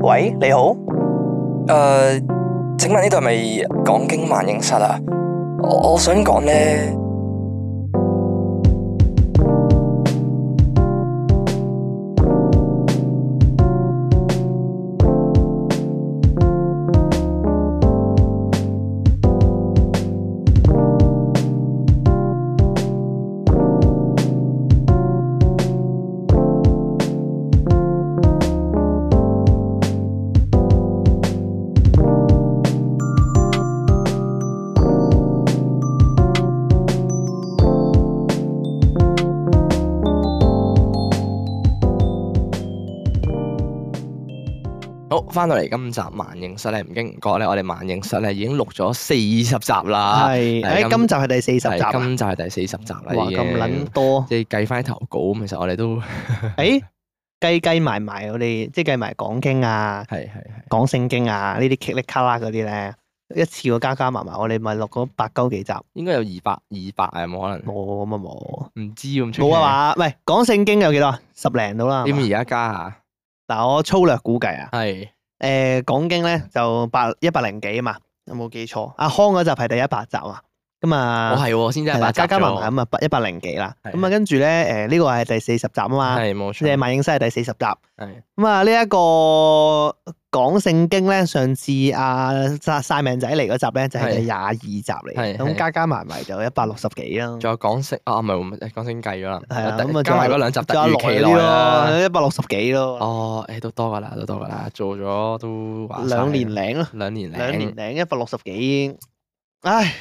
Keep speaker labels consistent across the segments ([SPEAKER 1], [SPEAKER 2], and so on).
[SPEAKER 1] 喂，你好，
[SPEAKER 2] 誒、請問呢度係咪講經萬應室啊？我我想講咧，
[SPEAKER 3] 好，翻到嚟今集萬應室咧，唔經唔覺咧，我哋萬應室咧已經錄咗四十集啦，
[SPEAKER 1] 係，
[SPEAKER 3] 係
[SPEAKER 1] 誒，
[SPEAKER 3] 今
[SPEAKER 1] 今集係第四十集
[SPEAKER 3] 係
[SPEAKER 1] 啊，
[SPEAKER 3] 今集係第四十集啦，
[SPEAKER 1] 哇，
[SPEAKER 3] 已經
[SPEAKER 1] 咁撚 多，
[SPEAKER 3] 即係計翻啲投稿咁，其實我哋都係
[SPEAKER 1] 誒，計計埋埋我哋，即係計埋講經啊、
[SPEAKER 3] 係係
[SPEAKER 1] 講聖經啊呢啲棘力卡啦嗰啲咧，一次過加加埋埋，我哋咪錄咗百鳩幾集，
[SPEAKER 3] 應該有二百二百啊，有冇可能
[SPEAKER 1] 冇咁啊冇，
[SPEAKER 3] 唔知咁出奇
[SPEAKER 1] 冇啊嘛，喂，講聖經有幾多啊？十零到啦，係
[SPEAKER 3] 點
[SPEAKER 1] 嘛
[SPEAKER 3] 而家加下
[SPEAKER 1] 嗱，我粗略估計啊。
[SPEAKER 3] 係
[SPEAKER 1] 誒講經咧就百一百零幾啊嘛，有冇記錯？阿康嗰集係第一百集啊，咁
[SPEAKER 3] 我
[SPEAKER 1] 啊，
[SPEAKER 3] 係喎，先真哦
[SPEAKER 1] 係
[SPEAKER 3] 係
[SPEAKER 1] 啦，
[SPEAKER 3] 百集
[SPEAKER 1] 加加埋埋
[SPEAKER 3] 咗
[SPEAKER 1] 咁啊，一百零幾啦。
[SPEAKER 3] 係
[SPEAKER 1] 咁啊，跟住咧誒呢個係第四十集啊嘛，
[SPEAKER 3] 係冇
[SPEAKER 1] 即係
[SPEAKER 3] 錯，
[SPEAKER 1] 萬影西係第四十集。
[SPEAKER 3] 係
[SPEAKER 1] 咁啊，呢一個講聖經咧，上次阿晒晒命仔嚟嗰集咧就係
[SPEAKER 3] 係
[SPEAKER 1] 第廿二集嚟嘅，
[SPEAKER 3] 係
[SPEAKER 1] 咁
[SPEAKER 3] 係
[SPEAKER 1] 加加埋埋就一百六十幾啦。
[SPEAKER 3] 仲有講聲啊，唔係講聲計咗啦，
[SPEAKER 1] 係啊，咁啊
[SPEAKER 3] 加埋嗰兩集突
[SPEAKER 1] 仲有
[SPEAKER 3] 如
[SPEAKER 1] 耐
[SPEAKER 3] 其
[SPEAKER 1] 啲
[SPEAKER 3] 來啦，
[SPEAKER 1] 咯，一百六十幾咯，
[SPEAKER 3] 哦，誒都多噶啦，都多噶啦，做咗都話晒
[SPEAKER 1] 兩年零咯。
[SPEAKER 3] 兩年零
[SPEAKER 1] 兩年零一百六十幾，唉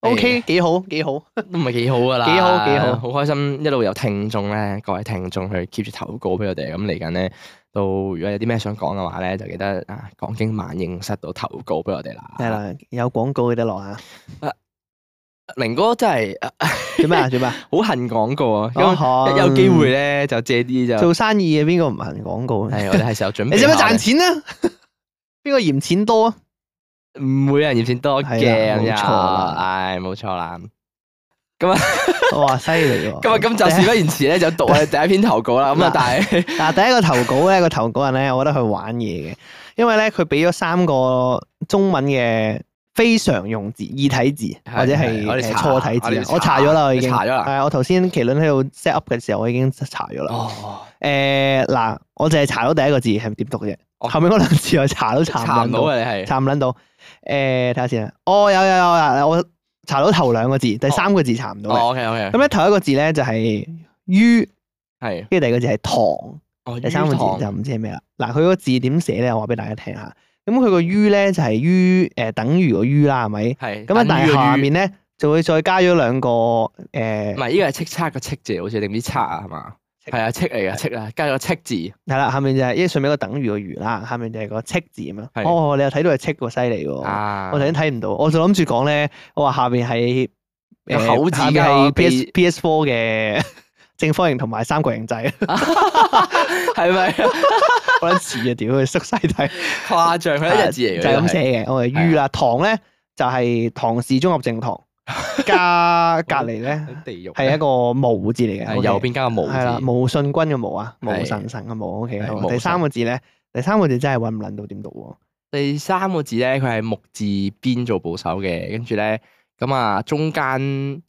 [SPEAKER 3] 哎呀
[SPEAKER 1] ，OK，幾好幾好，
[SPEAKER 3] 都唔係幾好噶啦，
[SPEAKER 1] 幾好幾好
[SPEAKER 3] 好開心一路有聽眾咧，各位聽眾去 keep 住投稿俾我哋，咁嚟緊咧，到如果有啲咩想講嘅話咧，就記得啊講經萬應室度投稿俾我哋啦。
[SPEAKER 1] 係，啦，有廣告嘅得落 啊，
[SPEAKER 3] 明哥真係啊
[SPEAKER 1] 做咩啊做咩啊？
[SPEAKER 3] 好恨廣告啊，因
[SPEAKER 1] 哦
[SPEAKER 3] 為一 有機會咧就借啲就
[SPEAKER 1] 做生意嘅邊個唔行廣告啊？
[SPEAKER 3] 係我哋係時候準備。
[SPEAKER 1] 你使唔使賺？錢啊？ 邊個嫌錢多啊？
[SPEAKER 3] 唔會有人嫌錢多嘅，
[SPEAKER 1] 係啦冇
[SPEAKER 3] 咁樣
[SPEAKER 1] 錯啦
[SPEAKER 3] 唉，冇錯啦。
[SPEAKER 1] 哇，犀利喎！
[SPEAKER 3] 咁啊，今集事不宜遲咧，就讀我哋第一篇投稿啦。咁啊，但係
[SPEAKER 1] 哦嗱，第一個投稿咧，個投稿人咧，我覺得佢玩嘢嘅，因為咧佢俾咗三個中文嘅非常用字、異體字
[SPEAKER 3] 係
[SPEAKER 1] 或者係
[SPEAKER 3] 係我哋
[SPEAKER 1] 誒
[SPEAKER 3] 查
[SPEAKER 1] 錯體
[SPEAKER 3] 我
[SPEAKER 1] 字啊
[SPEAKER 3] 哋，查
[SPEAKER 1] 我查咗啦，我已經
[SPEAKER 3] 你查咗啦
[SPEAKER 1] 係我頭先麒麟喺度 set up 嘅時候，我已經查咗啦。
[SPEAKER 3] 哦，
[SPEAKER 1] 誒嗱，我淨係查到第一個字係點讀嘅啫，
[SPEAKER 3] 哦
[SPEAKER 1] 後面嗰兩字我查都查
[SPEAKER 3] 查
[SPEAKER 1] 唔
[SPEAKER 3] 唔
[SPEAKER 1] 撚
[SPEAKER 3] 到
[SPEAKER 1] 到，
[SPEAKER 3] 啊，你係
[SPEAKER 1] 查唔撚到。誒睇下先啊，哦有有有有，我查到頭兩個字，第三個字查唔到嘅。
[SPEAKER 3] 哦，OK OK，
[SPEAKER 1] 咁咧頭一個字咧就係於，
[SPEAKER 3] 係
[SPEAKER 1] 跟住第二個字係堂，
[SPEAKER 3] 哦，
[SPEAKER 1] 第三個字
[SPEAKER 3] 魚塘
[SPEAKER 1] 就唔知係咩啦。嗱佢個字點寫咧，我話俾大家聽下。咁佢個於咧就係於誒等於個於啦，係咪？
[SPEAKER 3] 係
[SPEAKER 1] 咁啊，但係下
[SPEAKER 3] 面
[SPEAKER 1] 面咧就會再加咗兩個
[SPEAKER 3] 唔係呢
[SPEAKER 1] 誒
[SPEAKER 3] 個係叱咤個叱字，好似定唔知測啊，係嘛？
[SPEAKER 1] 叱
[SPEAKER 3] 係啊，叱嚟嘅叱啊，加咗個叱字，
[SPEAKER 1] 係啦，下面就係因為上面有個等於個如啦，下面就係個戚字咁樣。
[SPEAKER 3] 係
[SPEAKER 1] 哦，你又睇到係戚喎，犀利喎！
[SPEAKER 3] 啊，
[SPEAKER 1] 哦我頭先睇唔到，我就諗住講咧，我話下面係
[SPEAKER 3] 有口字㗎
[SPEAKER 1] 係
[SPEAKER 3] 我
[SPEAKER 1] PS
[SPEAKER 3] 鼻
[SPEAKER 1] PS Four 嘅 正方形同埋三角形 掣，
[SPEAKER 3] 係咪
[SPEAKER 1] 我諗似啊，屌佢縮細睇，
[SPEAKER 3] 誇張？佢一隻字嚟嘅，
[SPEAKER 1] 就係咁寫嘅。我
[SPEAKER 3] 啊
[SPEAKER 1] 係於啦，堂咧就係唐氏綜合症堂加 隔離咧
[SPEAKER 3] 喺地獄，
[SPEAKER 1] 係一個無字嚟嘅
[SPEAKER 3] 係
[SPEAKER 1] OK，
[SPEAKER 3] 右邊加個無字
[SPEAKER 1] 係啦，，無信君嘅無啊，無
[SPEAKER 3] 係
[SPEAKER 1] 神神嘅無。O K，
[SPEAKER 3] 係
[SPEAKER 1] 好
[SPEAKER 3] 無
[SPEAKER 1] 第
[SPEAKER 3] 神
[SPEAKER 1] 三個字咧，第三個字真係揾唔撚到點讀喎。
[SPEAKER 3] 第三個字咧，佢係木字邊做部首嘅，跟住咧咁啊，中間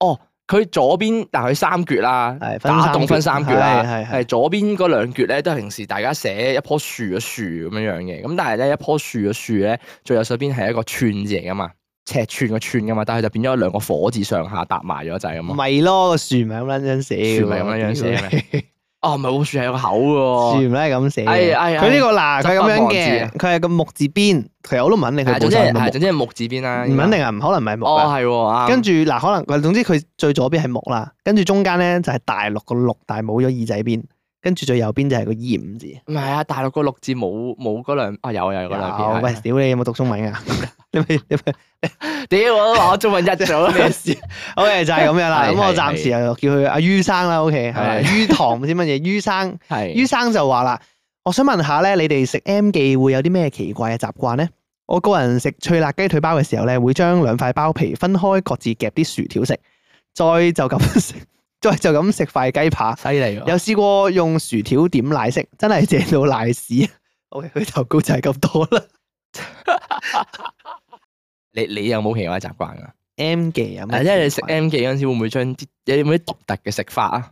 [SPEAKER 3] 哦，佢左邊但係佢三橛啦，
[SPEAKER 1] 係分
[SPEAKER 3] 打
[SPEAKER 1] 三
[SPEAKER 3] 洞
[SPEAKER 1] 橛
[SPEAKER 3] 分三橛啦，
[SPEAKER 1] 係係係
[SPEAKER 3] 係左邊嗰兩橛咧，都係平時大家寫一棵樹嘅樹咁樣樣嘅，咁但係咧一棵樹嘅樹咧，最右手邊係一個串字嚟噶嘛，尺寸嘅寸噶嘛，但係佢就變咗兩個火字上下搭埋咗就係咁
[SPEAKER 1] 唔
[SPEAKER 3] 咯。
[SPEAKER 1] 係咯，個樹唔係咁撚樣寫嘅喎，
[SPEAKER 3] 嗯樹唔係咁撚樣寫嘅
[SPEAKER 1] 屌
[SPEAKER 3] 哦，唔係喎，樹係有個口
[SPEAKER 1] 樹
[SPEAKER 3] 嘅喎。
[SPEAKER 1] 唔係咁寫嘅。
[SPEAKER 3] 哎哎
[SPEAKER 1] 佢呢個嗱，佢
[SPEAKER 3] 執
[SPEAKER 1] 咁
[SPEAKER 3] 筆
[SPEAKER 1] 樣
[SPEAKER 3] 忘字
[SPEAKER 1] 嘅，
[SPEAKER 3] 啊
[SPEAKER 1] 佢係個木字邊，其實我都唔肯定佢
[SPEAKER 3] 係
[SPEAKER 1] 本
[SPEAKER 3] 總之
[SPEAKER 1] 身係
[SPEAKER 3] 係
[SPEAKER 1] 咪
[SPEAKER 3] 係
[SPEAKER 1] 木，
[SPEAKER 3] 總之係木字邊啦。
[SPEAKER 1] 唔肯定啊，唔可能唔係木
[SPEAKER 3] 哦，
[SPEAKER 1] 啊。
[SPEAKER 3] 係喎，
[SPEAKER 1] 跟
[SPEAKER 3] 住
[SPEAKER 1] 住嗱，可能佢總之佢最左邊係木啦，跟住中間咧就係大陸個陸，但係冇咗耳仔邊，跟住最右邊就係個鹽字。
[SPEAKER 3] 唔係啊，大陸個六字冇冇嗰兩啊有啊有嗰兩
[SPEAKER 1] 有
[SPEAKER 3] 邊。
[SPEAKER 1] 喂，
[SPEAKER 3] 係
[SPEAKER 1] 屌你有冇讀中文啊？ 你咪你咪
[SPEAKER 3] 屌我都話我中文一咗。
[SPEAKER 1] 咩事？OK 就係咁樣啦。
[SPEAKER 3] 係
[SPEAKER 1] 咁我
[SPEAKER 3] 係
[SPEAKER 1] 暫時又叫佢阿於生啦。OK 係咪
[SPEAKER 3] 係
[SPEAKER 1] 於堂唔知乜嘢於生。
[SPEAKER 3] 係
[SPEAKER 1] 於生就話啦，我想問下咧，你哋食 M 記會有啲咩奇怪嘅習慣咧？我個人食脆辣雞腿包嘅時候咧，會將兩塊包皮分開，各自夾啲薯條食，再就咁食，再就咁食塊雞扒。
[SPEAKER 3] 犀利喎。
[SPEAKER 1] 有試過用薯條點奶昔，真係正到瀨屎。 OK，佢投稿就係咁多啦。
[SPEAKER 3] 你你有冇奇怪習慣啊？
[SPEAKER 1] M 記啊，
[SPEAKER 3] 嗱，即係你食 M 記嗰陣時，會唔會將啲你有冇啲獨特嘅食法啊？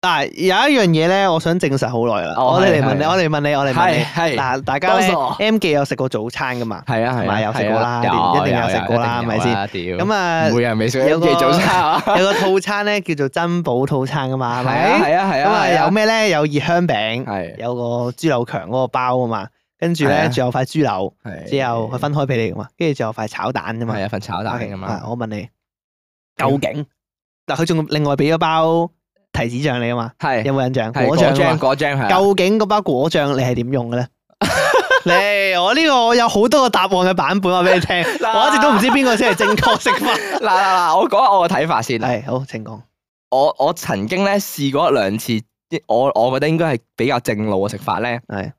[SPEAKER 1] 但係有一樣嘢咧，我想證實好耐啦。
[SPEAKER 3] 哦
[SPEAKER 1] 我哋嚟
[SPEAKER 3] 係
[SPEAKER 1] 問你，
[SPEAKER 3] 係
[SPEAKER 1] 我哋問你，我哋問你。
[SPEAKER 3] 係係
[SPEAKER 1] 嗱，大家咧
[SPEAKER 3] 多數啊
[SPEAKER 1] ，M 記有食過早餐噶嘛？
[SPEAKER 3] 係啊係啊，
[SPEAKER 1] 咪有食過啦
[SPEAKER 3] 係啊
[SPEAKER 1] 一定有食過啦
[SPEAKER 3] 一定有
[SPEAKER 1] 係咪
[SPEAKER 3] 啊屌，
[SPEAKER 1] 咁啊
[SPEAKER 3] 唔，會有人未食
[SPEAKER 1] 有
[SPEAKER 3] M
[SPEAKER 1] 個
[SPEAKER 3] 記早餐啊？
[SPEAKER 1] 有個套餐咧叫做珍寶套餐噶嘛，係
[SPEAKER 3] 係啊
[SPEAKER 1] 咪？
[SPEAKER 3] 係啊係
[SPEAKER 1] 咁
[SPEAKER 3] 啊，
[SPEAKER 1] 啊
[SPEAKER 3] 係啊
[SPEAKER 1] 有？咩咧？有熱香餅，
[SPEAKER 3] 係
[SPEAKER 1] 有個豬柳強嗰個包啊嘛，跟住
[SPEAKER 3] 係啊
[SPEAKER 1] 咧仲有塊豬柳，
[SPEAKER 3] 係
[SPEAKER 1] 之後佢分開俾你噶嘛，跟住仲有塊炒蛋噶嘛。
[SPEAKER 3] 係啊份炒蛋
[SPEAKER 1] OK，
[SPEAKER 3] 㗎
[SPEAKER 1] 啊
[SPEAKER 3] 嘛，
[SPEAKER 1] 我問你，究竟嗱佢仲另外俾咗包提子醬你啊嘛？
[SPEAKER 3] 係
[SPEAKER 1] 有冇印象？
[SPEAKER 3] 係
[SPEAKER 1] 果
[SPEAKER 3] 果
[SPEAKER 1] 醬啊
[SPEAKER 3] 醬
[SPEAKER 1] 嘛
[SPEAKER 3] 果醬係啊
[SPEAKER 1] 究竟嗰包果醬你係點用嘅 咧？你我呢個我有好多個答案嘅版本話俾 你聽，我一直都唔知邊個先係正確食法。
[SPEAKER 3] 嗱嗱嗱，我講下我嘅睇法先。
[SPEAKER 1] 係好，請講。
[SPEAKER 3] 我我曾經咧試過一兩次，我我覺得應該係比較正路嘅食法咧，
[SPEAKER 1] 係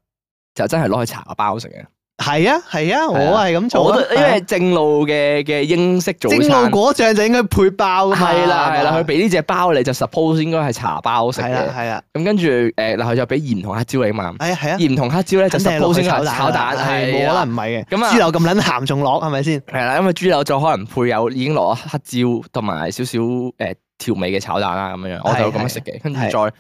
[SPEAKER 3] 就真係攞去茶包食嘅。
[SPEAKER 1] 係啊係啊，我係咁做
[SPEAKER 3] 我
[SPEAKER 1] 啊。
[SPEAKER 3] 覺得因為正路嘅嘅英式早
[SPEAKER 1] 蒸露
[SPEAKER 3] 餐。
[SPEAKER 1] 果醬就應該配包啊噶嘛。
[SPEAKER 3] 係啦係啦，佢
[SPEAKER 1] 係
[SPEAKER 3] 俾呢只包你就 suppose 應該係茶包食
[SPEAKER 1] 係啦
[SPEAKER 3] 嘅。
[SPEAKER 1] 係啦，
[SPEAKER 3] 咁跟住誒嗱，佢就俾鹽同黑椒你嘛。
[SPEAKER 1] 係啊係啊，
[SPEAKER 3] 鹽同黑椒咧就
[SPEAKER 1] 肯定係
[SPEAKER 3] suppose
[SPEAKER 1] 落去
[SPEAKER 3] 應該係炒蛋，
[SPEAKER 1] 啦係
[SPEAKER 3] 係
[SPEAKER 1] 冇
[SPEAKER 3] 啦
[SPEAKER 1] 可能唔係嘅。
[SPEAKER 3] 咁啊
[SPEAKER 1] 豬柳咁撚鹹仲落係咪先？
[SPEAKER 3] 係啦，因為豬柳就可能配有已經落咗黑椒同埋少少誒調味嘅炒蛋啦，咁樣樣我就咁樣食嘅，跟住
[SPEAKER 1] 係
[SPEAKER 3] 再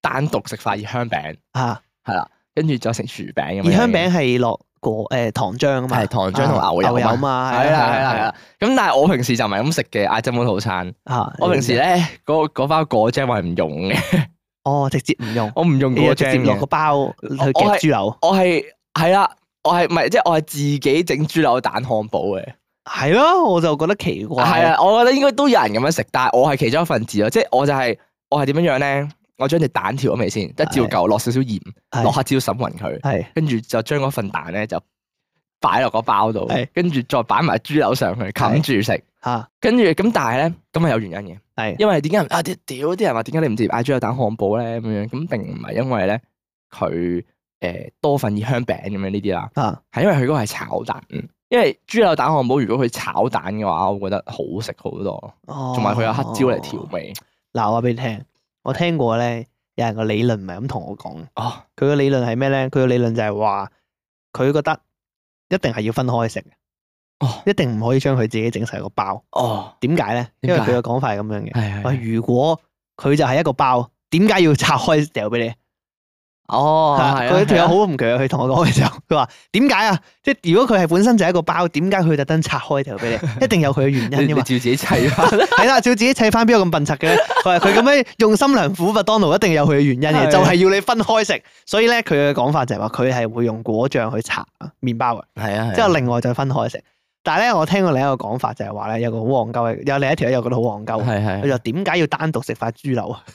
[SPEAKER 3] 單獨食塊熱香餅，
[SPEAKER 1] 啊，
[SPEAKER 3] 係啦，跟住再食薯餅咁樣。
[SPEAKER 1] 熱香餅係落果誒糖漿啊嘛，
[SPEAKER 3] 係糖漿同牛
[SPEAKER 1] 啊牛
[SPEAKER 3] 油
[SPEAKER 1] 油
[SPEAKER 3] 啊
[SPEAKER 1] 嘛，
[SPEAKER 3] 係啦係啦係啦，咁但係我平時就唔係咁食嘅嗌珍寶套餐，
[SPEAKER 1] 啊
[SPEAKER 3] 我平時咧嗰嗰包果醬我係唔用嘅，
[SPEAKER 1] 哦直接唔用。
[SPEAKER 3] 我唔用
[SPEAKER 1] 你就
[SPEAKER 3] 果
[SPEAKER 1] 直
[SPEAKER 3] 醬
[SPEAKER 1] 接落個
[SPEAKER 3] 嘅，
[SPEAKER 1] 包去夾豬柳，
[SPEAKER 3] 我係係啦，我係唔係即係我係自己整豬柳蛋漢堡嘅。
[SPEAKER 1] 係咯，我就覺得奇怪。
[SPEAKER 3] 係，啊，我覺得應該都有人咁樣食，但係我係其中一份子咯，即係我就係、我係點樣樣咧？我將隻蛋調咗味先，得照舊落少少鹽，落黑椒沈勻佢，
[SPEAKER 1] 係
[SPEAKER 3] 跟住就將嗰份蛋咧就擺落個包度
[SPEAKER 1] 係，
[SPEAKER 3] 跟住再擺埋豬柳上去冚住食，
[SPEAKER 1] 嚇
[SPEAKER 3] 跟住咁但係咧咁係有原因嘅，
[SPEAKER 1] 係
[SPEAKER 3] 因為點解人啊啲屌啲人話點解你唔直接嗌豬柳蛋漢堡咧咁樣？咁並唔係因為咧佢誒多份熱香餅咁樣呢啲啦，
[SPEAKER 1] 啊
[SPEAKER 3] 係因為佢嗰個係炒蛋，因為豬柳蛋漢堡如果佢炒蛋嘅話，我覺得好食好多，
[SPEAKER 1] 同
[SPEAKER 3] 同埋佢有黑椒嚟調。味。
[SPEAKER 1] 哦嗱，我話俾你聽，我聽過咧，有人個理論唔係咁同我講，佢
[SPEAKER 3] 哦，
[SPEAKER 1] 個理論係咩咧？佢個理論就係話，佢覺得一定係要分開食，
[SPEAKER 3] 哦，
[SPEAKER 1] 一定唔可以將佢自己整成個包。
[SPEAKER 3] 哦，
[SPEAKER 1] 點解咧？因
[SPEAKER 3] 點
[SPEAKER 1] 為
[SPEAKER 3] 解
[SPEAKER 1] 佢嘅講法係咁樣嘅。
[SPEAKER 3] 係
[SPEAKER 1] 喂，
[SPEAKER 3] 係
[SPEAKER 1] 啊如果佢就係一個包，點解要拆開掉俾你？
[SPEAKER 3] 哦，
[SPEAKER 1] 啊
[SPEAKER 3] 係啊
[SPEAKER 1] 佢條友好
[SPEAKER 3] 係啊
[SPEAKER 1] 唔鋸，佢同我講嘅時候，佢話點解啊？即係如果佢係本身就係一個包，點解佢特登拆開條俾 你？一定有佢嘅原
[SPEAKER 3] 你
[SPEAKER 1] 因
[SPEAKER 3] 你
[SPEAKER 1] 噶
[SPEAKER 3] 照
[SPEAKER 1] 嘛。
[SPEAKER 3] 自己砌啦，
[SPEAKER 1] 係啦，照自己砌翻邊有咁笨柒嘅咧？佢話佢咁樣用心良苦，麥當勞一定有佢嘅原因嘅，
[SPEAKER 3] 係
[SPEAKER 1] 就係要你分開食。所以咧，佢嘅講法就係話佢係會用果醬去搽麵包嘅，
[SPEAKER 3] 係啊
[SPEAKER 1] 之後另外再分開食。但係咧，我聽過另一個講法就係話咧，有個好戇鳩嘅，有另一條友覺得好戇鳩。啊
[SPEAKER 3] 係
[SPEAKER 1] 佢就
[SPEAKER 3] 係
[SPEAKER 1] 話點解要單獨食塊豬柳啊？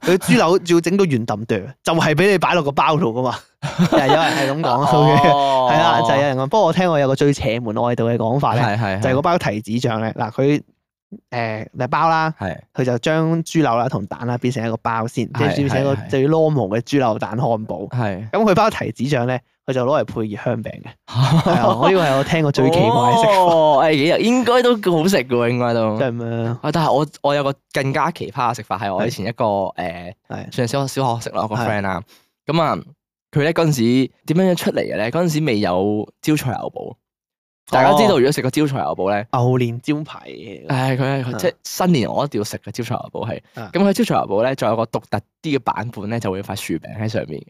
[SPEAKER 1] 佢豬柳要整到圓揼哚，就係俾你擺落個包度噶嘛。 有人係咁講嘅，
[SPEAKER 3] 哦
[SPEAKER 1] 係啦，就有人講。不過我聽過有個最邪門外道嘅講法咧，
[SPEAKER 3] 係係
[SPEAKER 1] 就係嗰包提子醬咧。嗱，佢誒嚟包啦，
[SPEAKER 3] 係
[SPEAKER 1] 佢就將豬柳啦同蛋啦變成一個包先，即係
[SPEAKER 3] 係
[SPEAKER 1] 變成一個
[SPEAKER 3] 係係
[SPEAKER 1] 最 normal 嘅豬柳蛋漢堡。
[SPEAKER 3] 係
[SPEAKER 1] 咁佢包提子醬咧，佢就攞嚟配熱香餅嘅。係 啊，我呢個係我聽過最奇怪嘅食法，
[SPEAKER 3] 哦，誒幾應該都好食嘅喎，應該都。
[SPEAKER 1] 就係咁樣。
[SPEAKER 3] 啊！但係我我有個更加奇葩嘅食法係我
[SPEAKER 1] 係
[SPEAKER 3] 以前一個誒、呃
[SPEAKER 1] 係
[SPEAKER 3] 算係小學小學食啦，我個
[SPEAKER 1] 係
[SPEAKER 3] friend 啦。咁啊，佢咧嗰陣時點樣樣出嚟嘅咧？嗰陣時未有招菜牛堡，大家知
[SPEAKER 1] 哦
[SPEAKER 3] 道如果食過招菜牛堡咧，
[SPEAKER 1] 牛年招牌嘅，
[SPEAKER 3] 唉，佢係
[SPEAKER 1] 啊
[SPEAKER 3] 即係新年我一定要食嘅招菜牛堡係。
[SPEAKER 1] 啊
[SPEAKER 3] 咁佢招菜牛堡咧，仲有個獨特啲嘅版本咧，就會有塊薯餅喺上面嘅。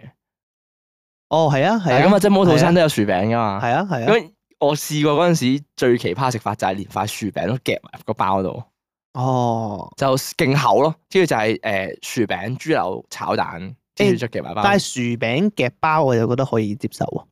[SPEAKER 1] 哦係啊係啊，
[SPEAKER 3] 咁啊，即係摩
[SPEAKER 1] 係
[SPEAKER 3] 套
[SPEAKER 1] 啊
[SPEAKER 3] 餐都有薯餅噶嘛。
[SPEAKER 1] 係啊係啊。
[SPEAKER 3] 咁我試過嗰陣時最奇葩嘅食法就係連塊薯餅都夾埋入個包度。
[SPEAKER 1] 哦，
[SPEAKER 3] 就勁厚咯，跟住就係、誒、薯餅、豬柳炒蛋，跟住再夾埋包。
[SPEAKER 1] 但係薯餅夾包我就覺得可以接受喎，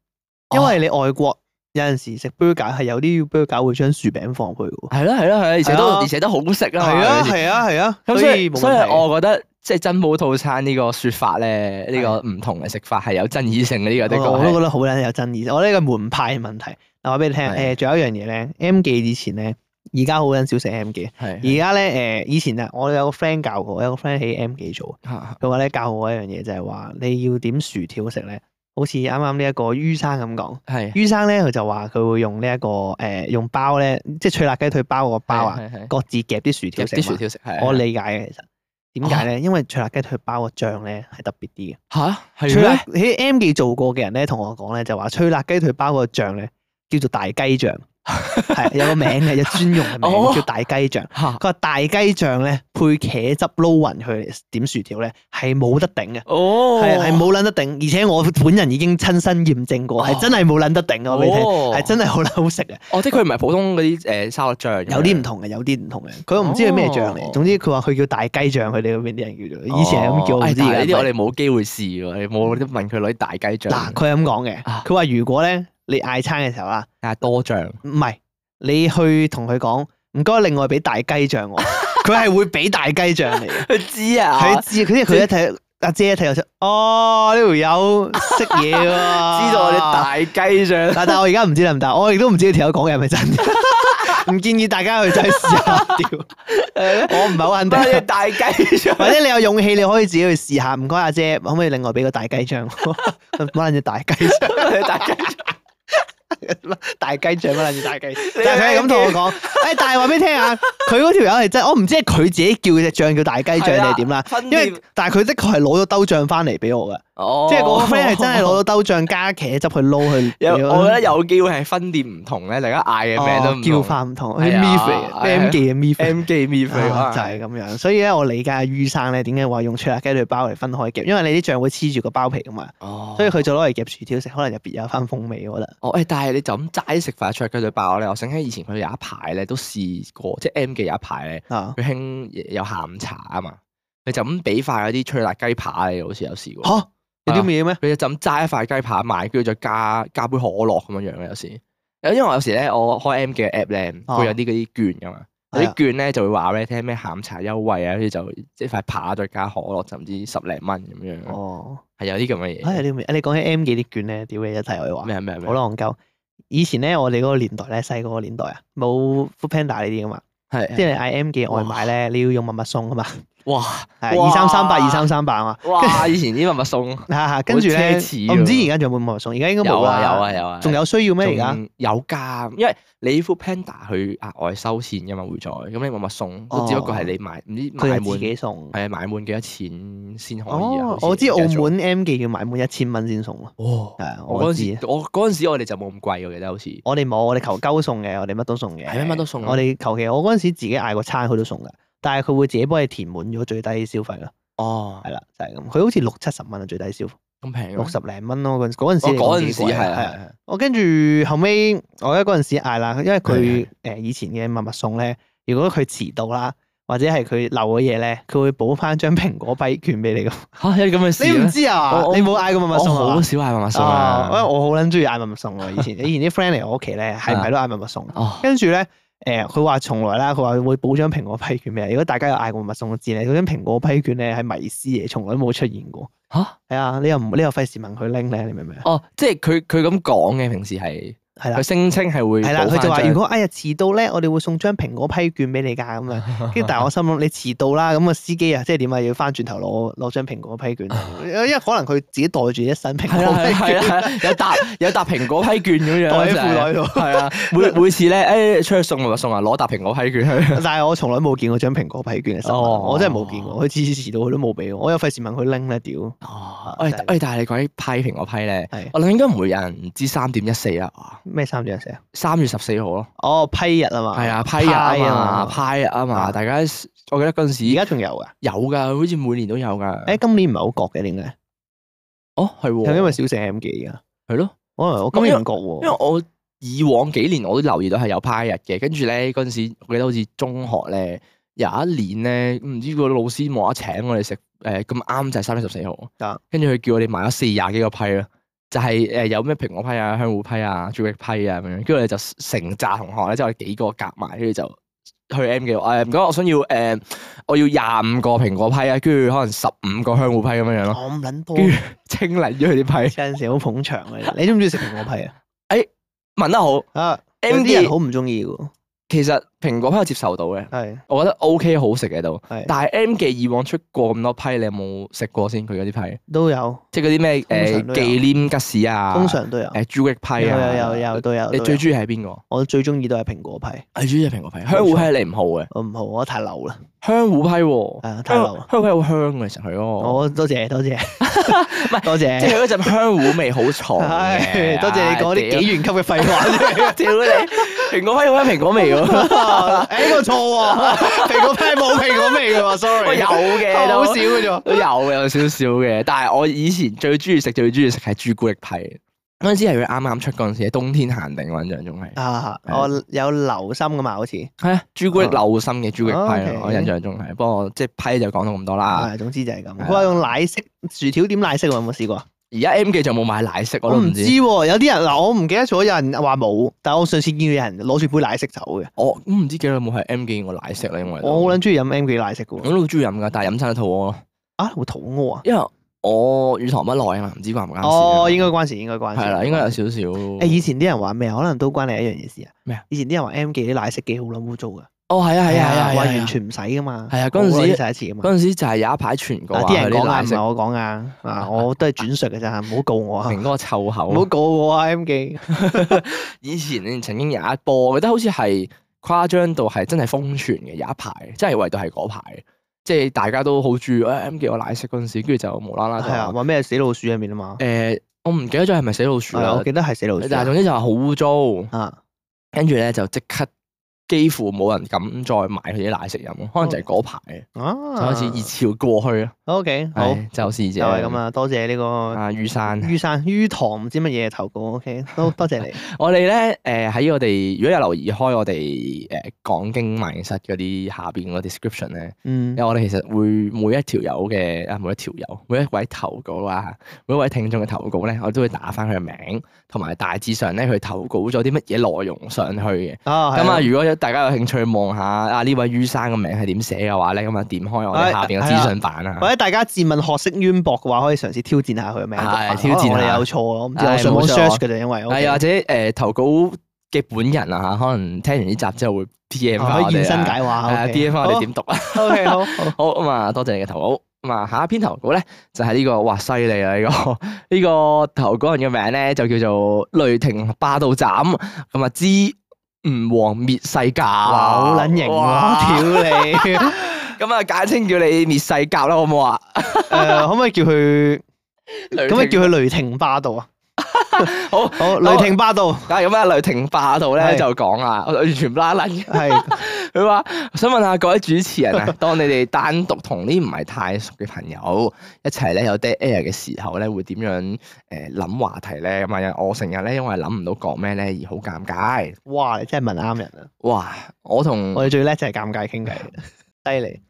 [SPEAKER 1] 因
[SPEAKER 3] 哦
[SPEAKER 1] 為你外國有陣時食 burger 係有啲 burger 會將薯餅放去嘅喎。
[SPEAKER 3] 係咯係咯係咯，而且
[SPEAKER 1] 係
[SPEAKER 3] 都
[SPEAKER 1] 啊
[SPEAKER 3] 而且都好食啊嘛！
[SPEAKER 1] 係
[SPEAKER 3] 係咪
[SPEAKER 1] 啊
[SPEAKER 3] 先
[SPEAKER 1] 係啊係啊，
[SPEAKER 3] 咁所
[SPEAKER 1] 所
[SPEAKER 3] 以
[SPEAKER 1] 冇
[SPEAKER 3] 所以
[SPEAKER 1] 問題
[SPEAKER 3] 我覺得即係珍寶套餐呢個説法咧，呢、個唔同嘅食法係有爭議性嘅呢、個的
[SPEAKER 1] 哦我我都
[SPEAKER 3] 確
[SPEAKER 1] 覺得好撚有爭議。我呢個門派問題，嗱話俾你聽，
[SPEAKER 3] 係
[SPEAKER 1] 誒仲有一樣嘢咧，M 記以前咧，而家好撚少食 M 記，
[SPEAKER 3] 係
[SPEAKER 1] 而家咧誒以前啊，我有個 friend 教過，我有個 friend 喺 M 記做，
[SPEAKER 3] 係
[SPEAKER 1] 佢話咧教我一樣嘢就係話你要點薯條食咧，好似啱啱呢一個於生咁講。
[SPEAKER 3] 係
[SPEAKER 1] 於生咧，佢就話佢會用呢、一個誒、呃用包咧，即係脆辣雞腿包個包啊，
[SPEAKER 3] 係係係
[SPEAKER 1] 各自夾啲薯條
[SPEAKER 3] 夾啲
[SPEAKER 1] 食
[SPEAKER 3] 薯
[SPEAKER 1] 嘛。
[SPEAKER 3] 條食係啊哦
[SPEAKER 1] 我理解嘅其實，點解咧？因為脆辣雞腿包個醬咧係特別啲嘅。
[SPEAKER 3] 吓係
[SPEAKER 1] 脆辣
[SPEAKER 3] 咩？
[SPEAKER 1] 喺 M 記做過嘅人咧，同我講咧就話脆辣雞腿包個醬咧叫做大雞 醬，係有個名嘅，有專用嘅
[SPEAKER 3] 哦
[SPEAKER 1] 名叫大雞醬。
[SPEAKER 3] 吓
[SPEAKER 1] 佢話大雞醬咧配茄汁撈勻佢點薯條咧係冇得頂嘅。
[SPEAKER 3] 哦
[SPEAKER 1] 係啊係冇撚得頂，而且我本人已經親身驗證過，係
[SPEAKER 3] 哦
[SPEAKER 1] 真係冇撚得頂，我俾你聽，
[SPEAKER 3] 哦
[SPEAKER 1] 係真係好撚好食嘅。
[SPEAKER 3] 哦，即係佢唔係普通嗰啲诶沙律醬嘅，
[SPEAKER 1] 有啲唔同嘅，有啲唔同嘅。佢唔知佢咩醬
[SPEAKER 3] 哦
[SPEAKER 1] 嚟，總之佢話佢叫大雞醬，佢哋嗰邊啲人叫做，以前係咁叫，
[SPEAKER 3] 哦
[SPEAKER 1] 我唔
[SPEAKER 3] 哎
[SPEAKER 1] 知
[SPEAKER 3] 但係呢啲我
[SPEAKER 1] 嘅。
[SPEAKER 3] 哋冇機會試喎，你冇得問佢攞啲大雞醬，
[SPEAKER 1] 嗱，佢係咁講嘅，
[SPEAKER 3] 啊
[SPEAKER 1] 佢話如果咧你嗌餐嘅時候啦，
[SPEAKER 3] 但係啊多醬，
[SPEAKER 1] 唔係你去同佢講唔該，另外俾大雞醬 我，佢係會俾大雞醬嚟嘅。
[SPEAKER 3] 佢知啊
[SPEAKER 1] 佢知，佢佢一睇阿姐一睇就出，哦呢條友識嘢喎，知
[SPEAKER 3] 知道我哋大雞醬。
[SPEAKER 1] 但但我而家唔知得唔得，我亦都唔知呢條友講嘅係 咪真嘅，唔建議大家去真係試下。屌， 我唔係好肯定。
[SPEAKER 3] 乜嘢大雞醬？
[SPEAKER 1] 或者你有勇氣，你可以自己去試下。唔該，阿姐，可唔可以另外俾個大雞醬我？ 乜撚嘢大雞醬？
[SPEAKER 3] 大雞
[SPEAKER 1] 大雞醬乜撚嘢 大雞？但係佢係咁同我講，誒，哎但係話俾你聽啊，佢嗰條友係真，我唔知係佢自己叫嘅只醬叫大雞醬定 係點啦。啊
[SPEAKER 3] 因
[SPEAKER 1] 因為但係佢的確係攞咗兜醬翻嚟俾我嘅，
[SPEAKER 3] 哦
[SPEAKER 1] 即係我個 friend 係真係攞咗兜醬加茄汁去撈去 俾
[SPEAKER 3] 有，
[SPEAKER 1] 我。
[SPEAKER 3] 我覺得有機會係分店唔同咧，大家嗌嘅名都
[SPEAKER 1] 哦
[SPEAKER 3] 唔
[SPEAKER 1] 叫
[SPEAKER 3] 同。
[SPEAKER 1] 法唔同，
[SPEAKER 3] 係啊
[SPEAKER 1] m 肥
[SPEAKER 3] 係啊
[SPEAKER 1] M 記嘅 m 肥。
[SPEAKER 3] M 記咪肥
[SPEAKER 1] 啊就係咁樣，所以咧我理解於生咧點解話用脆辣雞腿包嚟分開夾，因為你啲醬會黐住個包皮噶嘛，
[SPEAKER 3] 哦
[SPEAKER 1] 所以佢就攞嚟夾薯條食，可能入邊有一番風味，我覺得。
[SPEAKER 3] 哦，誒，但係你就咁齋食飯灼雞腿包咧，我醒起以前佢有一排咧都試過，即係 M 記有一排咧，
[SPEAKER 1] 啊，
[SPEAKER 3] 佢興有下午茶啊嘛，佢就咁俾塊嗰啲脆辣雞扒你，好似有試過。
[SPEAKER 1] 嚇有
[SPEAKER 3] 啊
[SPEAKER 1] 啲咩咩？
[SPEAKER 3] 佢就咁齋一塊雞扒買，跟住再加加杯可樂咁樣樣嘅有時。因為我有時咧，我開 M 嘅 app 咧，
[SPEAKER 1] 哦
[SPEAKER 3] 佢有啲嗰啲券噶嘛，有
[SPEAKER 1] 係啊
[SPEAKER 3] 啲券咧就會話俾你聽咩下午茶優惠啊，跟住就即係塊扒再加可樂，就唔知十零蚊咁樣，係、
[SPEAKER 1] 哦，
[SPEAKER 3] 有啲咁嘅
[SPEAKER 1] 啊有
[SPEAKER 3] 嘢。
[SPEAKER 1] 啲咩？啊你講起 M 記啲券咧，屌你一題我話，
[SPEAKER 3] 咩啊咩啊咩
[SPEAKER 1] 好
[SPEAKER 3] 啊？
[SPEAKER 1] 戇鳩。以前咧，我哋嗰個年代咧，細個嗰個年代啊，冇 Food Panda 呢啲噶嘛，
[SPEAKER 3] 係
[SPEAKER 1] 即係你嗌 M 記外賣咧，你要用密密送噶嘛，
[SPEAKER 3] 哇
[SPEAKER 1] 係
[SPEAKER 3] 哇
[SPEAKER 1] 二三三八二三三八啊嘛。
[SPEAKER 3] 哇！以前啲密密送
[SPEAKER 1] 嚇嚇跟住咧
[SPEAKER 3] 好奢侈，
[SPEAKER 1] 我唔知
[SPEAKER 3] 喎
[SPEAKER 1] 而家仲有冇密密送，而家應該
[SPEAKER 3] 有
[SPEAKER 1] 冇
[SPEAKER 3] 啊
[SPEAKER 1] 啦。
[SPEAKER 3] 有啊有啊，
[SPEAKER 1] 仲有需要咩而家？
[SPEAKER 3] 仲有㗎，因為你 Food Panda 佢額外收錢㗎嘛會再，咁你密密送都只不過係你買唔知
[SPEAKER 1] 哦佢
[SPEAKER 3] 買
[SPEAKER 1] 係自
[SPEAKER 3] 滿
[SPEAKER 1] 己送。
[SPEAKER 3] 係啊，買滿幾多錢先可以啊？好，
[SPEAKER 1] 哦
[SPEAKER 3] 似
[SPEAKER 1] 我
[SPEAKER 3] 唔
[SPEAKER 1] 知澳
[SPEAKER 3] 記得咗。
[SPEAKER 1] 門 M 記要買滿一千蚊先送咯。
[SPEAKER 3] 哦
[SPEAKER 1] 係，啊，
[SPEAKER 3] 我
[SPEAKER 1] 我
[SPEAKER 3] 嗰
[SPEAKER 1] 知
[SPEAKER 3] 陣
[SPEAKER 1] 啊。
[SPEAKER 3] 時，我嗰陣時我哋就冇咁貴，我記得好似
[SPEAKER 1] 我哋冇，我哋求鳩送嘅，我哋乜都送嘅。
[SPEAKER 3] 係咩乜都送啊
[SPEAKER 1] 我哋求其我嗰陣時自己嗌個餐，佢都送噶，但係佢會自己幫你填滿咗最低消費咯。
[SPEAKER 3] 哦
[SPEAKER 1] 係啦，就係咁。佢好似六七十蚊啊，最低消費
[SPEAKER 3] 咁平啊
[SPEAKER 1] 六十零蚊咯。嗰陣嗰陣時
[SPEAKER 3] 我
[SPEAKER 1] 嚟講
[SPEAKER 3] 哦嗰
[SPEAKER 1] 幾
[SPEAKER 3] 陣時
[SPEAKER 1] 貴啊
[SPEAKER 3] 係
[SPEAKER 1] 係啊。
[SPEAKER 3] 係
[SPEAKER 1] 我跟住後尾，我喺嗰陣時嗌啦，因為
[SPEAKER 3] 係啊
[SPEAKER 1] 佢誒以前嘅密密送咧，如果佢遲到啦，或者係佢漏嘅嘢咧，佢會補翻張蘋果幣券 俾你㗎。
[SPEAKER 3] 嚇有啲咁嘅事
[SPEAKER 1] 你唔
[SPEAKER 3] 咩
[SPEAKER 1] 知啊
[SPEAKER 3] 我？我
[SPEAKER 1] 你冇嗌過密密
[SPEAKER 3] 我
[SPEAKER 1] 送啊
[SPEAKER 3] 好？少嗌密密送
[SPEAKER 1] 啊，因為
[SPEAKER 3] 啊！
[SPEAKER 1] 我好撚中意嗌密密送啊喎。以前以前啲 friend 嚟我屋企咧，係唔係都嗌密密送？
[SPEAKER 3] 哦，
[SPEAKER 1] 跟住咧，誒佢話從來啦，佢話會補張蘋果批券俾你。如果大家有嗌過密密送嘅字咧，嗰張蘋果批券咧係迷思嘢，從來都冇出現過。
[SPEAKER 3] 嚇
[SPEAKER 1] 係啊，你又唔你又費事問佢拎咧，你明唔明啊？
[SPEAKER 3] 哦，即係佢佢咁講嘅，平時係
[SPEAKER 1] 係啦
[SPEAKER 3] 佢。聲稱係會
[SPEAKER 1] 係啦，
[SPEAKER 3] 補
[SPEAKER 1] 佢就話
[SPEAKER 3] 返
[SPEAKER 1] 如
[SPEAKER 3] 張
[SPEAKER 1] 果哎呀遲到咧，我哋會送張蘋果批券俾你㗎咁 樣。跟住但係我心諗你遲到啦，咁個司機啊，即係點啊？要翻轉頭攞攞張蘋果批券，因為可能佢自己袋住一身蘋
[SPEAKER 3] 係啦
[SPEAKER 1] 果
[SPEAKER 3] 係
[SPEAKER 1] 批
[SPEAKER 3] 啦
[SPEAKER 1] 券
[SPEAKER 3] 係啦，有沓有沓蘋果批券咁樣，
[SPEAKER 1] 袋喺
[SPEAKER 3] 就係
[SPEAKER 1] 褲袋度。
[SPEAKER 3] 係啊， 每每次咧，誒出去送密密送啊，攞沓蘋果批券去。
[SPEAKER 1] 但係我從來冇見過張蘋果批券嘅新聞，
[SPEAKER 3] 啊哦
[SPEAKER 1] 我真係冇見過。佢次次遲到佢都冇俾我，我又費事問佢拎咧，屌！
[SPEAKER 3] 哦，
[SPEAKER 1] 啊
[SPEAKER 3] 喂
[SPEAKER 1] 真係
[SPEAKER 3] 喂，但係你講起批評我批咧
[SPEAKER 1] 係，
[SPEAKER 3] 我諗應該唔會有人唔知三點一四啦，
[SPEAKER 1] 咩三點四啊？
[SPEAKER 3] 三月十四號咯，
[SPEAKER 1] 哦，批日啊嘛，
[SPEAKER 3] 係啊，批日啊
[SPEAKER 1] 批
[SPEAKER 3] 嘛，批日啊嘛，
[SPEAKER 1] 啊
[SPEAKER 3] 大家我記得嗰陣
[SPEAKER 1] 而
[SPEAKER 3] 時
[SPEAKER 1] 家仲有噶？
[SPEAKER 3] 有㗎，好似每年都有㗎。
[SPEAKER 1] 誒，今年唔係好覺嘅，點解？
[SPEAKER 3] 哦，係喎，
[SPEAKER 1] 係因為小食 M 記啊？
[SPEAKER 3] 係咯，
[SPEAKER 1] 可能我今年唔覺喎。
[SPEAKER 3] 因為我以往幾年我都留意到係有批日嘅，跟住咧嗰陣時我記得好似中學咧有一年咧，唔知個老師冇得請我哋食，誒咁啱就係三月十四號
[SPEAKER 1] 啊，
[SPEAKER 3] 跟住佢叫我哋買咗四廿幾個批啦。就係誒有咩蘋果批啊、香芋批啊、朱古力批啊咁樣，跟住我哋就成扎同學咧，即係我哋幾個夾埋，跟住就去 M 記誒唔該，我想要誒、我要廿五個蘋果批啊，跟住可能十五個香芋批咁樣樣咯，
[SPEAKER 1] 我唔撚多，
[SPEAKER 3] 跟
[SPEAKER 1] 有
[SPEAKER 3] 住清零咗佢啲批。
[SPEAKER 1] 陣時好捧場嘅。你中唔中意食蘋果批啊？
[SPEAKER 3] 問得好
[SPEAKER 1] 啊，有
[SPEAKER 3] M
[SPEAKER 1] 啲
[SPEAKER 3] 記
[SPEAKER 1] 人好唔中意嘅喎。
[SPEAKER 3] 其實蘋果批我接受到嘅，
[SPEAKER 1] 係
[SPEAKER 3] 我覺得 O、k 好食嘅都。
[SPEAKER 1] 係
[SPEAKER 3] 但係 M 記以往出過咁多批，你有冇食過先？佢嗰啲批，
[SPEAKER 1] 都有，
[SPEAKER 3] 即係嗰啲咩
[SPEAKER 1] 通
[SPEAKER 3] 誒
[SPEAKER 1] 常都有
[SPEAKER 3] 忌廉吉士啊，
[SPEAKER 1] 通常都有，
[SPEAKER 3] 誒朱古力批
[SPEAKER 1] 有
[SPEAKER 3] 啊，
[SPEAKER 1] 有有有都有。
[SPEAKER 3] 你
[SPEAKER 1] 都
[SPEAKER 3] 最
[SPEAKER 1] 有
[SPEAKER 3] 中意係邊個？
[SPEAKER 1] 我最中意都係蘋果批，
[SPEAKER 3] 你中意蘋果批，香芋批你唔好嘅，
[SPEAKER 1] 我唔好，我太流啦，
[SPEAKER 3] 香芋批喎，
[SPEAKER 1] 係啊，太流
[SPEAKER 3] 香
[SPEAKER 1] 啦。
[SPEAKER 3] 香芋批好香嘅，其實佢嗰個。
[SPEAKER 1] 我多謝多謝， 多謝
[SPEAKER 3] 哦即。係哦嗰陣香芋味好重
[SPEAKER 1] 唉
[SPEAKER 3] 嘅，
[SPEAKER 1] 多謝你講啲幾元級嘅 廢 話。
[SPEAKER 3] 唉屌屌你，蘋果批好香蘋果味喎，
[SPEAKER 1] 誒呢個錯喎，蘋果批冇蘋果味嘅喎
[SPEAKER 3] 我
[SPEAKER 1] ，sorry。
[SPEAKER 3] 有嘅
[SPEAKER 1] 好
[SPEAKER 3] 都
[SPEAKER 1] 少嘅啫喎。
[SPEAKER 3] 都有嘅，有少少嘅。但係我以前最中意食最中意食係朱古力批，嗰陣時係佢啱啱出嗰陣時，冬天限定我印象中係
[SPEAKER 1] 啊，
[SPEAKER 3] 係
[SPEAKER 1] 我有留心噶嘛，好似
[SPEAKER 3] 係啊朱古力流心嘅朱古力
[SPEAKER 1] 哦
[SPEAKER 3] 批
[SPEAKER 1] OK
[SPEAKER 3] 咯，我印象中係。不過即係批就講到咁多啦。
[SPEAKER 1] 啊，總之就係咁。
[SPEAKER 3] 係啊
[SPEAKER 1] 佢話用奶色薯條點奶色喎，啊有冇試過？
[SPEAKER 3] 而家 M 記就冇買奶昔，我
[SPEAKER 1] 我
[SPEAKER 3] 都
[SPEAKER 1] 唔
[SPEAKER 3] 唔
[SPEAKER 1] 知
[SPEAKER 3] 知。
[SPEAKER 1] 喎，有啲人嗱，我唔記得咗，有人話冇，但我上次見到有人攞住杯奶色走嘅。
[SPEAKER 3] 我都唔知幾耐冇係 M 記我奶昔啦，因為
[SPEAKER 1] 我好撚中意飲 M 記奶色嘅
[SPEAKER 3] 我
[SPEAKER 1] 喎，
[SPEAKER 3] 都好中意飲㗎，但係飲親都肚餓咯，
[SPEAKER 1] 啊會肚屙啊？
[SPEAKER 3] 因為我乳糖不耐啊嘛，唔知關唔關事啊。
[SPEAKER 1] 哦，應該關事，應該關事。
[SPEAKER 3] 係啦，應該有少少。
[SPEAKER 1] 誒，以前啲人話咩？可能都關你一樣嘢事啊。
[SPEAKER 3] 咩啊？
[SPEAKER 1] 以前啲人話 M 記啲奶色幾好撚污糟噶，
[SPEAKER 3] 哦，係啊，係啊，係啊，
[SPEAKER 1] 話
[SPEAKER 3] 係啊
[SPEAKER 1] 完全唔使噶嘛。
[SPEAKER 3] 係啊嗰陣時
[SPEAKER 1] 洗一次噶嘛。
[SPEAKER 3] 嗰陣時就係有一排全國
[SPEAKER 1] 嗱，
[SPEAKER 3] 話
[SPEAKER 1] 啲人
[SPEAKER 3] 佢
[SPEAKER 1] 講
[SPEAKER 3] 啲
[SPEAKER 1] 啊，
[SPEAKER 3] 奶
[SPEAKER 1] 唔
[SPEAKER 3] 昔
[SPEAKER 1] 係我講啊，啊，我都係轉述嘅咋，唔好告我啊，
[SPEAKER 3] 明嗰個臭
[SPEAKER 1] 唔好
[SPEAKER 3] 口。
[SPEAKER 1] 告我啊，M 記。
[SPEAKER 3] 以前曾經有一波，我覺得好似係誇張到係真係瘋傳嘅，有一排真係唯獨係嗰排，即係大家都好注意誒哎 M 記我奶昔嗰陣時，跟住就無啦啦就
[SPEAKER 1] 係啊，
[SPEAKER 3] 話
[SPEAKER 1] 話咩死老鼠入面啊嘛，
[SPEAKER 3] 誒，我唔記得咗係咪死老鼠
[SPEAKER 1] 係啊
[SPEAKER 3] 啦
[SPEAKER 1] 我，記得係死老鼠
[SPEAKER 3] 但係
[SPEAKER 1] 啊
[SPEAKER 3] 總之就話好污糟。
[SPEAKER 1] 啊，
[SPEAKER 3] 跟住咧就即刻幾乎冇人敢再買佢啲奶食飲咯，可能就係嗰排就
[SPEAKER 1] 啊，
[SPEAKER 3] 開始熱潮過去咯。
[SPEAKER 1] O K，好，
[SPEAKER 3] 唉就是
[SPEAKER 1] 就
[SPEAKER 3] 這
[SPEAKER 1] 係咁。啊，多謝呢個
[SPEAKER 3] 阿雨山，
[SPEAKER 1] 於生於堂唔知乜嘢投稿，O K，都 多謝你，
[SPEAKER 3] 我哋咧誒喺我哋如果有留意開我哋誒講經萬應室嗰啲下邊個 description 咧，
[SPEAKER 1] 嗯
[SPEAKER 3] 因為，我哋其實會每一條友嘅啊每一條友每一位投稿啊，每一位聽眾嘅投稿咧，我都會打翻佢嘅名，同埋大致上咧佢投稿咗啲乜嘢內容上去嘅。
[SPEAKER 1] 啊，係
[SPEAKER 3] 咁啊，
[SPEAKER 1] 啦，
[SPEAKER 3] 如果有大家有興趣望下啊呢位於生嘅名係點寫嘅話咧，咁啊點開我
[SPEAKER 1] 哎
[SPEAKER 3] 哋下邊嘅資訊版啊
[SPEAKER 1] 或。者大家自問學識淵博嘅話，可以嘗試挑戰下佢嘅名，
[SPEAKER 3] 係
[SPEAKER 1] 可能
[SPEAKER 3] 挑戰
[SPEAKER 1] 我
[SPEAKER 3] 下
[SPEAKER 1] 哋有錯，我唔知，
[SPEAKER 3] 係
[SPEAKER 1] 我上網
[SPEAKER 3] 冇錯
[SPEAKER 1] search 嘅就因為，
[SPEAKER 3] 係啊，或者誒投稿嘅本人啊嚇，可能聽完呢集之後會 P M 翻
[SPEAKER 1] 可
[SPEAKER 3] 我
[SPEAKER 1] 以
[SPEAKER 3] 哋啊
[SPEAKER 1] 現身解話
[SPEAKER 3] 係啊，D M 翻我哋點讀啊？
[SPEAKER 1] ？O K，好， 好
[SPEAKER 3] 好咁啊，多謝你嘅投稿。咁啊，下一篇投稿咧就係呢個，哇犀利啊！呢個 呢個投稿人嘅名咧就叫做雷霆霸道斬，咁啊之吳王滅世甲，
[SPEAKER 1] 哇，好撚型
[SPEAKER 3] 哇
[SPEAKER 1] 喎，屌你！
[SPEAKER 3] 咁啊，簡稱叫你滅世甲啦，好唔好啊？
[SPEAKER 1] 誒，可唔可以叫佢？
[SPEAKER 3] 咁
[SPEAKER 1] 咁咪叫佢雷霆霸道啊！
[SPEAKER 3] 好
[SPEAKER 1] 好，雷霆霸道
[SPEAKER 3] 但係咁啊，雷霆霸道咧
[SPEAKER 1] 係
[SPEAKER 3] 就講啊，我完全唔拉撚嘅。
[SPEAKER 1] 係
[SPEAKER 3] 佢話：想問下各位主持人啊， 當你哋單獨同啲唔係太熟嘅朋友一齊咧有 dead air 嘅時候咧，會點樣誒諗、話題咧？咁啊，我成日咧因為諗唔到講咩咧而好尷尬。
[SPEAKER 1] 哇！你真係問啱人啊！
[SPEAKER 3] 哇！我同
[SPEAKER 1] 我哋最叻就係尷尬傾偈， 犀利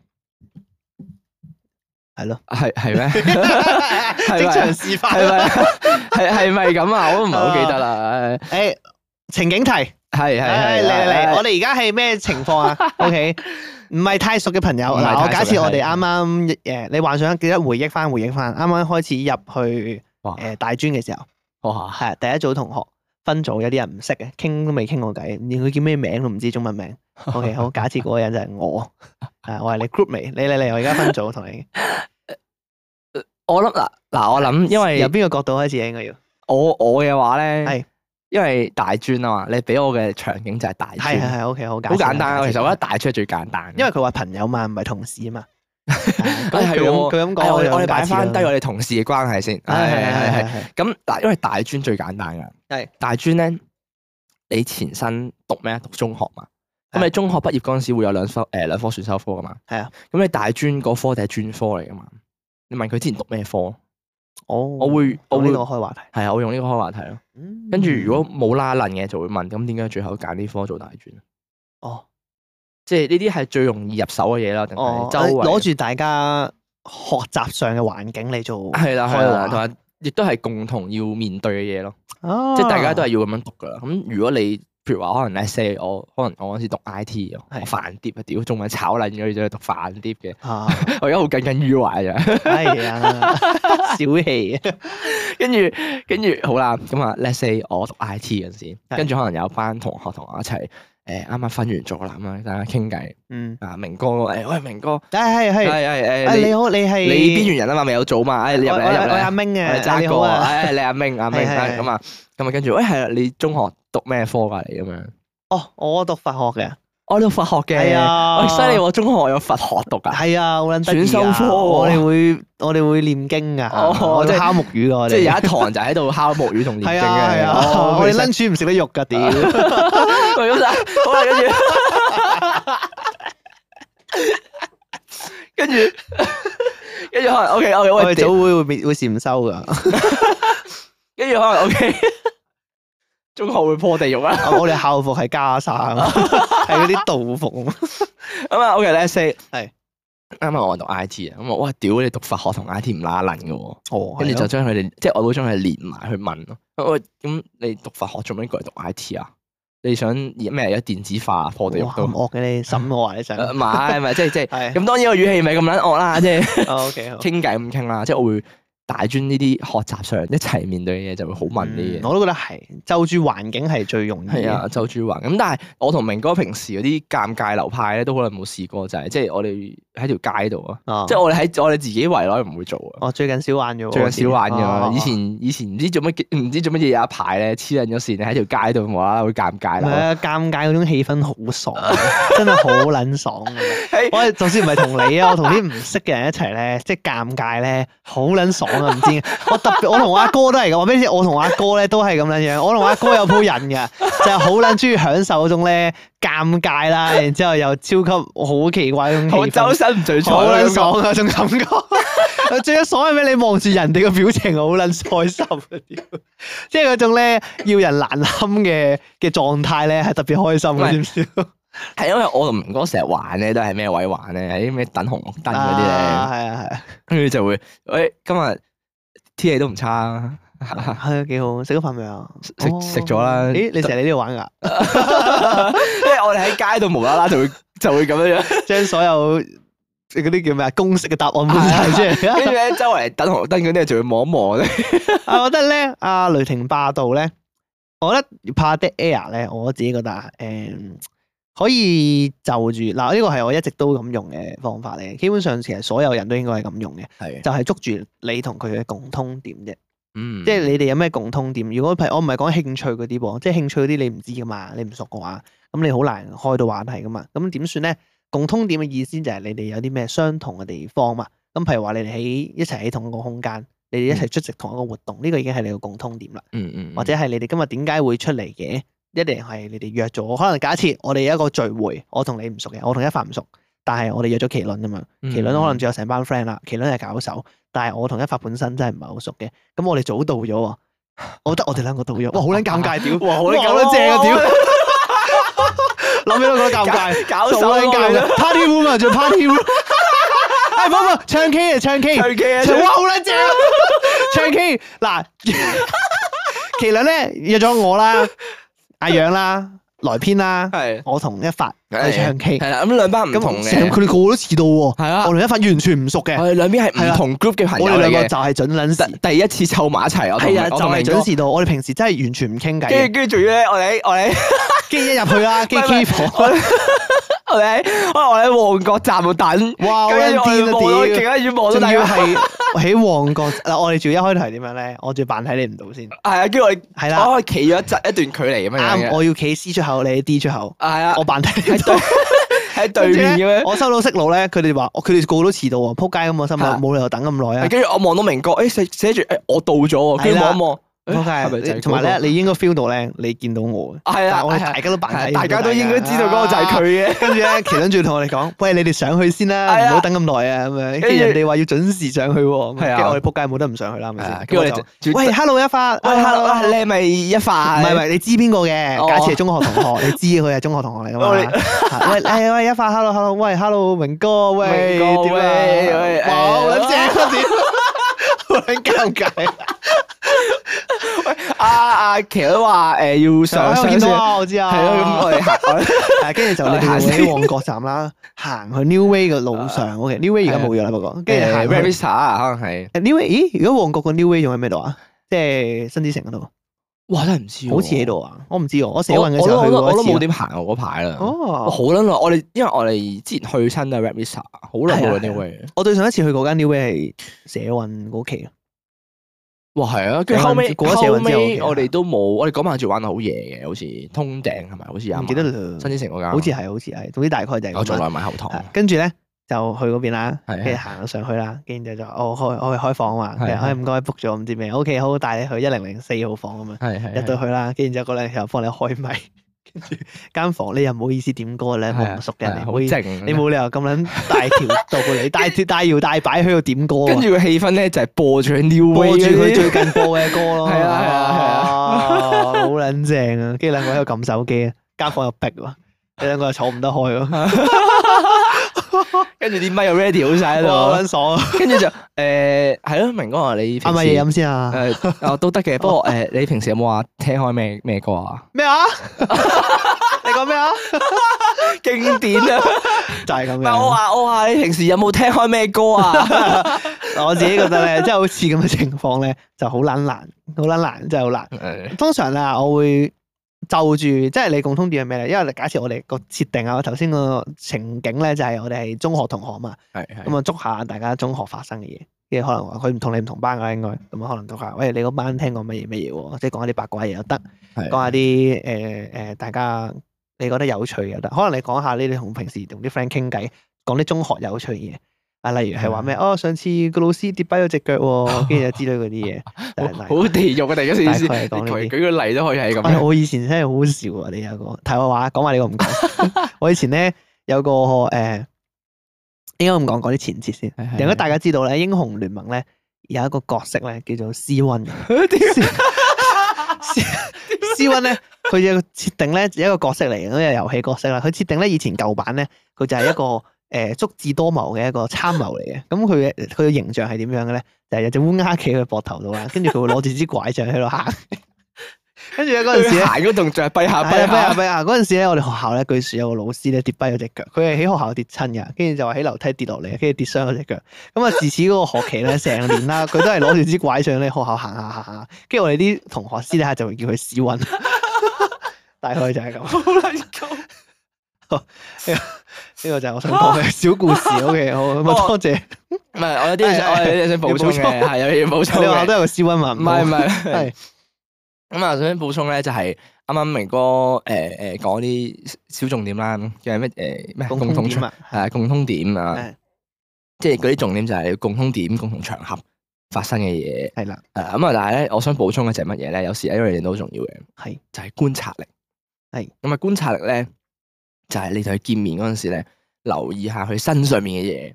[SPEAKER 1] 係咯，
[SPEAKER 3] 係係咩？ 咪
[SPEAKER 1] 即
[SPEAKER 3] 係
[SPEAKER 1] 場示範。啊
[SPEAKER 3] 咪 係係咪咁啊？我都唔係好記得啦。
[SPEAKER 1] 誒，情景題，係
[SPEAKER 3] 係係係
[SPEAKER 1] 啊嚟嚟嚟，
[SPEAKER 3] 係
[SPEAKER 1] 我哋而家係咩情 況啊？OK，唔係太熟嘅朋友
[SPEAKER 3] 唔係太
[SPEAKER 1] 嗱，我假
[SPEAKER 3] 熟嘅
[SPEAKER 1] 設我哋
[SPEAKER 3] 係
[SPEAKER 1] 啱啱誒，你幻想記得回憶翻，回憶翻，啱啱開始入去
[SPEAKER 3] 哇
[SPEAKER 1] 誒大專嘅時候。
[SPEAKER 3] 哇！
[SPEAKER 1] 係啊第一組同學分組，有啲人唔識嘅，傾都未傾過偈，連佢叫咩名都唔知中文名。OK，好， 假設嗰個人就係我，係我係你 group 嚟，你嚟嚟，我而家分組同你。
[SPEAKER 3] 我諗嗱嗱，我諗因為
[SPEAKER 1] 由邊個角度開始啊應該要？
[SPEAKER 3] 我我嘅話咧，
[SPEAKER 1] 係
[SPEAKER 3] 因為大專啊嘛，你俾我嘅場景就係大
[SPEAKER 1] 係係
[SPEAKER 3] 專，
[SPEAKER 1] 係，OK，好，
[SPEAKER 3] 好簡單啊。其實我覺得
[SPEAKER 1] 覺
[SPEAKER 3] 大專係最簡單嘅，
[SPEAKER 1] 因為佢話朋友嘛，唔係同事啊 嘛。係
[SPEAKER 3] 哎係
[SPEAKER 1] 佢咁
[SPEAKER 3] 喎
[SPEAKER 1] 佢咁
[SPEAKER 3] 哎
[SPEAKER 1] 講，
[SPEAKER 3] 我
[SPEAKER 1] 就
[SPEAKER 3] 哋我哋
[SPEAKER 1] 咁
[SPEAKER 3] 擺
[SPEAKER 1] 假設
[SPEAKER 3] 翻低
[SPEAKER 1] 啦
[SPEAKER 3] 我哋同事嘅關係先，
[SPEAKER 1] 係
[SPEAKER 3] 係
[SPEAKER 1] 係
[SPEAKER 3] 係
[SPEAKER 1] 係
[SPEAKER 3] 係
[SPEAKER 1] 係係
[SPEAKER 3] 咁嗱，因為大專最簡單㗎，
[SPEAKER 1] 係
[SPEAKER 3] 大專咧，你前身讀咩啊？讀中學嘛。咁
[SPEAKER 1] 係
[SPEAKER 3] 你中學畢業嗰陣時會有兩科誒兩科選修科㗎嘛？
[SPEAKER 1] 係啊。
[SPEAKER 3] 咁你大專嗰科就係專科嚟㗎嘛？你問佢之前讀咩科？
[SPEAKER 1] 哦，
[SPEAKER 3] 我會我
[SPEAKER 1] 我呢
[SPEAKER 3] 會
[SPEAKER 1] 個開話題。
[SPEAKER 3] 係啊，我用呢個開話題咯。
[SPEAKER 1] 嗯
[SPEAKER 3] 跟住如果冇拉楞嘅就會問，咁點解最後揀呢科做大專？
[SPEAKER 1] 哦
[SPEAKER 3] 即係呢啲係最容易入手嘅嘢啦，定
[SPEAKER 1] 哦
[SPEAKER 3] 係，周
[SPEAKER 1] 誒
[SPEAKER 3] 圍
[SPEAKER 1] 攞住大家學習上嘅環境嚟做，
[SPEAKER 3] 係啦係
[SPEAKER 1] 開
[SPEAKER 3] 啦，
[SPEAKER 1] 話
[SPEAKER 3] 同埋亦都係共同要面對嘅嘢咯。
[SPEAKER 1] 即
[SPEAKER 3] 即係大家都係要咁樣讀噶啦。咁如果你譬如話可能 let's say 我可能我嗰時讀 IT 我飯碟啊，屌中文炒撚咗，就讀飯碟嘅。
[SPEAKER 1] 啊，
[SPEAKER 3] 我而家好耿耿於懷啊。
[SPEAKER 1] 係 啊，小氣啊，
[SPEAKER 3] 跟住跟住好啦，咁啊 let's say 我讀 IT 嗰陣時，跟住可能有班同學同我一齊誒啱啱瞓完做啦，咁樣大家傾偈
[SPEAKER 1] 嗯，哎
[SPEAKER 3] 啊，明哥誒，喂明哥，
[SPEAKER 1] 係係
[SPEAKER 3] 係
[SPEAKER 1] 係，
[SPEAKER 3] 係
[SPEAKER 1] 啊
[SPEAKER 3] 誒，
[SPEAKER 1] 你
[SPEAKER 3] 你
[SPEAKER 1] 好，你係
[SPEAKER 3] 你邊緣人啊嘛，未有組嘛，誒你入
[SPEAKER 1] 我
[SPEAKER 3] 嚟
[SPEAKER 1] 我
[SPEAKER 3] 入
[SPEAKER 1] 我係
[SPEAKER 3] 嚟，
[SPEAKER 1] 阿
[SPEAKER 3] 我
[SPEAKER 1] 明
[SPEAKER 3] 哋
[SPEAKER 1] 啊，你
[SPEAKER 3] 揸
[SPEAKER 1] 好
[SPEAKER 3] 過
[SPEAKER 1] 啊，
[SPEAKER 3] 誒你阿明阿明
[SPEAKER 1] 係係
[SPEAKER 3] 啊
[SPEAKER 1] 係
[SPEAKER 3] 咁啊，咁啊跟住，喂係啦，你中學讀咩科㗎你咁樣？
[SPEAKER 1] 哦，我讀法學嘅，
[SPEAKER 3] 我讀法學嘅，
[SPEAKER 1] 係啊，
[SPEAKER 3] 喂，犀利喎！中學有佛學讀啊，
[SPEAKER 1] 係啊，好撚得意啊
[SPEAKER 3] 選修科喎
[SPEAKER 1] 我哋會我哋會念經噶，
[SPEAKER 3] 哦
[SPEAKER 1] 我
[SPEAKER 3] 即
[SPEAKER 1] 哋
[SPEAKER 3] 係
[SPEAKER 1] 烤木魚噶，我哋
[SPEAKER 3] 即係有一堂就喺度烤木魚同
[SPEAKER 1] 係
[SPEAKER 3] 念經
[SPEAKER 1] 啊係
[SPEAKER 3] 嘅。
[SPEAKER 1] 啊
[SPEAKER 3] 哦，
[SPEAKER 1] 我哋
[SPEAKER 3] 其實
[SPEAKER 1] lunch 唔食得肉噶，屌，
[SPEAKER 3] 喂咁就好啦，跟住跟住跟住可能 OK OK
[SPEAKER 1] 我
[SPEAKER 3] 喂
[SPEAKER 1] 哋，早會會滅會禪修噶，
[SPEAKER 3] 跟住可能 OK，中學會破地獄啦。
[SPEAKER 1] 我哋校服係袈裟，啊 係嗰啲道服，啊
[SPEAKER 3] 咁啊 OK let's say
[SPEAKER 1] 係
[SPEAKER 3] 啱啱我讀 I T à? 啊，咁我哇屌你讀法學同 I T 唔拉楞嘅喎。
[SPEAKER 1] 哦
[SPEAKER 3] 跟住就將佢哋，即係我會將佢哋連埋去問咯。喂，咁你讀法學做咩過嚟讀 I T 啊？你想以咩有電子化破
[SPEAKER 1] 我
[SPEAKER 3] 地
[SPEAKER 1] 哋
[SPEAKER 3] 獄
[SPEAKER 1] 咁
[SPEAKER 3] 都？
[SPEAKER 1] 惡嘅你審我啊話你想
[SPEAKER 3] 誒， 唔係唔係，即係即 係。
[SPEAKER 1] 係
[SPEAKER 3] 嗯咁當然個語氣唔係咁撚惡啦，即係
[SPEAKER 1] 哦，OK 好。
[SPEAKER 3] 傾偈咁傾啦。即係我會大專呢啲學習上一齊面對嘅嘢就會好問啲
[SPEAKER 1] 嗯
[SPEAKER 3] 嘢。
[SPEAKER 1] 我都覺得係就住環境係最容易
[SPEAKER 3] 係
[SPEAKER 1] 嗯嘅。
[SPEAKER 3] 啊，周朱華咁，但係我同明哥平時嗰啲尷尬流派咧，都好耐冇試過，就係即係我哋喺條街度啊，
[SPEAKER 1] 啊
[SPEAKER 3] 即係我哋喺我哋自己圍內唔會做啊。
[SPEAKER 1] 我哦最近少玩咗喎，
[SPEAKER 3] 最近少玩
[SPEAKER 1] 啊
[SPEAKER 3] 㗎，以前以前唔知做乜嘅，唔知做乜嘢有一排咧黐撚咗線，喺條街度無啦啦會尷尬
[SPEAKER 1] 唔係
[SPEAKER 3] 啦。
[SPEAKER 1] 啊，尷尬嗰種氣氛好 爽啊，真係好撚爽啊！
[SPEAKER 3] 係
[SPEAKER 1] 我係就算唔係同你啊，我同啲唔識嘅人一齊咧， 即係尷尬咧，好撚爽啊！唔知點解我特別，我同我阿哥都係咁，話俾你知，我同我阿哥咧都係咁撚樣。我同我阿哥有鋪人㗎，就係好撚中意享受嗰種咧尷尬啦，然之後又超級好奇怪嗰種
[SPEAKER 3] 好哎
[SPEAKER 1] 氣
[SPEAKER 3] 周
[SPEAKER 1] 氛，
[SPEAKER 3] 身唔聚財，
[SPEAKER 1] 好撚爽啊！嗰種感覺，最爽係咩？你望住人哋個表情，好撚開心啊！屌即係嗰種咧要人難堪嘅嘅狀態咧，係特別開心
[SPEAKER 3] 唔係
[SPEAKER 1] 嘅，知唔知？
[SPEAKER 3] 係因為我同明哥成日玩咧，都係咩位玩咧？喺啲咩等紅綠燈嗰啲
[SPEAKER 1] 啊
[SPEAKER 3] 咧，
[SPEAKER 1] 係啊係啊
[SPEAKER 3] 跟住就會，誒今日天氣都唔差啊，
[SPEAKER 1] 係啊，幾好！食咗飯未啊？
[SPEAKER 3] 食食咗啦
[SPEAKER 1] 哦咦，你成日嚟呢度玩㗎？
[SPEAKER 3] 因為我哋喺街度無啦啦就會 就會咁樣樣，
[SPEAKER 1] 將所有嗰啲叫咩啊公式嘅答案搬晒出
[SPEAKER 3] 跟住
[SPEAKER 1] 嚟。
[SPEAKER 3] 咧周圍等紅綠燈嗰啲就會望一望咧。
[SPEAKER 1] 啊，我覺得咧，阿雷霆霸道咧，我覺得怕 dead air 咧，我自己覺得誒、嗯可以就住嗱，呢個係我一直都咁用嘅方法嚟，基本上其實所有人都應該係咁用嘅，
[SPEAKER 3] 係，
[SPEAKER 1] 就係捉住你同佢嘅共通點啫。
[SPEAKER 3] 嗯
[SPEAKER 1] 即係你哋有咩共通點？如果譬如我唔係講興趣嗰啲噃，即係興趣嗰啲你唔知噶嘛，你唔熟嘅話，咁你好難開到話題噶嘛。咁點算咧？共通點嘅意思就係你哋有啲咩相同嘅地方嘛。咁譬如話你哋喺一齊喺同一個空間，你哋一齊出席同一個活動，呢、個已經係你嘅共通點啦。
[SPEAKER 3] 嗯嗯，
[SPEAKER 1] 或者係你哋今日點解會出嚟嘅？一定係你哋約咗。可能假設我哋有一個聚會，我同你唔熟嘅，我同一發唔熟，但係我哋約咗麒麟啊咁樣。
[SPEAKER 3] 嗯
[SPEAKER 1] 麒麟可能仲有成班 friend 啦，麒麟係搞手，但係我同一發本身真係唔係好熟嘅，咁我哋早到咗喎，我覺得我哋兩個到咗，哇好撚尷尬屌，
[SPEAKER 3] 哇好
[SPEAKER 1] 好
[SPEAKER 3] 撚
[SPEAKER 1] 撚正啊屌，諗起都覺得尷尬，
[SPEAKER 3] 搞手
[SPEAKER 1] 好撚尷
[SPEAKER 3] 啦，
[SPEAKER 1] 尬，party room 啊，仲 party room，哎唔好唔好，唱 K 啊唱 K，
[SPEAKER 3] 唱 K 啊
[SPEAKER 1] 唱哇好撚正啊，唱 K 嗱，麒麟咧約咗我啦，阿楊啦，萊編啦，
[SPEAKER 3] 係
[SPEAKER 1] 我同一發去唱 K。
[SPEAKER 3] 啊係啦，咁兩班唔同
[SPEAKER 1] 咁
[SPEAKER 3] 嘅，
[SPEAKER 1] 成佢哋個個都遲到喎，
[SPEAKER 3] 係啊
[SPEAKER 1] 我同一發完全唔 熟嘅，
[SPEAKER 3] 我哋兩邊係
[SPEAKER 1] 係
[SPEAKER 3] 唔
[SPEAKER 1] 啦
[SPEAKER 3] 同 group 嘅朋友
[SPEAKER 1] 我哋
[SPEAKER 3] 嚟
[SPEAKER 1] 兩個
[SPEAKER 3] 嘅，
[SPEAKER 1] 就係準撚時，
[SPEAKER 3] 第第一次湊埋一齊，我同
[SPEAKER 1] 係啊，就
[SPEAKER 3] 我同
[SPEAKER 1] 係
[SPEAKER 3] 明哥
[SPEAKER 1] 準時到。我哋平時真係完全唔傾偈
[SPEAKER 3] 跟
[SPEAKER 1] 嘅，
[SPEAKER 3] 住跟住仲要咧，我哋喺 我哋喺
[SPEAKER 1] 跟住一入去 啦，跟住
[SPEAKER 3] 喂
[SPEAKER 1] 啊 K
[SPEAKER 3] 喂
[SPEAKER 1] 房，
[SPEAKER 3] 我哋喺我哋喺旺角站度等，
[SPEAKER 1] 哇，好
[SPEAKER 3] 跟
[SPEAKER 1] 撚
[SPEAKER 3] 住我哋望到
[SPEAKER 1] 癲
[SPEAKER 3] 勁啦，
[SPEAKER 1] 啊
[SPEAKER 3] 要望
[SPEAKER 1] 屌！
[SPEAKER 3] 到
[SPEAKER 1] 仲
[SPEAKER 3] 大
[SPEAKER 1] 要
[SPEAKER 3] 家
[SPEAKER 1] 係喺旺角嗱，我哋仲要一開頭係點樣咧？我仲要扮睇你唔到先，
[SPEAKER 3] 係啊，跟住我哋
[SPEAKER 1] 係啦
[SPEAKER 3] 我哋企咗一陣一段距離咁樣樣
[SPEAKER 1] 啱
[SPEAKER 3] 嘅，
[SPEAKER 1] 我要企 C 出口，你 D 出口，
[SPEAKER 3] 係啊
[SPEAKER 1] 我，扮睇你唔
[SPEAKER 3] 喺
[SPEAKER 1] 到
[SPEAKER 3] 對喺對面咁樣。
[SPEAKER 1] 我收到息路咧，佢哋話我佢哋個個都遲到喎，撲街咁我心
[SPEAKER 3] 係啊
[SPEAKER 1] 諗冇理由等咁耐啊！
[SPEAKER 3] 跟住我望到明哥，誒寫寫住誒我到咗喎，跟住
[SPEAKER 1] 係啦
[SPEAKER 3] 望一望，誒係咪
[SPEAKER 1] 撲
[SPEAKER 3] 就
[SPEAKER 1] 街，
[SPEAKER 3] 係
[SPEAKER 1] 同埋
[SPEAKER 3] 嗰個
[SPEAKER 1] 咧，你應該 feel 到咧，你見到我嘅，
[SPEAKER 3] 係
[SPEAKER 1] 但
[SPEAKER 3] 啊，
[SPEAKER 1] 係我
[SPEAKER 3] 係
[SPEAKER 1] 哋
[SPEAKER 3] 啊
[SPEAKER 1] 大家都扮睇
[SPEAKER 3] 係
[SPEAKER 1] 唔
[SPEAKER 3] 啊
[SPEAKER 1] 到
[SPEAKER 3] 大家都應該知道嗰個就係
[SPEAKER 1] 啊
[SPEAKER 3] 佢嘅。
[SPEAKER 1] 跟住咧，麒麟仲要同我哋講：，喂，你哋上去先
[SPEAKER 3] 係
[SPEAKER 1] 啦，
[SPEAKER 3] 啊
[SPEAKER 1] 唔好等咁耐啊！咁樣，跟
[SPEAKER 3] 跟
[SPEAKER 1] 住
[SPEAKER 3] 住
[SPEAKER 1] 人哋話要準時上去喎，咁
[SPEAKER 3] 係
[SPEAKER 1] 跟
[SPEAKER 3] 啊
[SPEAKER 1] 住我哋仆街冇得唔上去啦，係咪
[SPEAKER 3] 係啊跟
[SPEAKER 1] 先？
[SPEAKER 3] 住
[SPEAKER 1] 跟
[SPEAKER 3] 我哋
[SPEAKER 1] 住
[SPEAKER 3] 就
[SPEAKER 1] 喂，hello 一發，
[SPEAKER 3] 喂，hello，
[SPEAKER 1] hello，
[SPEAKER 3] 啊你係咪一
[SPEAKER 1] 唔
[SPEAKER 3] 發？
[SPEAKER 1] 係唔係，你知邊個嘅？
[SPEAKER 3] 哦
[SPEAKER 1] 假設係中學同 學，你知佢係中學同學嚟噶
[SPEAKER 3] 我
[SPEAKER 1] 嘛
[SPEAKER 3] 哋
[SPEAKER 1] 係？喂，誒喂，一發，hello hello，喂，hello 明哥，
[SPEAKER 3] 明
[SPEAKER 1] 喂，
[SPEAKER 3] 哥
[SPEAKER 1] 點
[SPEAKER 3] 喂喂
[SPEAKER 1] 啊？哇，好
[SPEAKER 3] 誒
[SPEAKER 1] 撚正啊！點？好撚尷尬，
[SPEAKER 3] 阿阿奇都話誒要上
[SPEAKER 1] 我
[SPEAKER 3] 上
[SPEAKER 1] 見
[SPEAKER 3] 先
[SPEAKER 1] 到，啊，我知啊。
[SPEAKER 3] 係咯，咁我哋行我 哋
[SPEAKER 1] 係跟住就你哋會喺旺角站啦，行去 New Way 嘅路上，OK，New Way 而家冇咗啦，不過跟住行
[SPEAKER 3] 啊誒
[SPEAKER 1] 去
[SPEAKER 3] Revista 啊，可能係。
[SPEAKER 1] 誒 New Way，咦？如果旺角個 New Way 仲喺咩度啊？即係新之城嗰度。
[SPEAKER 3] 哇！真係唔知喎，
[SPEAKER 1] 好似喺度啊，我唔知喎，我寫
[SPEAKER 3] 哦我
[SPEAKER 1] 運嘅時候
[SPEAKER 3] 我
[SPEAKER 1] 去
[SPEAKER 3] 都我
[SPEAKER 1] 過
[SPEAKER 3] 都
[SPEAKER 1] 一次
[SPEAKER 3] 冇
[SPEAKER 1] 啊。
[SPEAKER 3] 點行我嗰排啦。哇
[SPEAKER 1] 哦，
[SPEAKER 3] 好撚耐，我哋因為我哋之前去親都係 Rap Visa，好耐冇
[SPEAKER 1] 係啊
[SPEAKER 3] 去呢位。
[SPEAKER 1] 我對上一次去嗰間 New Way 係社運嗰期啊，
[SPEAKER 3] 哇，係啊，跟住後尾
[SPEAKER 1] 過咗社
[SPEAKER 3] 後
[SPEAKER 1] 運之後
[SPEAKER 3] 尾
[SPEAKER 1] 我
[SPEAKER 3] 我
[SPEAKER 1] 記得
[SPEAKER 3] 哋都冇，我哋嗰晚仲玩到好夜嘅，好似通頂係咪？好似有一晚
[SPEAKER 1] 唔記得啦
[SPEAKER 3] 新之城嗰間，
[SPEAKER 1] 好似係好似係，總之大概就係
[SPEAKER 3] 我
[SPEAKER 1] 咁
[SPEAKER 3] 仲
[SPEAKER 1] 啦。
[SPEAKER 3] 耐買後堂。
[SPEAKER 1] 啊跟住咧就去嗰邊啦，
[SPEAKER 3] 係
[SPEAKER 1] 跟
[SPEAKER 3] 係
[SPEAKER 1] 住行上去啦，跟住就話哦開我去開房嘛，
[SPEAKER 3] 係
[SPEAKER 1] 跟住
[SPEAKER 3] 係
[SPEAKER 1] 哎唔該 book 咗唔知咩，OK 好帶你去一零零四號房咁樣。
[SPEAKER 3] 係係
[SPEAKER 1] 入到去啦，跟住之後嗰兩條幫你開咪，跟住間房你又唔好意思點歌咧，冇唔熟嘅人，你唔
[SPEAKER 3] 啊好
[SPEAKER 1] 好意思，
[SPEAKER 3] 靜。
[SPEAKER 1] 你冇理由咁撚大條道 理，大條大搖大擺喺度點歌啊，
[SPEAKER 3] 跟住個氣氛咧就係播住佢 New
[SPEAKER 1] 播
[SPEAKER 3] Way
[SPEAKER 1] 住佢
[SPEAKER 3] 嗰啲
[SPEAKER 1] 最近播嘅歌 咯，
[SPEAKER 3] 係啊係啊係啊
[SPEAKER 1] 啊，好撚正啊！跟住兩個喺度撳手機啊，間房又逼喎，你兩個又坐唔得開 喎，
[SPEAKER 3] 跟住啲咪又 ready 好晒喺
[SPEAKER 1] 哇好
[SPEAKER 3] 度，
[SPEAKER 1] 撚爽 啊！
[SPEAKER 3] 跟住就誒係咯，明哥話你
[SPEAKER 1] 啱
[SPEAKER 3] 平
[SPEAKER 1] 咪
[SPEAKER 3] 時
[SPEAKER 1] 嘢飲先啊？
[SPEAKER 3] 誒啊都得 嘅，不過誒你平時有冇話聽開咩咩歌啊？
[SPEAKER 1] 咩啊？ 你講咩啊？
[SPEAKER 3] 經典 啊！
[SPEAKER 1] 就係咁
[SPEAKER 3] 唔係我
[SPEAKER 1] 樣。
[SPEAKER 3] 話我話你平時有冇聽開咩歌 啊？
[SPEAKER 1] 我自己覺得咧，即係好似咁嘅情況咧，就好撚難，好撚難，真係好難。通常啊，我會就住即係你共通點係咩咧？因為假設我哋個設定啊，頭先個情景咧就係我哋係中學同學嘛，
[SPEAKER 3] 係
[SPEAKER 1] 咁啊捉下大家中學發生嘅嘢，跟住可能話佢唔同你唔同班㗎，應該咁啊，可能捉下，喂你嗰班聽過乜嘢乜嘢喎，即係講下啲八卦嘢又得，
[SPEAKER 3] 係
[SPEAKER 1] 講下啲誒誒大家你覺得有趣又得，可能你講下呢啲同平時同啲 friend 傾偈，講啲中學有趣嘢。啊，例如係話咩？哦，上次個老師跌跛咗只腳喎，跟住之類嗰啲嘢， 就係
[SPEAKER 3] 好好地獄啊！突然間先先，
[SPEAKER 1] 大概係講呢
[SPEAKER 3] 舉
[SPEAKER 1] 啲
[SPEAKER 3] 舉個例都可以係咁
[SPEAKER 1] 哎
[SPEAKER 3] 樣。
[SPEAKER 1] 我以前真係好好笑啊！你有個題外話，講埋你個唔 講。 我以前咧有個誒、呃，應該咁講，講啲前設先。
[SPEAKER 3] 係係
[SPEAKER 1] 如果大家知道咧，英雄聯盟咧有一個角色咧叫做 C One 嘅。C One 咧，佢有個設定咧，有一個角色嚟嘅，咁有遊戲角色啦。佢設定咧，以前舊版咧，佢就係一個誒足智多謀嘅一個參謀嚟 嘅。咁佢嘅佢嘅形象係點樣嘅咧？就係有隻烏鴉企喺佢膊頭度啦，跟住佢會攞住支拐杖喺度行。跟住咧嗰陣時
[SPEAKER 3] 佢
[SPEAKER 1] 咧。
[SPEAKER 3] 行嗰動作係跛下
[SPEAKER 1] 係
[SPEAKER 3] 跛
[SPEAKER 1] 啊，跛
[SPEAKER 3] 下
[SPEAKER 1] 啊，跛啊！嗰陣時咧，我哋學校咧，據說有個老師咧跌跛咗只腳，佢係喺學校跌親㗎，跟住就話喺樓梯跌落嚟，啊跟住跌傷咗只腳。咁啊，自此嗰個學期咧，成年 啦，佢都係攞住支拐杖咧，學校行下行下，跟住我哋啲同學師底下就會叫佢屎運， 大概就係咁。
[SPEAKER 3] 好撚鳩
[SPEAKER 1] 呢個就係我想講嘅小故事。OK，好
[SPEAKER 3] 哦
[SPEAKER 1] 咁啊，多謝。
[SPEAKER 3] 唔係，我有啲嘢
[SPEAKER 1] 係
[SPEAKER 3] 想，我有啲嘢想補充
[SPEAKER 1] 你補
[SPEAKER 3] 嘅，係有嘢補充
[SPEAKER 1] 你話
[SPEAKER 3] 嘅
[SPEAKER 1] 都。有個屎運嘛？
[SPEAKER 3] 哦唔係唔
[SPEAKER 1] 係
[SPEAKER 3] 係，咁啊，想補充咧就係啱啱明哥誒誒講啲小重點啦，嘅咩誒咩
[SPEAKER 1] 共
[SPEAKER 3] 共
[SPEAKER 1] 通
[SPEAKER 3] 同
[SPEAKER 1] 點
[SPEAKER 3] 場
[SPEAKER 1] 啊，
[SPEAKER 3] 係啊共通點啊
[SPEAKER 1] 係，
[SPEAKER 3] 即係嗰啲重點就係共通點、共同場合發生嘅嘢。
[SPEAKER 1] 係啦，
[SPEAKER 3] 誒咁啊！但係咧，我想補充嘅就係乜嘢咧？有時呢樣嘢都好重要嘅，
[SPEAKER 1] 係
[SPEAKER 3] 就係觀察力。
[SPEAKER 1] 係
[SPEAKER 3] 咁啊，觀察力咧就係你同佢見面嗰陣時咧，留意下佢身上面嘅嘢。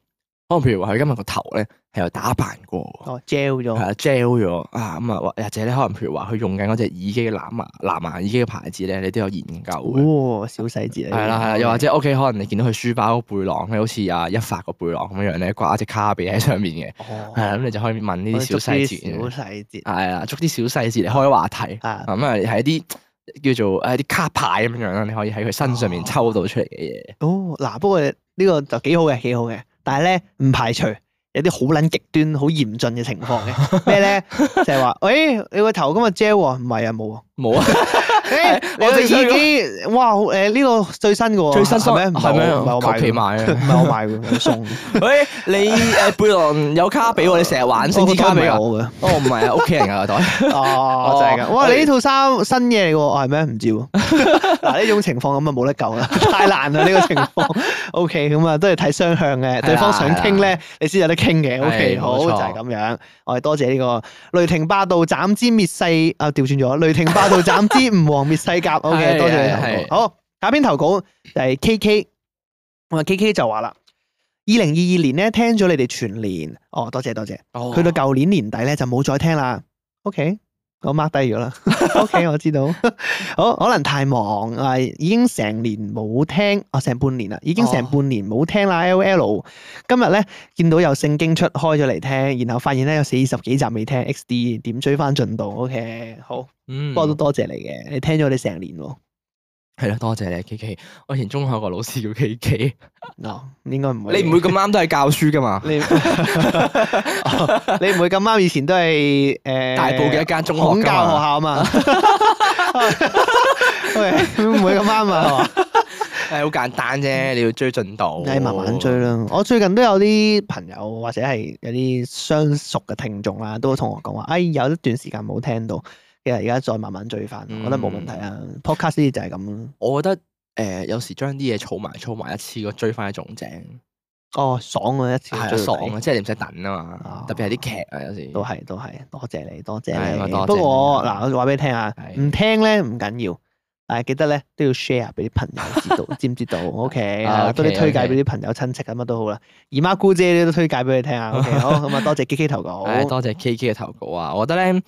[SPEAKER 3] 可能譬如話佢今日個頭咧係有打扮過，
[SPEAKER 1] 哦，gel
[SPEAKER 3] 係
[SPEAKER 1] 咗，
[SPEAKER 3] 啊 gel 咗啊咁啊，或或者咧可能譬如話佢用緊嗰隻耳機嘅藍牙藍牙耳機嘅牌子咧，你都有研究嘅。
[SPEAKER 1] 哦，小細節嚟嘅。
[SPEAKER 3] 係啦係啦，又或者屋企可能你見到佢書包個背囊咧，好似啊一發個背囊咁樣樣咧，掛隻卡比喺上面嘅，
[SPEAKER 1] 哦，
[SPEAKER 3] 係啦，啊咁你就可以問呢啲小細節
[SPEAKER 1] 小
[SPEAKER 3] 嘅。啊
[SPEAKER 1] 細節
[SPEAKER 3] 係啦，捉啲小細節嚟開話題。
[SPEAKER 1] 啊。
[SPEAKER 3] 咁啊，係一啲叫做誒啲卡牌咁樣啦，你可以喺佢身上面抽到出嚟嘅嘢。
[SPEAKER 1] 哦，嗱，不過呢個就幾好嘅，幾好嘅。但係咧，唔排除有啲好撚極端、好嚴峻嘅情況 嘅。咩咧？就係話，誒，你個頭今日 gel 喎，唔係啊，冇 啊。
[SPEAKER 3] 冇啊，
[SPEAKER 1] 誒，你
[SPEAKER 3] 我
[SPEAKER 1] 個
[SPEAKER 3] 正想
[SPEAKER 1] 耳機，哇，誒呢個最新嘅喎，
[SPEAKER 3] 最新
[SPEAKER 1] 係咩？唔係
[SPEAKER 3] 係咩
[SPEAKER 1] 我唔係我買
[SPEAKER 3] 求其
[SPEAKER 1] 嘅，
[SPEAKER 3] 買
[SPEAKER 1] 唔
[SPEAKER 3] 啊！
[SPEAKER 1] 係我買嘅，我 送嘅。
[SPEAKER 3] 喂，你誒背囊有卡比喎，你成日玩星之卡比
[SPEAKER 1] 俾
[SPEAKER 3] 啊？
[SPEAKER 1] 我嘅。
[SPEAKER 3] 哦，唔係啊，屋企人啊個袋。
[SPEAKER 1] 哦，就係咁。哇，你呢套衫新嘢嚟嘅喎，哦係咩？唔知喎。 嗱，呢種情況咁啊冇得救啦， 太難啦呢個情 況。O K，咁啊都係睇雙向嘅，對方想傾咧，你先有得傾嘅。O K，
[SPEAKER 3] 係
[SPEAKER 1] 好
[SPEAKER 3] 冇
[SPEAKER 1] 就
[SPEAKER 3] 錯
[SPEAKER 1] 係咁樣。我哋多謝呢個雷霆霸道斬之滅世啊，調轉咗，雷霆霸道斬之吾王滅世甲。O K，
[SPEAKER 3] 係
[SPEAKER 1] 多謝你
[SPEAKER 3] 係
[SPEAKER 1] 投
[SPEAKER 3] 係
[SPEAKER 1] 稿。好，下篇投稿就係 K K。咁啊，K K 就話啦，二零二二年咧聽咗你哋全年， 哦，多謝多謝。
[SPEAKER 3] 哦
[SPEAKER 1] 去到舊年年底咧就冇再聽啦。OK，我 mark 低咗啦。OK，我 知道。好，可能太忙啊，已經成年冇聽，哦，成半年啦，已經成
[SPEAKER 3] 哦
[SPEAKER 1] 半年冇聽啦。L L，今日咧見到有聖經出開咗嚟聽，然後發現咧有四十幾集未聽，X D 點追翻進度？OK，好，
[SPEAKER 3] 嗯
[SPEAKER 1] 不過都多謝你嘅，你聽咗我哋成年喎。
[SPEAKER 3] 係啦，多謝你 K K。我以前中學有個老師叫 K K，
[SPEAKER 1] 嗱，哦應該唔會。
[SPEAKER 3] 你唔會咁啱都係教書噶嘛？
[SPEAKER 1] 你 哦你唔會咁啱以前都係誒
[SPEAKER 3] 大埔嘅一間中學
[SPEAKER 1] 孔
[SPEAKER 3] 㗎
[SPEAKER 1] 教學
[SPEAKER 3] 嘛
[SPEAKER 1] 校啊 嘛？喂，唔會咁 啱啊！
[SPEAKER 3] 哦係好簡單啫，你要追進度，
[SPEAKER 1] 嗯你慢慢追。啦。我最近都有啲朋友或者係有啲相熟嘅聽眾啦，都同我講話，哎，有一段時間冇聽到，其實而家再慢慢追翻，我覺得冇問題啊。Podcast
[SPEAKER 3] 嗯
[SPEAKER 1] 呢啲就係咁啦。
[SPEAKER 3] 我覺得誒有時將啲嘢儲埋儲埋一次過追翻一種正，
[SPEAKER 1] 哦，爽啊！一次
[SPEAKER 3] 係啊
[SPEAKER 1] 追到
[SPEAKER 3] 爽
[SPEAKER 1] 底
[SPEAKER 3] 啊！即係你唔使等啊嘛
[SPEAKER 1] 啊，
[SPEAKER 3] 特別係啲劇啊有時。
[SPEAKER 1] 都係都係，多謝你，多謝
[SPEAKER 3] 係我
[SPEAKER 1] 你。
[SPEAKER 3] 多謝
[SPEAKER 1] 不過
[SPEAKER 3] 你
[SPEAKER 1] 嗱，我話俾你聽啊，
[SPEAKER 3] 係
[SPEAKER 1] 唔聽咧唔緊要，但係記得咧都要 share 俾啲朋友知 道，知唔知道？OK，
[SPEAKER 3] 啊
[SPEAKER 1] 係啦
[SPEAKER 3] OK，
[SPEAKER 1] 多啲推介
[SPEAKER 3] OK
[SPEAKER 1] 俾啲朋友、親戚啊乜都好啦，姨媽姑姐都推介俾你聽啊。OK，好 咁啊，多謝 K K 投稿。
[SPEAKER 3] 唉，多謝 K K 嘅投稿啊！我覺得咧，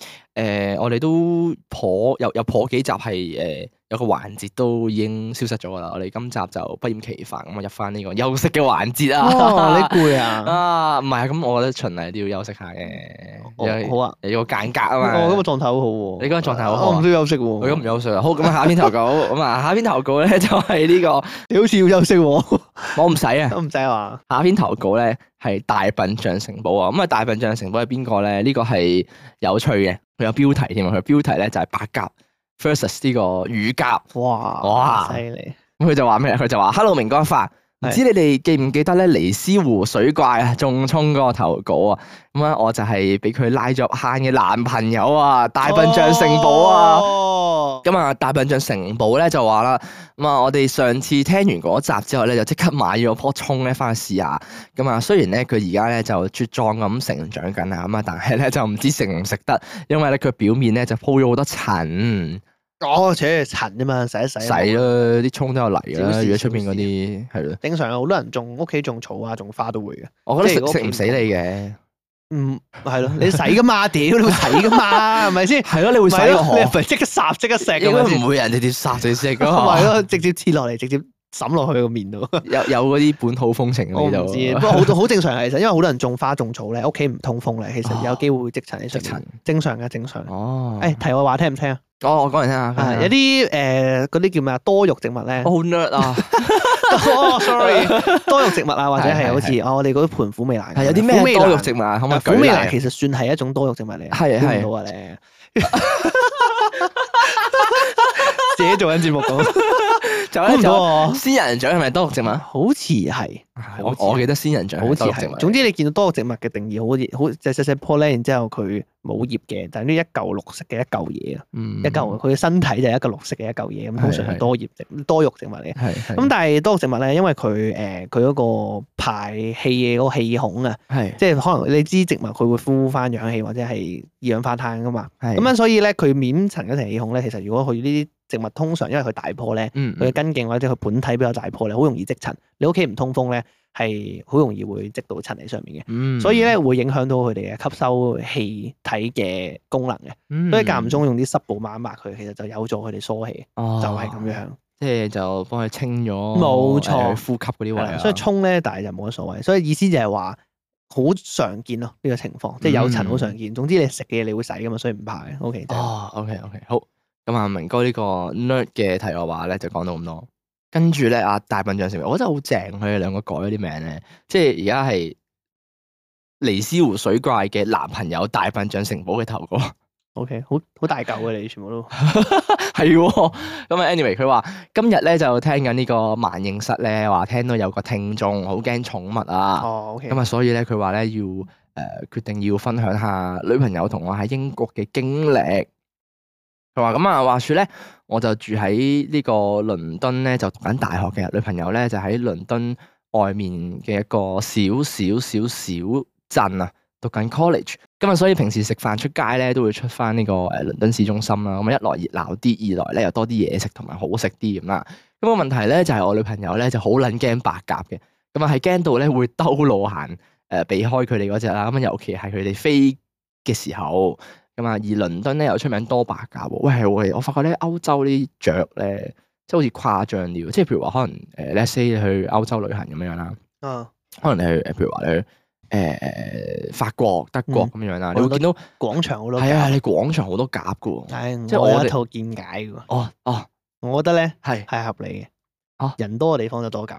[SPEAKER 3] 誒、我哋都頗有有頗幾集係誒、有個環節都已經消失咗噶啦。我哋今集就不厭其煩咁啊，入翻呢個 休息嘅環節
[SPEAKER 1] 哦，
[SPEAKER 3] 啊！
[SPEAKER 1] 你攰啊？
[SPEAKER 3] 啊，唔係啊，咁我覺得循例都要休息下嘅，
[SPEAKER 1] 哦
[SPEAKER 3] 有
[SPEAKER 1] 好啊，
[SPEAKER 3] 有個間隔啊嘛。
[SPEAKER 1] 我今日狀態好好喎。
[SPEAKER 3] 你今日狀態好好啊
[SPEAKER 1] 我唔需要休息
[SPEAKER 3] 我咁唔
[SPEAKER 1] 喎。
[SPEAKER 3] 休息啦。好，咁啊，下篇投稿咁啊，下篇投稿咧就係呢、
[SPEAKER 1] 你好似要休息喎，
[SPEAKER 3] 個，我唔使啊。
[SPEAKER 1] 都唔使話。
[SPEAKER 3] 下篇投稿咧係大笨象城堡啊，咁啊大笨象城堡係邊個咧？呢、個係有趣嘅，佢有標題添啊，佢標題咧就係白鴿 versus 呢個乳鴿。
[SPEAKER 1] 哇
[SPEAKER 3] 哇
[SPEAKER 1] 犀利！
[SPEAKER 3] 咁佢就話咩？佢就話：Hello 明哥發，唔知你哋記唔記得咧？尼斯湖水怪啊，仲衝嗰個投稿啊，咁啊我就係俾佢拉咗入坑嘅男朋友啊，大笨象城堡啊。
[SPEAKER 1] 哦
[SPEAKER 3] 咁啊，大笨象城堡咧就話啦，咁啊，我哋上次聽完嗰集之後咧，就即刻買咗棵葱咧翻去試下。咁啊，雖然咧佢而家咧就茁壯咁成長緊啊，咁啊，但係咧就唔知食唔食得，因為咧佢表面咧就鋪咗好多塵，
[SPEAKER 1] 哦，扯塵啫嘛，洗一洗。
[SPEAKER 3] 洗啦，啲葱都有泥
[SPEAKER 1] 小
[SPEAKER 3] 啦，
[SPEAKER 1] 事
[SPEAKER 3] 如果出邊嗰啲係咯，
[SPEAKER 1] 正常有好多人種屋企種草啊，種花都會嘅。
[SPEAKER 3] 我覺得
[SPEAKER 1] 即係
[SPEAKER 3] 食
[SPEAKER 1] 嗰
[SPEAKER 3] 食
[SPEAKER 1] 個
[SPEAKER 3] 唔死你嘅，
[SPEAKER 1] 嗯，係咯，你洗 噶嘛？屌，你會洗噶嘛？係咪先？
[SPEAKER 3] 係咯，你會洗
[SPEAKER 1] 咪
[SPEAKER 3] 個
[SPEAKER 1] 咯你
[SPEAKER 3] 河，
[SPEAKER 1] 係咪即刻霎即刻 食咁
[SPEAKER 3] 應
[SPEAKER 1] 樣
[SPEAKER 3] 該
[SPEAKER 1] 先？
[SPEAKER 3] 唔會有人直接殺你食 噶嘛
[SPEAKER 1] 咪咯，直接切落嚟，直接抌落去個 面度。
[SPEAKER 3] 有有嗰啲本土風情
[SPEAKER 1] 我
[SPEAKER 3] 喺
[SPEAKER 1] 唔
[SPEAKER 3] 度，
[SPEAKER 1] 知，不過好好正常嘅，其實因為好多人種花種草咧，屋企唔通風咧，其實有機會會積塵喺
[SPEAKER 3] 食
[SPEAKER 1] 上
[SPEAKER 3] 啊塵
[SPEAKER 1] 面。正常嘅，正常。
[SPEAKER 3] 哦，
[SPEAKER 1] 誒，題外話聽唔聽啊？
[SPEAKER 3] 哦，我講嚟聽下，
[SPEAKER 1] 啊有啲誒嗰啲叫咩啊？多肉植物咧
[SPEAKER 3] 我，好 nerd 啊！
[SPEAKER 1] 哦，sorry，多 肉植物啊，或者
[SPEAKER 3] 係係
[SPEAKER 1] 係好似哦，我哋嗰啲盤虎尾蘭咁樣，
[SPEAKER 3] 係有啲
[SPEAKER 1] 虎尾
[SPEAKER 3] 咩多
[SPEAKER 1] 蘭
[SPEAKER 3] 肉植物啊？可唔可以
[SPEAKER 1] 啊
[SPEAKER 3] 舉
[SPEAKER 1] 虎尾
[SPEAKER 3] 例
[SPEAKER 1] 蘭
[SPEAKER 3] 啊？
[SPEAKER 1] 其實算係一種多肉植物嚟，
[SPEAKER 3] 係係
[SPEAKER 1] 估唔到啊你， 自己做緊節目 咁，
[SPEAKER 3] 就
[SPEAKER 1] 估
[SPEAKER 3] 咧
[SPEAKER 1] 唔到
[SPEAKER 3] 就
[SPEAKER 1] 啊！
[SPEAKER 3] 仙人掌係咪多肉植物啊？
[SPEAKER 1] 好似係，
[SPEAKER 3] 我
[SPEAKER 1] 好似係
[SPEAKER 3] 我記得仙人掌
[SPEAKER 1] 好似
[SPEAKER 3] 多肉植物
[SPEAKER 1] 係。。總之你見到多肉植物嘅定義好似好細細細棵咧，然之後佢冇葉嘅，但係呢一嚿綠色嘅一嚿嘢啊，
[SPEAKER 3] 一
[SPEAKER 1] 一嚿佢嘅身體就係一嚿綠色嘅一嚿嘢咁，通
[SPEAKER 3] 嗯
[SPEAKER 1] 常
[SPEAKER 3] 係係
[SPEAKER 1] 係多葉植多肉植物嚟嘅。
[SPEAKER 3] 係係
[SPEAKER 1] 咁但係多肉植物咧，因為佢誒佢嗰個排氣嘅嗰個氣孔啊，
[SPEAKER 3] 係
[SPEAKER 1] 即係可能你知植物佢會呼翻氧氣或者係二氧化碳噶嘛。
[SPEAKER 3] 係
[SPEAKER 1] 咁樣所以咧，佢面層嗰層氣孔咧，其實如果佢呢啲植物通常因為佢大棵咧，
[SPEAKER 3] 嗯
[SPEAKER 1] 佢嘅根莖或者佢本體比較大棵咧，好容易積塵。你屋企唔通風咧，係好容易會積到塵喺上面嘅。
[SPEAKER 3] 嗯
[SPEAKER 1] 所以咧會影響到佢哋嘅吸收氣體嘅功能嘅，
[SPEAKER 3] 嗯
[SPEAKER 1] 所以間唔中用啲濕布抹一抹佢，其實就有助佢哋疏氣，
[SPEAKER 3] 就
[SPEAKER 1] 就
[SPEAKER 3] 係
[SPEAKER 1] 係咁，樣。
[SPEAKER 3] 哦即係就幫佢清咗，
[SPEAKER 1] 冇錯
[SPEAKER 3] 誒呼吸嗰啲位
[SPEAKER 1] 係啦
[SPEAKER 3] 啊。
[SPEAKER 1] 所以沖咧，但係就冇乜所謂。所以意思就係話好常見咯，呢個情況即係有塵好常見。總之你食嘅嘢你會洗噶嘛，所以唔怕嘅。O K，
[SPEAKER 3] 嗯哦，OK OK，好。咁啊，明哥呢個 nerd 嘅題外話咧，就講到咁多。跟住咧，啊大笨象成為，我覺得好正，佢哋兩個改咗啲名咧，即係而家係尼斯湖水怪嘅男朋友大笨象城堡嘅頭哥，
[SPEAKER 1] O K，好好大嚿嘅你全部都
[SPEAKER 3] 係喎。咁啊，anyway，佢話今日咧就聽緊呢個萬應室咧，話聽到有個聽眾好驚寵物啊，
[SPEAKER 1] 哦 O K，
[SPEAKER 3] 咁啊，所以咧佢話咧要誒、呃、決定要分享下女朋友同我喺英國嘅經歷。佢話咁啊，話説咧，我就住喺呢個倫敦咧，就讀緊大學嘅。女朋友咧就喺倫敦外面嘅一個小小小小鎮啊，讀緊 college。咁啊，所以平時食飯出街咧，都會出翻呢個誒倫敦市中心啦。咁啊，一來熱鬧啲，二來咧又多啲嘢食同埋好食啲咁啦。咁個問題咧就係、我女朋友咧就好撚驚白鴿嘅，咁啊係驚到咧會兜路行誒、呃避開佢哋嗰只啦。咁啊，尤其係佢哋飛嘅時候。咁啊，而倫敦咧又出名多白鴿喎。喂，係喎我發覺咧歐洲呢啲雀咧，即係好似誇張啲喎。即係譬如話，可能誒、呃、let's say 你去歐洲旅行咁樣樣啦，
[SPEAKER 1] 啊
[SPEAKER 3] 可能你去誒譬如話你去誒、呃法國、德國咁樣樣啦，
[SPEAKER 1] 嗯
[SPEAKER 3] 你會見到啊
[SPEAKER 1] 廣場好多
[SPEAKER 3] 係啊，你廣場好多鴿噶喎。
[SPEAKER 1] 唉，
[SPEAKER 3] 即係
[SPEAKER 1] 我
[SPEAKER 3] 我
[SPEAKER 1] 有
[SPEAKER 3] 哋
[SPEAKER 1] 一套見解嘅喎。
[SPEAKER 3] 哦哦，
[SPEAKER 1] 我覺得咧
[SPEAKER 3] 係，
[SPEAKER 1] 係合理嘅。
[SPEAKER 3] 啊
[SPEAKER 1] 人多嘅地方就多鴿，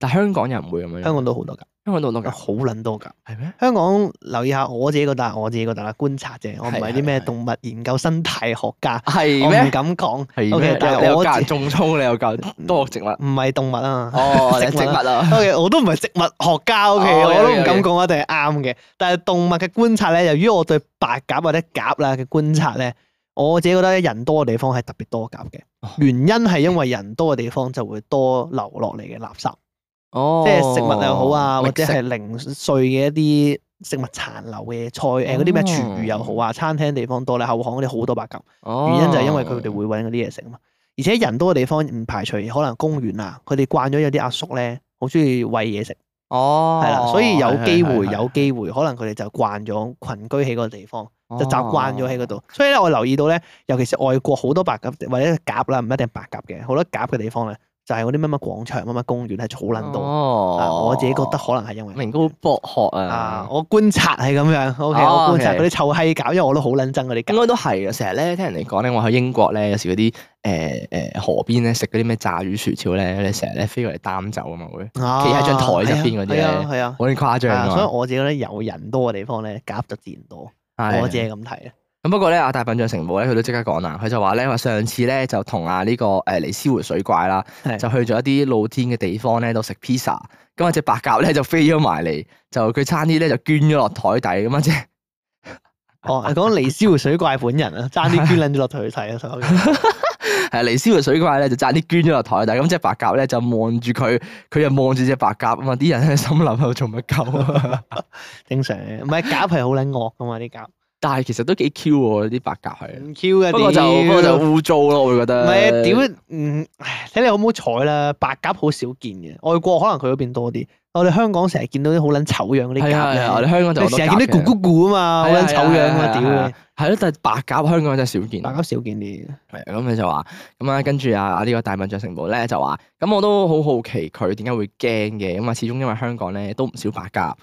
[SPEAKER 3] 但香港人唔會咁樣。
[SPEAKER 1] 香港都哦好多鴿，
[SPEAKER 3] 香港度都
[SPEAKER 1] 好撚多鴿。
[SPEAKER 3] 係咩？
[SPEAKER 1] 香港留意下我自己覺得，啊我自己覺得啦，觀察啫，我唔係
[SPEAKER 3] 係
[SPEAKER 1] 啲咩
[SPEAKER 3] 係
[SPEAKER 1] 動物研究生態學家，
[SPEAKER 3] 係
[SPEAKER 1] 我唔
[SPEAKER 3] 咩？
[SPEAKER 1] 敢講，
[SPEAKER 3] 係
[SPEAKER 1] OK，
[SPEAKER 3] 咩？
[SPEAKER 1] 哦但係
[SPEAKER 3] 你你
[SPEAKER 1] 我嗯
[SPEAKER 3] 又教
[SPEAKER 1] 自
[SPEAKER 3] 人種葱，你又教多植物。
[SPEAKER 1] 唔係動物 啊。
[SPEAKER 3] 哦，你
[SPEAKER 1] 植
[SPEAKER 3] 係植
[SPEAKER 1] 物啊
[SPEAKER 3] 物啊。
[SPEAKER 1] O.K. 我都唔係植物學家，O.K.
[SPEAKER 3] 哦
[SPEAKER 1] 我都
[SPEAKER 3] 有
[SPEAKER 1] 唔
[SPEAKER 3] 嘅
[SPEAKER 1] 敢
[SPEAKER 3] 有嘅
[SPEAKER 1] 講一定係啱嘅。但係動物嘅觀察咧，由於我對白鴿或者鴿啦嘅觀察咧，我自己覺得人多嘅地方係特別多鴿嘅
[SPEAKER 3] 哦。
[SPEAKER 1] 原因係因為人多嘅地方就會多流落嚟嘅垃圾，
[SPEAKER 3] 哦
[SPEAKER 1] 即係食物又好啊，或者
[SPEAKER 3] 覓食
[SPEAKER 1] 係零碎嘅一啲食物殘留嘅菜，
[SPEAKER 3] 嗯
[SPEAKER 1] 誒嗰啲咩廚餘又好啊，餐廳地方多咧，後巷嗰啲好多白鴿。原因就係因為佢哋
[SPEAKER 3] 哦
[SPEAKER 1] 會揾嗰啲嘢食啊嘛。而且人多嘅地方唔排除可能公園啊，佢哋慣咗有啲阿叔咧，好中意餵嘢食。
[SPEAKER 3] 哦，
[SPEAKER 1] 係啦，所以有機會有
[SPEAKER 3] 係
[SPEAKER 1] 機會，可能佢哋就慣咗群居喺嗰個地方，
[SPEAKER 3] 係
[SPEAKER 1] 就習慣咗喺嗰度。所以咧，我留意到咧，尤其是外國好多白鴿或者鴿啦，唔一定白鴿嘅，好多鴿嘅地方咧，就係嗰啲乜乜廣場、乜乜公園係草撚到。啊
[SPEAKER 3] 哦，
[SPEAKER 1] 我自己覺得可能係因為
[SPEAKER 3] 明高博學
[SPEAKER 1] 啊
[SPEAKER 3] 啊，，
[SPEAKER 1] 我觀察係咁樣。O K，
[SPEAKER 3] 哦
[SPEAKER 1] 我觀察
[SPEAKER 3] OK
[SPEAKER 1] 嗰啲臭閪鴿，因為我都好撚憎嗰啲
[SPEAKER 3] 應
[SPEAKER 1] 鴿。
[SPEAKER 3] 該都係嘅。啊成日咧聽人哋講咧，我喺英國咧，有時嗰啲誒誒河邊咧食嗰啲咩炸魚薯條咧，你成日咧飛過嚟擔走啊嘛會，企喺張台側
[SPEAKER 1] 啊
[SPEAKER 3] 邊嗰啲
[SPEAKER 1] 係啊
[SPEAKER 3] 呢
[SPEAKER 1] 係啊。
[SPEAKER 3] 好撚誇
[SPEAKER 1] 係
[SPEAKER 3] 張
[SPEAKER 1] 啊，所以
[SPEAKER 3] 㗎嘛。
[SPEAKER 1] 我自己覺得有人多嘅地方咧，鴿就自然多。
[SPEAKER 3] 係
[SPEAKER 1] 我自己咁睇啊。
[SPEAKER 3] 咁不過咧，阿大笨象城堡咧，佢都即刻講啦，佢就話咧，話上次咧就同啊呢個誒尼斯湖水怪啦，
[SPEAKER 1] 係
[SPEAKER 3] 就去咗一啲露天嘅地方咧度食 pizza，咁啊只白鴿咧就飛咗埋嚟，就佢差啲咧就捐咗落台底咁啊即係
[SPEAKER 1] 哦，你講尼斯湖水怪本人啊， 爭啲捐撚咗落去 睇啊所有嘢！
[SPEAKER 3] 係尼斯湖水怪咧就爭啲捐咗落台底，咁隻白鴿咧就望住佢，佢又望住隻白鴿啊嘛，啲人喺心諗喺 度做乜鳩啊？
[SPEAKER 1] 正常嘅，唔係鴿係好撚惡噶嘛啲鴿，
[SPEAKER 3] 但係其實都幾 Q 喎啲白鴿係，
[SPEAKER 1] 唔 Q 嘅。
[SPEAKER 3] 不過就不過就呃
[SPEAKER 1] 唔
[SPEAKER 3] 污糟咯，我會覺得。
[SPEAKER 1] 係屌，嗯，唉睇你好唔好彩啦，白鴿好少見嘅，外國可能佢嗰邊多啲，我哋香港成日見到啲好撚醜樣嗰啲
[SPEAKER 3] 係啊係啊，
[SPEAKER 1] 鴿
[SPEAKER 3] 我
[SPEAKER 1] 咧
[SPEAKER 3] 哋香港就
[SPEAKER 1] 你
[SPEAKER 3] 好多
[SPEAKER 1] 成日見
[SPEAKER 3] 鴿
[SPEAKER 1] 到
[SPEAKER 3] 嘅
[SPEAKER 1] 咕咕咕啊嘛，好
[SPEAKER 3] 係啊
[SPEAKER 1] 撚醜樣啊嘛，
[SPEAKER 3] 係啊係
[SPEAKER 1] 屌
[SPEAKER 3] 啊係啊
[SPEAKER 1] 你，
[SPEAKER 3] 係咯，但係白鴿香港真係少見。
[SPEAKER 1] 白鴿少見啲，
[SPEAKER 3] 係啊咁佢就話咁啊，跟住啊啊呢個大笨象城堡咧就話，咁我都好好奇佢點解會驚嘅，咁啊始終因為香港咧都唔少白鴿，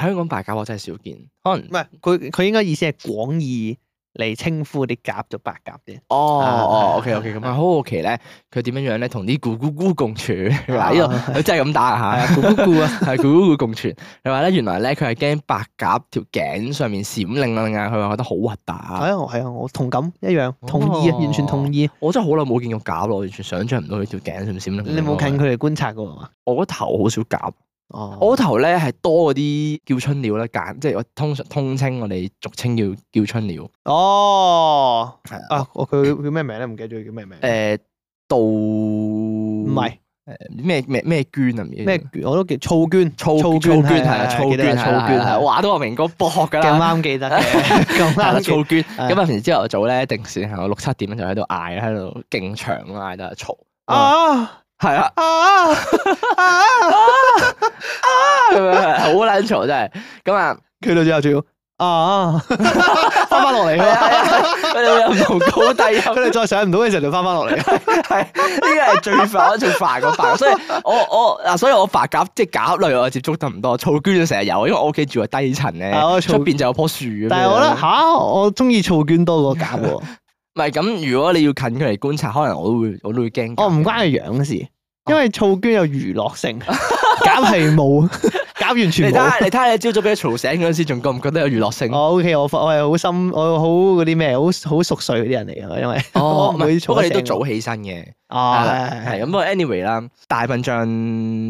[SPEAKER 3] 香港白鴿我真係少見，可能
[SPEAKER 1] 唔係佢佢應該意思係廣義嚟稱呼啲鴿做白鴿啫。
[SPEAKER 3] 哦
[SPEAKER 1] 啊
[SPEAKER 3] 哦，OK OK，咁啊好好奇咧，佢點樣樣咧同啲咕咕咕共 處嗱呢
[SPEAKER 1] 啊
[SPEAKER 3] 個佢真係咁打
[SPEAKER 1] 係
[SPEAKER 3] 啊
[SPEAKER 1] 啊，
[SPEAKER 3] 嚇。
[SPEAKER 1] 咕咕咕啊，
[SPEAKER 3] 係咕咕咕共存。佢話咧，原來咧佢係驚白鴿條頸上面閃靈靈啊，佢話覺得好核突。
[SPEAKER 1] 係啊係啊，我同感一樣，
[SPEAKER 3] 哦
[SPEAKER 1] 同意啊，完全同意。
[SPEAKER 3] 我真係好耐冇見過鴿咯，我完全想像唔到佢條頸上面閃靈靈。
[SPEAKER 1] 你冇近？佢哋觀察過係嘛？
[SPEAKER 3] 我個頭好少鴿。
[SPEAKER 1] 哦，
[SPEAKER 3] 我頭咧係多嗰啲叫春鳥啦，簡即係我通常通稱我哋俗稱叫叫春鳥，
[SPEAKER 1] 哦，
[SPEAKER 3] 係啊
[SPEAKER 1] 啊，我佢叫咩名咧？唔記得咗佢叫咩名。
[SPEAKER 3] 誒、嗯杜
[SPEAKER 1] 唔係
[SPEAKER 3] 誒咩咩咩娟啊？唔知
[SPEAKER 1] 咩卷，我都記草娟，
[SPEAKER 3] 草
[SPEAKER 1] 草
[SPEAKER 3] 草娟係啊，
[SPEAKER 1] 草
[SPEAKER 3] 草娟
[SPEAKER 1] 草
[SPEAKER 3] 係啦
[SPEAKER 1] 娟
[SPEAKER 3] 係啦
[SPEAKER 1] 係
[SPEAKER 3] 哇！都話明哥博學㗎
[SPEAKER 1] 咁
[SPEAKER 3] 啦。
[SPEAKER 1] 啱 記得嘅，咁
[SPEAKER 3] 係啦，
[SPEAKER 1] 啱記
[SPEAKER 3] 草啊娟
[SPEAKER 1] 係
[SPEAKER 3] 咁啊！平時朝頭早咧，定時係我六七點就喺度嗌，喺度勁長咁嗌得嘈，哦
[SPEAKER 1] 啊
[SPEAKER 3] 係啦，
[SPEAKER 1] 啊啊！
[SPEAKER 3] 咁樣好撚嘈真係。咁 啊，
[SPEAKER 1] 佢到最後仲要啊，翻翻落嚟
[SPEAKER 3] 係啊係
[SPEAKER 1] 啦。
[SPEAKER 3] 啊佢哋會有唔同高低音。
[SPEAKER 1] 佢哋再上唔到嘅時候就翻翻落嚟。
[SPEAKER 3] 係呢個係最煩，最煩個白鴿，所以我我嗱，所以我白鴿即係鴿類我接觸得唔多，草娟就成日有，因為我屋企住係低層咧
[SPEAKER 1] 啊我，草
[SPEAKER 3] 出邊就有棵樹咁樣。
[SPEAKER 1] 但係我覺得吓，我中意草娟多 過鴿喎。
[SPEAKER 3] 唔係咁，如果你要近距離觀察，可能我都會我都會驚鴿嘅。
[SPEAKER 1] 我哦唔關佢樣事，因
[SPEAKER 3] 哦
[SPEAKER 1] 為草娟有娛樂性，鴿係冇，鴿完
[SPEAKER 3] 你
[SPEAKER 1] 全哦
[SPEAKER 3] 睇
[SPEAKER 1] 冇
[SPEAKER 3] 下。你睇下，你朝早俾佢嘈醒嗰陣時，仲覺唔覺得有娛樂性？
[SPEAKER 1] 我 OK，我我係好深，我好嗰啲咩，好好熟睡嗰啲人嚟㗎，因為 我
[SPEAKER 3] 哦
[SPEAKER 1] 唔
[SPEAKER 3] 唔
[SPEAKER 1] 會
[SPEAKER 3] 係
[SPEAKER 1] 嘈
[SPEAKER 3] 不過你都
[SPEAKER 1] 醒我
[SPEAKER 3] 早起身嘅。
[SPEAKER 1] 啊係
[SPEAKER 3] 哦 係咁，不過 anyway 啦，大笨象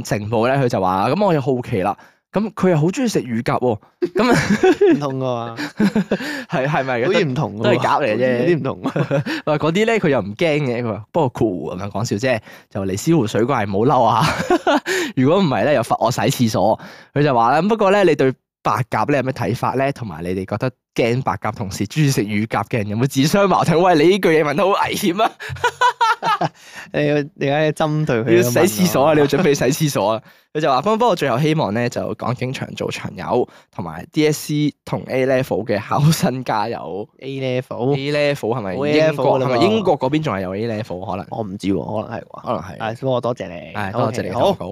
[SPEAKER 3] 城堡咧，佢就話咁，我又好奇啦，咁佢又好中意食乳鴿喎，咁
[SPEAKER 1] 係唔同噶嘛，
[SPEAKER 3] 係係咪嘅？
[SPEAKER 1] 好似唔同㗎 喎
[SPEAKER 3] 都係鴿嚟嘅啫
[SPEAKER 1] 有啲唔同喎。
[SPEAKER 3] 話嗰啲咧佢又唔驚嘅，佢話不過酷咁樣講笑啫，就尼斯湖水怪唔好嬲啊！如果唔係咧，又罰我洗廁所。佢就話啦，不過咧你對白鴿咧有咩睇法咧？同埋你哋覺得驚白鴿同時中意食乳鴿嘅人有冇自相矛盾？喂，你呢句嘢問得好危險 啊！
[SPEAKER 1] 你要你而家針對佢
[SPEAKER 3] 要
[SPEAKER 1] 咁
[SPEAKER 3] 洗
[SPEAKER 1] 問
[SPEAKER 3] 廁所啊！
[SPEAKER 1] 我
[SPEAKER 3] 你要準備洗廁所啊！佢就話：不過不過，最後希望咧就港警長做長有，同埋 DSE 同 A level 嘅考生加油。
[SPEAKER 1] A level，
[SPEAKER 3] A level 係咪
[SPEAKER 1] 冇 A
[SPEAKER 3] 英國
[SPEAKER 1] level 啦
[SPEAKER 3] 係咪
[SPEAKER 1] 嘛
[SPEAKER 3] 英國嗰邊仲係有 A level 可能？
[SPEAKER 1] 我唔知喎，可能係啩。
[SPEAKER 3] 可能係。
[SPEAKER 1] 啊，不過多謝你，
[SPEAKER 3] 係多謝
[SPEAKER 1] OK，
[SPEAKER 3] 你嘅投
[SPEAKER 1] 好，
[SPEAKER 3] 稿。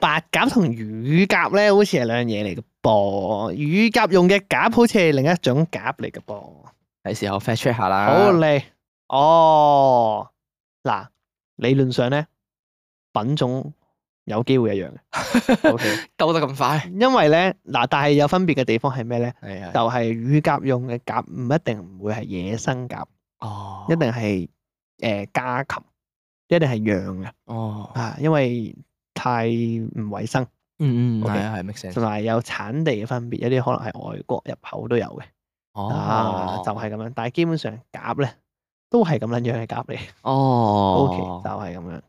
[SPEAKER 1] 白鴿同乳鴿咧，好似係兩樣嘢嚟嘅噃。乳鴿用嘅鴿好似係另一種鴿嚟嘅噃。
[SPEAKER 3] 啊係時候 fetch check 下啦。
[SPEAKER 1] 好嚟，哦，嗱，理論上咧品種有機會一樣 嘅，OK，
[SPEAKER 3] 兜得咁快，
[SPEAKER 1] 因為咧嗱，但係有分別嘅地方係咩咧？
[SPEAKER 3] 係啊
[SPEAKER 1] 就係乳鴿用嘅鴿唔一定唔會係野生鴿，
[SPEAKER 3] 哦
[SPEAKER 1] 一定係誒家禽，一定係羊嘅
[SPEAKER 3] 哦，
[SPEAKER 1] 啊，因為太唔衞生，
[SPEAKER 3] 嗯嗯，
[SPEAKER 1] OK
[SPEAKER 3] 係啊係 make sense，
[SPEAKER 1] 同埋有產地嘅分別，有啲可能係外國入口都有嘅。
[SPEAKER 3] 哦
[SPEAKER 1] 啊，就係咁樣。但係基本上鴿咧都係咁撚樣嘅鴿嚟。O K，
[SPEAKER 3] 哦
[SPEAKER 1] 就係咁樣。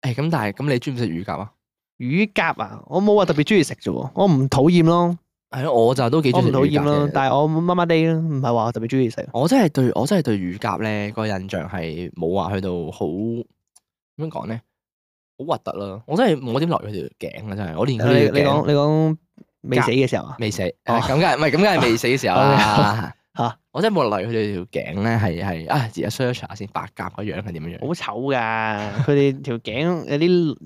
[SPEAKER 3] 誒咁，但係咁你中唔中意食乳鴿啊？
[SPEAKER 1] 魚鴿啊，我冇話特別中意食啫喎，我唔討厭咯，
[SPEAKER 3] 係咯，我就都幾
[SPEAKER 1] 我
[SPEAKER 3] 中意
[SPEAKER 1] 唔
[SPEAKER 3] 食乳
[SPEAKER 1] 討厭
[SPEAKER 3] 鴿
[SPEAKER 1] 咯
[SPEAKER 3] 嘅，
[SPEAKER 1] 但係我麻麻地咯，唔係話我特別中意食。
[SPEAKER 3] 我真係對我真係對乳鴿咧個印象係冇話去到好點樣講咧，好核突啦！我真係冇點留意佢條頸啊！真係，我連
[SPEAKER 1] 你
[SPEAKER 3] 佢條
[SPEAKER 1] 你
[SPEAKER 3] 頸
[SPEAKER 1] 講你講未
[SPEAKER 3] 鴿
[SPEAKER 1] 死嘅時候啊，
[SPEAKER 3] 未死，係
[SPEAKER 1] 哦
[SPEAKER 3] 咁梗係唔係咁梗係未死嘅時候 啦
[SPEAKER 1] OK，嚇！
[SPEAKER 3] 我真係冇留意佢哋條頸咧係係啊！自己 search 下先，白鴿個樣係點樣
[SPEAKER 1] 好
[SPEAKER 3] 樣？
[SPEAKER 1] 醜㗎，佢哋條頸有啲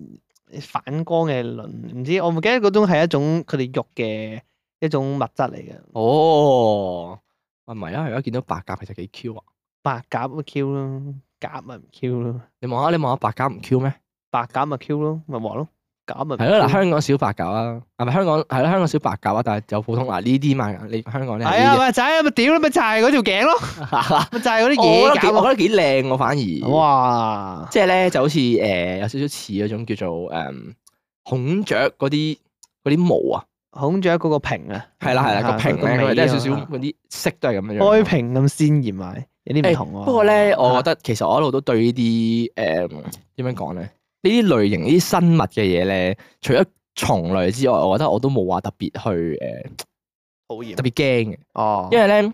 [SPEAKER 1] 反光嘅鱗，唔知我唔記得嗰種係一種佢哋肉嘅一種物質嚟嘅，
[SPEAKER 3] 哦，啊唔係啊！而家見到白鴿其實幾 Q 啊！
[SPEAKER 1] 白鴿咪 Q 咯，鴿咪唔 Q 咯，
[SPEAKER 3] 你望下你望下白鴿唔 Q 咩？嗯
[SPEAKER 1] 白鴿咪 Q 咯，咪黃咯，鴿咪唔
[SPEAKER 3] 係咯，嗱
[SPEAKER 1] Q
[SPEAKER 3] 香港小白鴿啊，係咪香港係咯香港小白鴿啊？但係有普通嗱呢啲嘛，你香港咧
[SPEAKER 1] 係啊，咪就係咪屌咪就係嗰條頸 咯，咪就係嗰啲
[SPEAKER 3] 啊我
[SPEAKER 1] 嘢
[SPEAKER 3] 覺得幾
[SPEAKER 1] 搞
[SPEAKER 3] 我覺
[SPEAKER 1] 啊！
[SPEAKER 3] 得幾啊靚喎，反而
[SPEAKER 1] 哇！
[SPEAKER 3] 即係咧就好似誒、呃有少少似嗰種叫做誒、嗯孔雀嗰啲嗰啲毛啊，
[SPEAKER 1] 孔雀嗰個屏啊，
[SPEAKER 3] 係啦係啦個屏咧，佢哋都有少少
[SPEAKER 1] 啊
[SPEAKER 3] 嗰啲色都係咁樣
[SPEAKER 1] 開
[SPEAKER 3] 樣。
[SPEAKER 1] 屏咁鮮豔埋，有啲唔同喎。
[SPEAKER 3] 不過咧，我覺
[SPEAKER 1] 得
[SPEAKER 3] 得其實我一路都對呢啲誒點樣講咧，呢啲類型呢啲生物嘅嘢咧，除咗蟲類之外，我覺得我都冇話特別去誒、呃
[SPEAKER 1] 討厭
[SPEAKER 3] 特別驚嘅，
[SPEAKER 1] 哦，嗯
[SPEAKER 3] 因為咧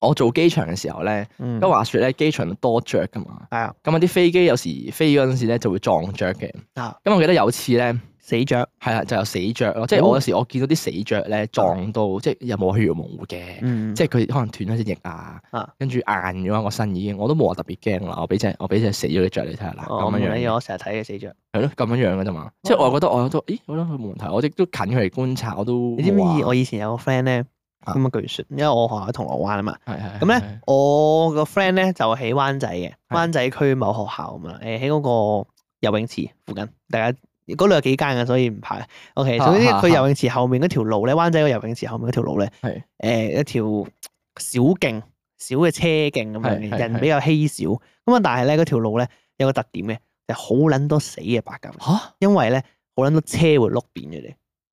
[SPEAKER 3] 我做機場嘅時候咧，
[SPEAKER 1] 因
[SPEAKER 3] 咁話説咧機場多雀噶嘛。
[SPEAKER 1] 係啊
[SPEAKER 3] 咁啊啲飛機有時飛嗰陣時咧就會撞雀嘅。
[SPEAKER 1] 啊
[SPEAKER 3] 咁我記得有次咧，
[SPEAKER 1] 死雀
[SPEAKER 3] 係啦就有死雀咯，即係
[SPEAKER 1] 哦啊
[SPEAKER 3] 我有時我見到啲死雀咧撞到，即係又冇血肉模糊嘅，
[SPEAKER 1] 嗯
[SPEAKER 3] 即係佢可能斷咗隻翼啊
[SPEAKER 1] 啊，
[SPEAKER 3] 跟住硬咗個身已經，我都冇話特別驚啦。我俾只我俾只死咗嘅雀你睇下啦，
[SPEAKER 1] 哦我唔
[SPEAKER 3] 咁樣
[SPEAKER 1] 緊
[SPEAKER 3] 樣
[SPEAKER 1] 要，我成日睇嘅死雀。
[SPEAKER 3] 係咯，咁樣樣嘅啫
[SPEAKER 1] 哦
[SPEAKER 3] 嘛。即係我覺得我都，咦，我覺得佢冇問題，我亦都近距離觀察，我都
[SPEAKER 1] 你知唔
[SPEAKER 3] 冇
[SPEAKER 1] 知
[SPEAKER 3] 話
[SPEAKER 1] 我以前有個 friend 咧
[SPEAKER 3] 啊
[SPEAKER 1] 咁啊？據說，因為我學校喺銅鑼灣啊嘛，
[SPEAKER 3] 係係
[SPEAKER 1] 咁
[SPEAKER 3] 係
[SPEAKER 1] 咧我個 friend 咧就喺灣仔嘅，
[SPEAKER 3] 係
[SPEAKER 1] 灣仔區某學校咁啊，誒喺嗰個游泳池附近，大家。嗰度有幾間嘅，所以唔怕。OK，
[SPEAKER 3] 啊
[SPEAKER 1] 總之
[SPEAKER 3] 啊
[SPEAKER 1] 佢
[SPEAKER 3] 啊
[SPEAKER 1] 游泳池後面嗰條路咧，灣仔個游泳池後面嗰條路咧，
[SPEAKER 3] 係
[SPEAKER 1] 誒一條小徑、小嘅車徑咁樣
[SPEAKER 3] 係
[SPEAKER 1] 嘅，
[SPEAKER 3] 係
[SPEAKER 1] 人
[SPEAKER 3] 係
[SPEAKER 1] 比較稀少。咁啊，但係咧嗰條路咧有個特點嘅，就係好撚多死嘅白鴿嘅，
[SPEAKER 3] 嚇
[SPEAKER 1] 因為咧好撚多車會碌扁佢哋。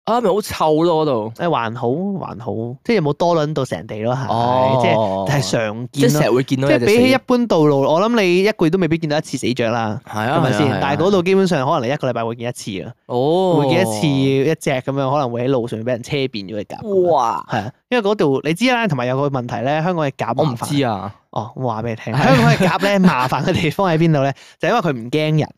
[SPEAKER 3] 啊，咪好臭咯嗰度，
[SPEAKER 1] 誒還好還好，即係有冇多撚到成地咯，係、
[SPEAKER 3] 哦
[SPEAKER 1] 即係但係常
[SPEAKER 3] 即
[SPEAKER 1] 見
[SPEAKER 3] 係
[SPEAKER 1] 咯。
[SPEAKER 3] 成日會見
[SPEAKER 1] 即
[SPEAKER 3] 到有
[SPEAKER 1] 係
[SPEAKER 3] 隻
[SPEAKER 1] 比
[SPEAKER 3] 死
[SPEAKER 1] 起一般道路，我諗你一個月都未必見到一次死雀啦，
[SPEAKER 3] 係啊，
[SPEAKER 1] 係咪
[SPEAKER 3] 係啊
[SPEAKER 1] 先？但係
[SPEAKER 3] 係啊
[SPEAKER 1] 嗰度基本上可能你一個禮拜會見一次啊，
[SPEAKER 3] 哦，
[SPEAKER 1] 會見一次一隻咁樣，可能會喺路上俾人車變咗嘅鴿咁樣。
[SPEAKER 3] 哇！
[SPEAKER 1] 係啊，因為嗰度你知啦，同埋有個問題咧，香港嘅鴿
[SPEAKER 3] 我唔
[SPEAKER 1] 麻煩
[SPEAKER 3] 知啊，
[SPEAKER 1] 哦，我話俾你聽，
[SPEAKER 3] 係
[SPEAKER 1] 香港嘅鴿咧麻煩嘅地方喺邊度 咧？就因為佢唔驚人。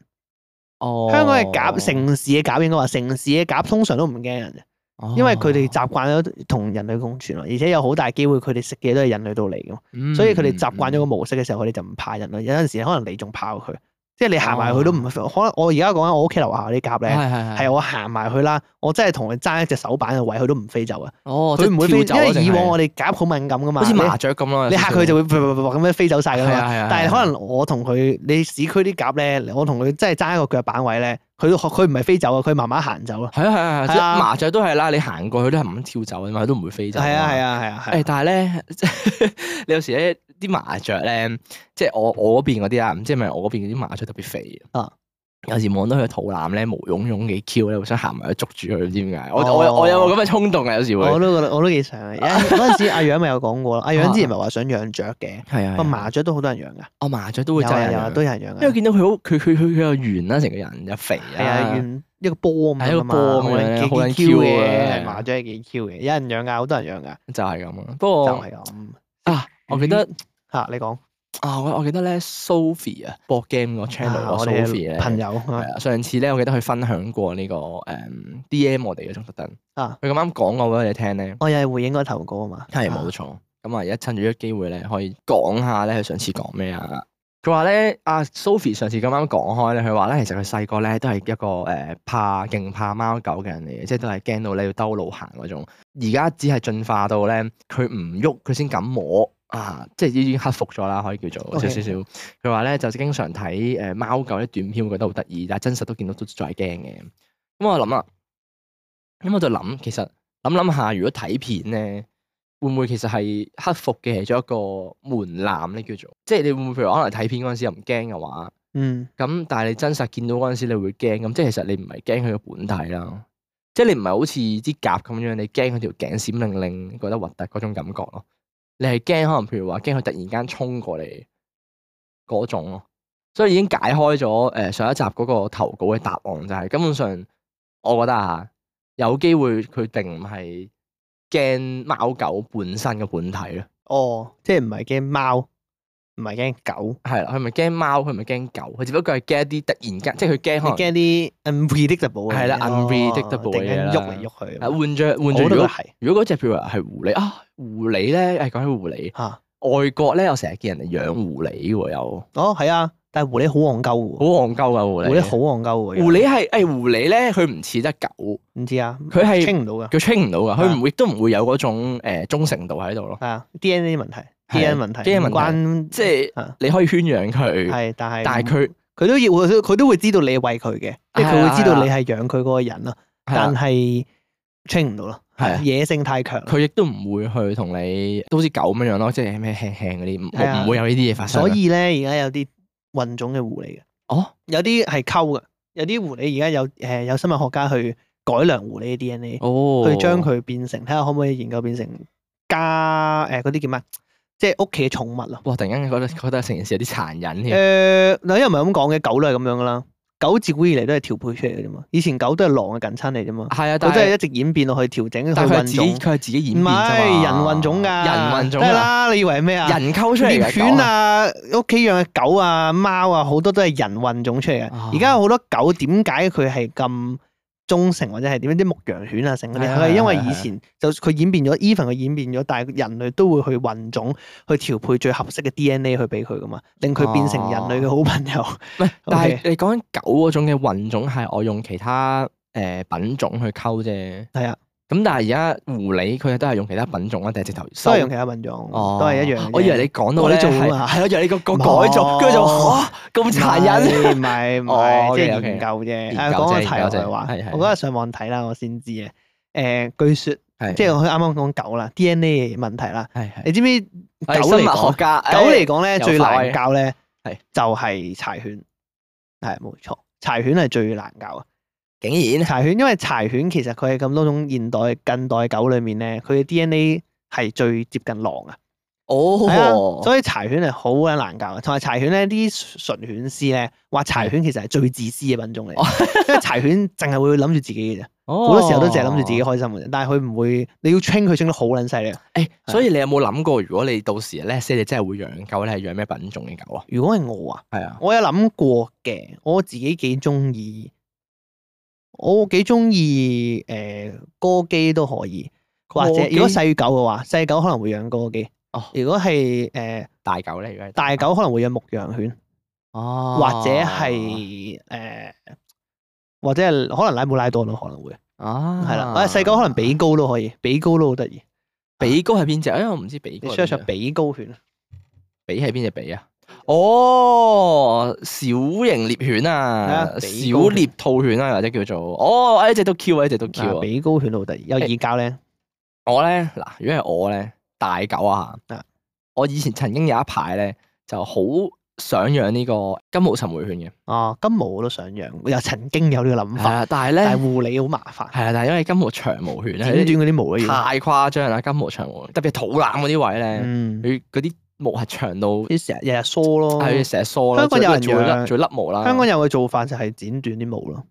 [SPEAKER 3] 哦，
[SPEAKER 1] 香港嘅鴿，城市嘅鴿應該話城市嘅鴿通常都唔驚人嘅，
[SPEAKER 3] 哦
[SPEAKER 1] 因為佢哋習慣咗同人類共存咯，而且有好大機會佢哋食嘢都係人類到嚟嘅嘛，
[SPEAKER 3] 哦
[SPEAKER 1] 所以佢哋習慣咗個模式嘅時候，佢哋就唔怕人類。有陣時可能你仲怕過佢，即係你行埋去都唔可能。我而家講緊我屋企樓下嗰啲鴿咧，
[SPEAKER 3] 哦係
[SPEAKER 1] 係我啊行埋去啦，我真係同佢爭一隻手板嘅位，佢都唔飛走啊！
[SPEAKER 3] 哦，
[SPEAKER 1] 佢唔會飛，
[SPEAKER 3] 即係跳走啊
[SPEAKER 1] 因為以往
[SPEAKER 3] 淨係
[SPEAKER 1] 我哋鴿好敏感噶嘛，
[SPEAKER 3] 好似
[SPEAKER 1] 你
[SPEAKER 3] 麻雀咁咯，
[SPEAKER 1] 你嚇佢就會噗噗噗噗咁樣飛走晒㗎
[SPEAKER 3] 係啊
[SPEAKER 1] 啦嘛。
[SPEAKER 3] 係啊，
[SPEAKER 1] 但係
[SPEAKER 3] 係啊
[SPEAKER 1] 可能我同佢，你市區啲鴿咧，我同佢真係爭一個腳板位咧，佢都佢唔係飛走啊，佢慢慢行走啊。
[SPEAKER 3] 係啊係啊，即
[SPEAKER 1] 係啊
[SPEAKER 3] 係麻雀都係啦，你行過去都係唔肯跳走啊嘛，佢都唔會飛走。
[SPEAKER 1] 係啊係
[SPEAKER 3] 啊。
[SPEAKER 1] 啊係啊
[SPEAKER 3] 誒，
[SPEAKER 1] 係啊。
[SPEAKER 3] 但係咧， 即係你有時咧啲麻雀咧，即係我我嗰邊嗰啲啊，唔知係咪我嗰邊嗰啲麻雀特別肥
[SPEAKER 1] 啊？
[SPEAKER 3] 有時望到佢肚腩咧毛茸茸幾 Q 咧，我想行埋去捉住佢，唔知點解。我
[SPEAKER 1] 哦
[SPEAKER 3] 我我有個咁嘅衝動啊，有時會。
[SPEAKER 1] 我都覺得我都幾想啊！有陣嗰陣時阿楊咪有講過啦，阿楊之前咪話想養雀嘅，
[SPEAKER 3] 係啊，係
[SPEAKER 1] 個
[SPEAKER 3] 啊
[SPEAKER 1] 麻雀都好多人養噶，
[SPEAKER 3] 我麻雀都會
[SPEAKER 1] 有
[SPEAKER 3] 真
[SPEAKER 1] 啊
[SPEAKER 3] 係
[SPEAKER 1] 有啊
[SPEAKER 3] 咁樣
[SPEAKER 1] 都有人養
[SPEAKER 3] 因為
[SPEAKER 1] 噶，
[SPEAKER 3] 見到佢好，佢佢佢佢又圓啦，成個人又肥
[SPEAKER 1] 係啊，
[SPEAKER 3] 啊，
[SPEAKER 1] 原一個波咁啊
[SPEAKER 3] 係一個
[SPEAKER 1] 樣嘛，
[SPEAKER 3] 波咁
[SPEAKER 1] 好
[SPEAKER 3] 樣
[SPEAKER 1] 撚
[SPEAKER 3] 好撚
[SPEAKER 1] 幾 Q
[SPEAKER 3] Q
[SPEAKER 1] 嘅，
[SPEAKER 3] 嘅
[SPEAKER 1] 係啊麻雀幾 Q 嘅，有人養噶，好多人養噶，
[SPEAKER 3] 就係咁啊。不
[SPEAKER 1] 就
[SPEAKER 3] 過
[SPEAKER 1] 係咁
[SPEAKER 3] 啊，我記得
[SPEAKER 1] 嚇你講
[SPEAKER 3] 啊，我我記得咧，Sophie 啊，博 game 個 channel
[SPEAKER 1] 啊
[SPEAKER 3] 個
[SPEAKER 1] 我
[SPEAKER 3] Sophie 咧，
[SPEAKER 1] 哋朋友啊
[SPEAKER 3] 係啊，上次咧，我記得佢分享過呢個誒 DM 我哋嘅仲特登
[SPEAKER 1] 啊
[SPEAKER 3] 佢咁啱講過俾我哋聽咧，
[SPEAKER 1] 我又係回應嗰個投稿啊嘛，
[SPEAKER 3] 係冇錯。咁啊，而家趁住呢個機會咧，可以講下咧，佢上次講咩啊？佢話咧，阿 Sophie 上次咁啱講開咧，佢話咧，其實佢細個咧都係一個誒、呃怕勁怕貓狗嘅人嚟嘅，即係都係驚到你要兜路行嗰種。而家只係進化到咧，佢唔喐佢先敢摸，啊，即係已經克服咗啦，可以叫做
[SPEAKER 1] OK
[SPEAKER 3] 少少少。佢話咧就經常睇誒貓狗啲短片，會覺得好得意，但係真實都見到都仲係驚嘅。咁我諗啦，咁我就諗，其實諗諗下，如果睇片咧，會唔會其實係克服嘅其中一個門檻咧？叫做即係你會唔會譬如可能睇片嗰陣時又唔驚嘅話，
[SPEAKER 1] 嗯，
[SPEAKER 3] 咁但係你真實見到嗰陣時你會驚，咁即係其實你唔係驚佢嘅本體啦，即係你唔係好似支鴿咁樣，你驚佢條頸閃靈靈，覺得核突嗰種感覺咯。你係驚可能譬如話驚佢突然間衝過嚟嗰種咯，所以已經解開咗誒、呃上一集嗰個投稿嘅答案就係、根本上我覺得啊有機會佢並唔係驚貓狗本身嘅本體咯。
[SPEAKER 1] 哦，即係唔係驚貓，唔係驚狗，
[SPEAKER 3] 係啦，佢唔係驚貓，佢唔係驚狗，佢只不過係驚一啲突然間，即係佢驚
[SPEAKER 1] 你
[SPEAKER 3] 可能
[SPEAKER 1] 驚啲 unpredictable 嘅
[SPEAKER 3] 哦係啦
[SPEAKER 1] 嘢咯
[SPEAKER 3] unpredictable
[SPEAKER 1] 突然間
[SPEAKER 3] 嘅嘢啦
[SPEAKER 1] 喐嚟喐去
[SPEAKER 3] 啊，
[SPEAKER 1] 咁樣。
[SPEAKER 3] 換咗換
[SPEAKER 1] 我
[SPEAKER 3] 咗，如
[SPEAKER 1] 都覺得
[SPEAKER 3] 果
[SPEAKER 1] 係
[SPEAKER 3] 如果嗰只譬如話係狐狸啊，狐狸咧，誒講起狐狸，
[SPEAKER 1] 嚇，
[SPEAKER 3] 外國咧，我成日見人哋養狐狸喎，又
[SPEAKER 1] 哦係啊，但係狐狸好戇鳩喎，
[SPEAKER 3] 好
[SPEAKER 1] 狐
[SPEAKER 3] 戇鳩啊狐狸，
[SPEAKER 1] 狸好戇鳩喎，
[SPEAKER 3] 狐狸係誒狐狸咧，佢唔似得狗，
[SPEAKER 1] 唔知啊，
[SPEAKER 3] 佢係
[SPEAKER 1] 清唔到㗎，
[SPEAKER 3] 佢 train 唔到噶，
[SPEAKER 1] 啊
[SPEAKER 3] 佢唔會亦都唔會有嗰種誒忠誠度喺度咯，
[SPEAKER 1] 係啊 DNA 問題
[SPEAKER 3] 係啊
[SPEAKER 1] ，DNA 問題
[SPEAKER 3] DNA 問題
[SPEAKER 1] 關
[SPEAKER 3] 即係
[SPEAKER 1] 啊
[SPEAKER 3] 你可以圈養佢，
[SPEAKER 1] 係，但係
[SPEAKER 3] 但係佢
[SPEAKER 1] 佢都要佢都會知道你係喂佢嘅，即係
[SPEAKER 3] 係
[SPEAKER 1] 佢
[SPEAKER 3] 啊
[SPEAKER 1] 會知
[SPEAKER 3] 係
[SPEAKER 1] 道
[SPEAKER 3] 啊
[SPEAKER 1] 你係養佢嗰個人啦，
[SPEAKER 3] 係
[SPEAKER 1] 但
[SPEAKER 3] 啦
[SPEAKER 1] 係 train 唔到咯，
[SPEAKER 3] 係啊
[SPEAKER 1] 野性太強啦，
[SPEAKER 3] 佢亦都唔會去同你都好似狗咁樣樣咯，即係咩輕輕嗰啲，
[SPEAKER 1] 係啊
[SPEAKER 3] 唔唔會有呢啲嘢發生。
[SPEAKER 1] 所以咧而家有啲混種嘅狐狸嘅，
[SPEAKER 3] 哦，
[SPEAKER 1] 有啲係溝嘅，有啲狐狸而家有誒有生物學家去改良狐狸嘅 DNA。
[SPEAKER 3] 哦，
[SPEAKER 1] 去將佢變成，睇下可唔可以研究變成家誒嗰啲叫咩？啊即係屋企嘅寵物啊！
[SPEAKER 3] 哇！突然間覺得覺得成件事有啲殘忍
[SPEAKER 1] 誒、
[SPEAKER 3] 添。
[SPEAKER 1] 呃嗱，因為唔係咁講嘅，狗都係咁樣噶啦。狗自古以嚟都係調配出嚟嘅啫嘛，以前狗都係狼嘅近親嚟啫嘛，
[SPEAKER 3] 係啊，但
[SPEAKER 1] 佢都係
[SPEAKER 3] 係
[SPEAKER 1] 一直演變落去調整去
[SPEAKER 3] 但係佢係自
[SPEAKER 1] 混
[SPEAKER 3] 己
[SPEAKER 1] 種，
[SPEAKER 3] 佢係自己演變啫
[SPEAKER 1] 唔
[SPEAKER 3] 嘛
[SPEAKER 1] 係人混種㗎，
[SPEAKER 3] 人混種
[SPEAKER 1] 得
[SPEAKER 3] 啊，
[SPEAKER 1] 啦，你以為係咩啊？
[SPEAKER 3] 人溝出嚟
[SPEAKER 1] 獵
[SPEAKER 3] 嘅
[SPEAKER 1] 犬
[SPEAKER 3] 狗
[SPEAKER 1] 啊，屋企養嘅狗啊、貓啊，好多都係人混種出嚟
[SPEAKER 3] 啊
[SPEAKER 1] 嘅。而家有好多狗點解佢係咁忠誠或者係點樣啲牧羊犬啊，成嗰啲
[SPEAKER 3] 係啊
[SPEAKER 1] 佢係因為
[SPEAKER 3] 係啊
[SPEAKER 1] 以前就佢演變咗，even 佢演變咗，但係人類都會去混種去調配最合適嘅 DNA 去俾佢噶嘛，令佢哦變成人類嘅好朋 友。
[SPEAKER 3] 唔係，但係
[SPEAKER 1] OK
[SPEAKER 3] 你講緊狗嗰種嘅混種係我用其他誒品種去溝啫。
[SPEAKER 1] 係啊，
[SPEAKER 3] 咁但係而家狐狸佢都係用其他品種啊，定係直頭收
[SPEAKER 1] 都係用其他品種，
[SPEAKER 3] 哦
[SPEAKER 1] 都係一樣啫。
[SPEAKER 3] 我以為你講到
[SPEAKER 1] 我
[SPEAKER 3] 咧
[SPEAKER 1] 哋做啊哦
[SPEAKER 3] 係
[SPEAKER 1] 嘛
[SPEAKER 3] 係咯，以為你個個
[SPEAKER 1] 唔
[SPEAKER 3] 改造，跟住就
[SPEAKER 1] 係
[SPEAKER 3] 哇咁殘忍。
[SPEAKER 1] 唔係唔
[SPEAKER 3] 哦
[SPEAKER 1] 係，即係
[SPEAKER 3] OK，OK
[SPEAKER 1] 研究啫。
[SPEAKER 3] 研
[SPEAKER 1] 誒，
[SPEAKER 3] 究
[SPEAKER 1] 講個
[SPEAKER 3] 啫研
[SPEAKER 1] 題
[SPEAKER 3] 究啫
[SPEAKER 1] 外話
[SPEAKER 3] 係係，
[SPEAKER 1] 我嗰日上網睇啦，我先知嘅。啊誒，據說
[SPEAKER 3] 係
[SPEAKER 1] 即係我啱啱講狗啦，DNA 嘅問題啦。
[SPEAKER 3] 係係
[SPEAKER 1] 你知唔知
[SPEAKER 3] 我係
[SPEAKER 1] 狗
[SPEAKER 3] 生
[SPEAKER 1] 嚟
[SPEAKER 3] 物
[SPEAKER 1] 講
[SPEAKER 3] 學，家，
[SPEAKER 1] 狗嚟講
[SPEAKER 3] 哎
[SPEAKER 1] 咧最
[SPEAKER 3] 又快
[SPEAKER 1] 難教咧
[SPEAKER 3] 係，
[SPEAKER 1] 就係柴犬。係冇錯，柴犬係最難教啊！
[SPEAKER 3] 竟然
[SPEAKER 1] 柴犬因為柴犬其實佢係咁多種現代近代狗裏面咧，佢嘅 DNA 係最接近狼啊。係啊，
[SPEAKER 3] 哦，
[SPEAKER 1] 所以柴犬係好鬼難教嘅，啊同埋柴犬咧啲純犬師咧話柴犬其實係最自私嘅品種
[SPEAKER 3] 哦
[SPEAKER 1] 嚟，因為柴犬淨係會諗住自己嘅啫，好
[SPEAKER 3] 好
[SPEAKER 1] 多時候都淨係諗住
[SPEAKER 3] 哦
[SPEAKER 1] 自己開心嘅啫，但係佢唔會，你要 train 佢 train 得好撚犀利。啊
[SPEAKER 3] 誒，所以你有冇諗過，如果你到時咧，即係你真係會養狗，你係養咩品種嘅狗啊？
[SPEAKER 1] 如果係我啊，
[SPEAKER 3] 係啊，
[SPEAKER 1] 我有諗過嘅，我自己幾中意，我幾中意誒哥基都可以，或者
[SPEAKER 3] 柯基
[SPEAKER 1] 如果細狗嘅話，細狗可能會養哥基，
[SPEAKER 3] 哦
[SPEAKER 1] 如果係誒
[SPEAKER 3] 大狗咧，如果係
[SPEAKER 1] 大，狗可能會養牧羊犬。
[SPEAKER 3] 哦，
[SPEAKER 1] 或者係誒、呃或者係可能拉布拉多咯，可能會
[SPEAKER 3] 啊，
[SPEAKER 1] 係啦。啊，細狗可能比高都可以，比高都好得意。
[SPEAKER 3] 比高係邊只？因為我唔知比
[SPEAKER 1] 你
[SPEAKER 3] 高係邊隻。
[SPEAKER 1] search 下比高
[SPEAKER 3] 啊
[SPEAKER 1] 犬，
[SPEAKER 3] 比係邊只比啊？哦，小型獵犬啊
[SPEAKER 1] 啊，
[SPEAKER 3] 小
[SPEAKER 1] 比高
[SPEAKER 3] 獵兔犬啊，或者叫做哦，一隻都 Q 啊，一隻都 Q
[SPEAKER 1] 啊
[SPEAKER 3] 啊。
[SPEAKER 1] 比高犬都好得意，有耳教咧。
[SPEAKER 3] 我咧嗱，如果係我咧大狗啊
[SPEAKER 1] 啊，
[SPEAKER 3] 我以前曾經有一排咧就好想養呢個金毛尋回犬嘅，
[SPEAKER 1] 啊，金毛我都想養，我又曾經有呢個諗
[SPEAKER 3] 係
[SPEAKER 1] 法，
[SPEAKER 3] 啊，但係
[SPEAKER 1] 但係
[SPEAKER 3] 咧。
[SPEAKER 1] 護理好麻煩，
[SPEAKER 3] 係啊，但係因為金毛長毛犬
[SPEAKER 1] 剪短
[SPEAKER 3] 咧，
[SPEAKER 1] 嗰啲毛啊要。
[SPEAKER 3] 太誇張啦！金毛長毛，特別係肚腩嗰啲位咧，
[SPEAKER 1] 嗯，
[SPEAKER 3] 佢嗰啲毛係長到
[SPEAKER 1] 啲成日日日梳咯。
[SPEAKER 3] 係成日梳啦，
[SPEAKER 1] 香港有人
[SPEAKER 3] 仲會甩
[SPEAKER 1] 養啊
[SPEAKER 3] 仲會甩毛啦。
[SPEAKER 1] 香港有嘅做法就係剪短啲毛咯。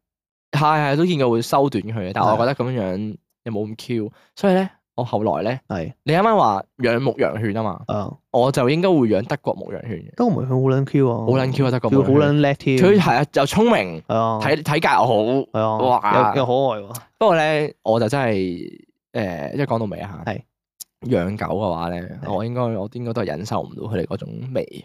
[SPEAKER 3] 係係都見過會收短佢嘅，但係
[SPEAKER 1] 係
[SPEAKER 3] 我覺得咁樣樣又冇咁 Q，所以咧我後來咧，
[SPEAKER 1] 係
[SPEAKER 3] 你啱啱話養牧羊犬啊嘛，
[SPEAKER 1] 啊，
[SPEAKER 3] 我就應該會養德國牧羊犬嘅，
[SPEAKER 1] 都唔係佢好撚 Q 啊，
[SPEAKER 3] 好撚 Q 啊德國
[SPEAKER 1] 佢
[SPEAKER 3] 牧
[SPEAKER 1] 好
[SPEAKER 3] 羊
[SPEAKER 1] 撚叻添。
[SPEAKER 3] 犬，佢係啊又聰明，
[SPEAKER 1] 係啊，
[SPEAKER 3] 體體格又好，
[SPEAKER 1] 係啊，
[SPEAKER 3] 哇
[SPEAKER 1] 又又可愛喎。
[SPEAKER 3] 不過咧我就真係誒，即係講到尾啊嚇，
[SPEAKER 1] 係
[SPEAKER 3] 養狗嘅話咧，
[SPEAKER 1] 係
[SPEAKER 3] 我應該我應該都係忍受唔到佢哋嗰種味。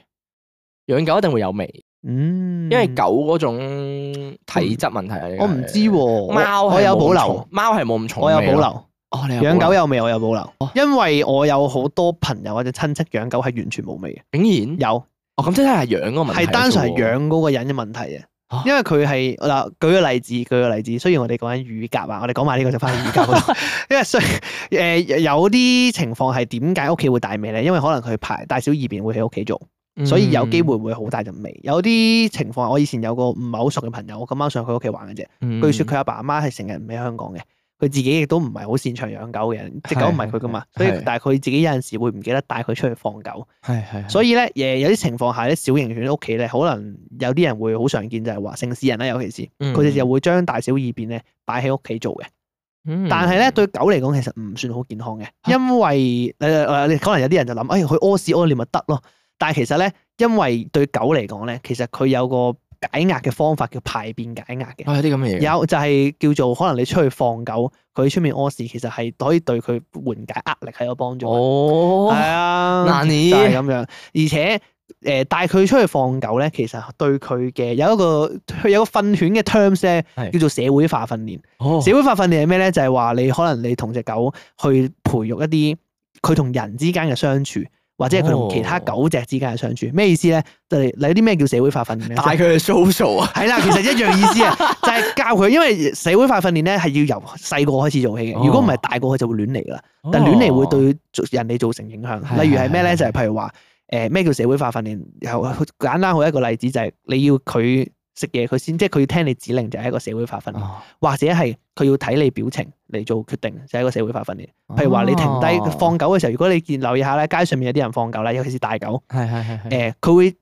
[SPEAKER 3] 養狗一定會有味，
[SPEAKER 1] 嗯，
[SPEAKER 3] 因為狗嗰種體質問題啊。
[SPEAKER 1] 我唔知喎，我
[SPEAKER 3] 貓係
[SPEAKER 1] 我有
[SPEAKER 3] 冇
[SPEAKER 1] 保
[SPEAKER 3] 咁
[SPEAKER 1] 留
[SPEAKER 3] 重，，貓係冇咁重
[SPEAKER 1] 我有
[SPEAKER 3] 味
[SPEAKER 1] 保
[SPEAKER 3] 咯
[SPEAKER 1] 留，
[SPEAKER 3] 哦，你
[SPEAKER 1] 養狗
[SPEAKER 3] 又
[SPEAKER 1] 有味我有保留
[SPEAKER 3] 哦，
[SPEAKER 1] 因為我有好多朋友或者親戚養狗係完全冇味嘅，
[SPEAKER 3] 竟然
[SPEAKER 1] 有
[SPEAKER 3] 哦，咁即係係養嗰個問題嚟
[SPEAKER 1] 係單純係
[SPEAKER 3] 啫喎，
[SPEAKER 1] 養嗰個人嘅問題
[SPEAKER 3] 啊
[SPEAKER 1] 嘅，因為佢係嗱舉個例子，舉個例子，雖然我哋講緊乳鴿啊，我哋講埋呢個就翻去乳 鴿嗰度，因為雖誒有啲情況係點解屋企會大味咧？因為可能佢排大小二便會喺屋企做。
[SPEAKER 3] 嗯
[SPEAKER 1] 所以有機會會好大陣味。有啲情況，我以前有個唔係好熟嘅朋友，我咁啱上佢屋企玩嘅啫。
[SPEAKER 3] 嗯。
[SPEAKER 1] 據說佢阿爸阿媽係成日唔喺香港嘅，佢自己亦都唔係好擅長養狗嘅人，只狗唔係佢噶嘛，
[SPEAKER 3] 係
[SPEAKER 1] 所以
[SPEAKER 3] 係
[SPEAKER 1] 但係佢自己有陣時會唔記得帶佢出去放狗。
[SPEAKER 3] 係係，
[SPEAKER 1] 所
[SPEAKER 3] 以
[SPEAKER 1] 以咧，誒有啲情況下咧，小型犬屋企咧，可能有啲人會好常見就係話城市人啦，尤其是佢哋就會將大小二便咧擺喺屋企做嘅。
[SPEAKER 3] 嗯，
[SPEAKER 1] 但係咧，對狗嚟講其實唔算好健康嘅，因為誒誒，你可能有啲人就諗，哎，佢屙屎屙尿咪得咯。但係其實咧，因為對狗嚟講咧，其實佢有個解壓嘅方法叫排便解壓嘅，
[SPEAKER 3] 啊有啲咁嘅嘢，
[SPEAKER 1] 有就係叫做可能你出去放狗，佢出面屙屎，其實係可以對佢緩解壓力係有幫助嘅。
[SPEAKER 3] 哦，
[SPEAKER 1] 係啊，
[SPEAKER 3] 嗱你
[SPEAKER 1] 就係咁樣，而且。誒帶佢出去放狗咧，其實對佢嘅有一個佢有個訓犬嘅 terms 咧，
[SPEAKER 3] 係
[SPEAKER 1] 叫做社會化訓練。
[SPEAKER 3] 哦
[SPEAKER 1] 社會化訓練係咩咧？就係話你可能你同只狗去培育一啲佢同人之間嘅相處，或者係佢同其他狗隻之間嘅相處。咩意思咧？就係你有啲咩叫社會化訓練咧？
[SPEAKER 3] 帶佢去 social 啊，
[SPEAKER 1] 係啦，其實一樣意思啊，就係教佢，因為社會化訓練咧係要由細個開始做
[SPEAKER 3] 哦
[SPEAKER 1] 起嘅。如果唔係大個佢就會亂嚟㗎啦。但亂嚟會對人哋造成影響。
[SPEAKER 3] 係
[SPEAKER 1] 例如係咩咧？
[SPEAKER 3] 係
[SPEAKER 1] 就係譬如話誒咩叫社會化訓練？又 簡單好一個例子就係你要佢食嘢，佢先即係佢要聽你指令，就係一個社會化訓練。
[SPEAKER 3] 哦，
[SPEAKER 1] 或者係佢要睇你表情嚟做決定，就係、一個社會化訓練。
[SPEAKER 3] 啊
[SPEAKER 1] 譬如話你停低
[SPEAKER 3] 哦
[SPEAKER 1] 放狗嘅時候，如果你見留意下咧，街上面有啲人放狗啦，尤其是大狗，
[SPEAKER 3] 係係係係
[SPEAKER 1] 誒、佢會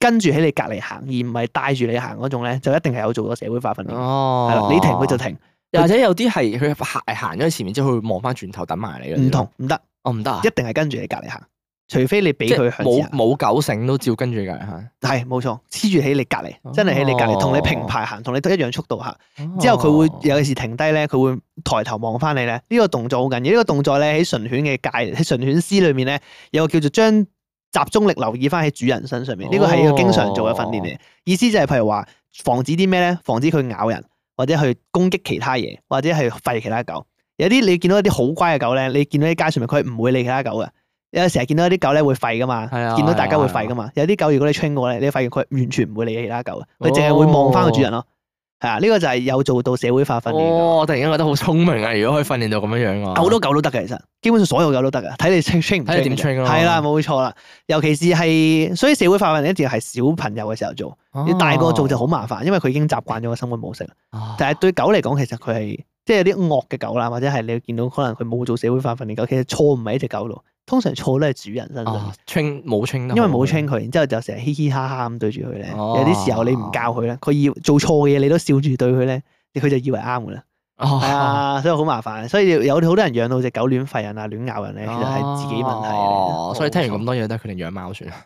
[SPEAKER 1] 跟住喺你隔離行，而唔係帶住你行嗰種咧，就一定係有做過社會化訓練。
[SPEAKER 3] 哦，
[SPEAKER 1] 係啦、你停佢就停，
[SPEAKER 3] 又或者有啲係佢行行咗去前面之後，佢會望翻轉頭等埋你嗰啲
[SPEAKER 1] 唔同唔得，
[SPEAKER 3] 哦，唔得啊
[SPEAKER 1] 一，定係跟住你隔離行，除非你俾
[SPEAKER 3] 即係
[SPEAKER 1] 佢向前
[SPEAKER 3] 冇
[SPEAKER 1] 行。
[SPEAKER 3] 冇狗繩都照跟住㗎嚇。
[SPEAKER 1] 係冇錯，黐住喺你隔離，真係喺你隔離，同你平排行，同你都一樣速度行。之後佢會
[SPEAKER 3] 哦
[SPEAKER 1] 尤其是停低咧，佢會抬頭望翻你咧。呢、個動作好緊要，呢、個動作咧喺純犬嘅界喺純犬師裏面咧，有個叫做將集中力留意翻喺主人身上
[SPEAKER 3] 哦
[SPEAKER 1] 面。呢個係一個經常做嘅訓練嚟。意思就係譬如話防止啲咩咧？防止佢咬人，或者去攻擊其他嘢，或者係吠其他狗。有啲你見到一啲好乖嘅狗咧，你見到啲街上面佢係唔會理其他狗嘅。有時係見到一啲狗咧會吠噶嘛，
[SPEAKER 3] 係啊
[SPEAKER 1] 見到大家會
[SPEAKER 3] 係啊
[SPEAKER 1] 吠噶嘛。有啲狗如果你 train 過咧，你會發現佢完全唔會理其他狗
[SPEAKER 3] 哦
[SPEAKER 1] 嘅，佢淨係會望翻個主人咯。係啊，呢個就係有做到社會化訓練㗎。
[SPEAKER 3] 哦，我突然間覺得好聰明啊！如果可以訓練到咁樣樣嘅話，
[SPEAKER 1] 狗都狗都得嘅，其實基本上所有狗都得嘅，睇你 train train 唔
[SPEAKER 3] 睇
[SPEAKER 1] train
[SPEAKER 3] 你點 train 啊
[SPEAKER 1] 嘅
[SPEAKER 3] 咯
[SPEAKER 1] 啫係啦，冇錯啦。尤其是係，所以社會化訓練一定要係小朋友嘅時候做，
[SPEAKER 3] 哦
[SPEAKER 1] 你大個做就好麻煩，因為佢已經習慣咗個生活模式。
[SPEAKER 3] 哦
[SPEAKER 1] 但係對狗嚟講，其實佢係即係有啲惡嘅狗啦，或者係你見到可能佢冇做社會化訓練狗，其實錯唔喺只狗度，通常錯都係主人身上。
[SPEAKER 3] 啊，train 冇 train 得
[SPEAKER 1] 因
[SPEAKER 3] 好
[SPEAKER 1] 為冇
[SPEAKER 3] 嘅
[SPEAKER 1] train 佢，然之後就成日嘻嘻哈哈咁對住佢咧。
[SPEAKER 3] 哦
[SPEAKER 1] 有啲時候你唔教佢咧，佢要做錯嘅嘢，你都笑住對佢咧，佢就以為啱噶啦。
[SPEAKER 3] 哦
[SPEAKER 1] 係 啊，所以好麻煩。所以有好多人養到只狗亂吠人啊、亂咬人咧，其實係自己問題嚟
[SPEAKER 3] 哦
[SPEAKER 1] 嘅。
[SPEAKER 3] 所以聽完咁多嘢都係佢哋養貓算啦。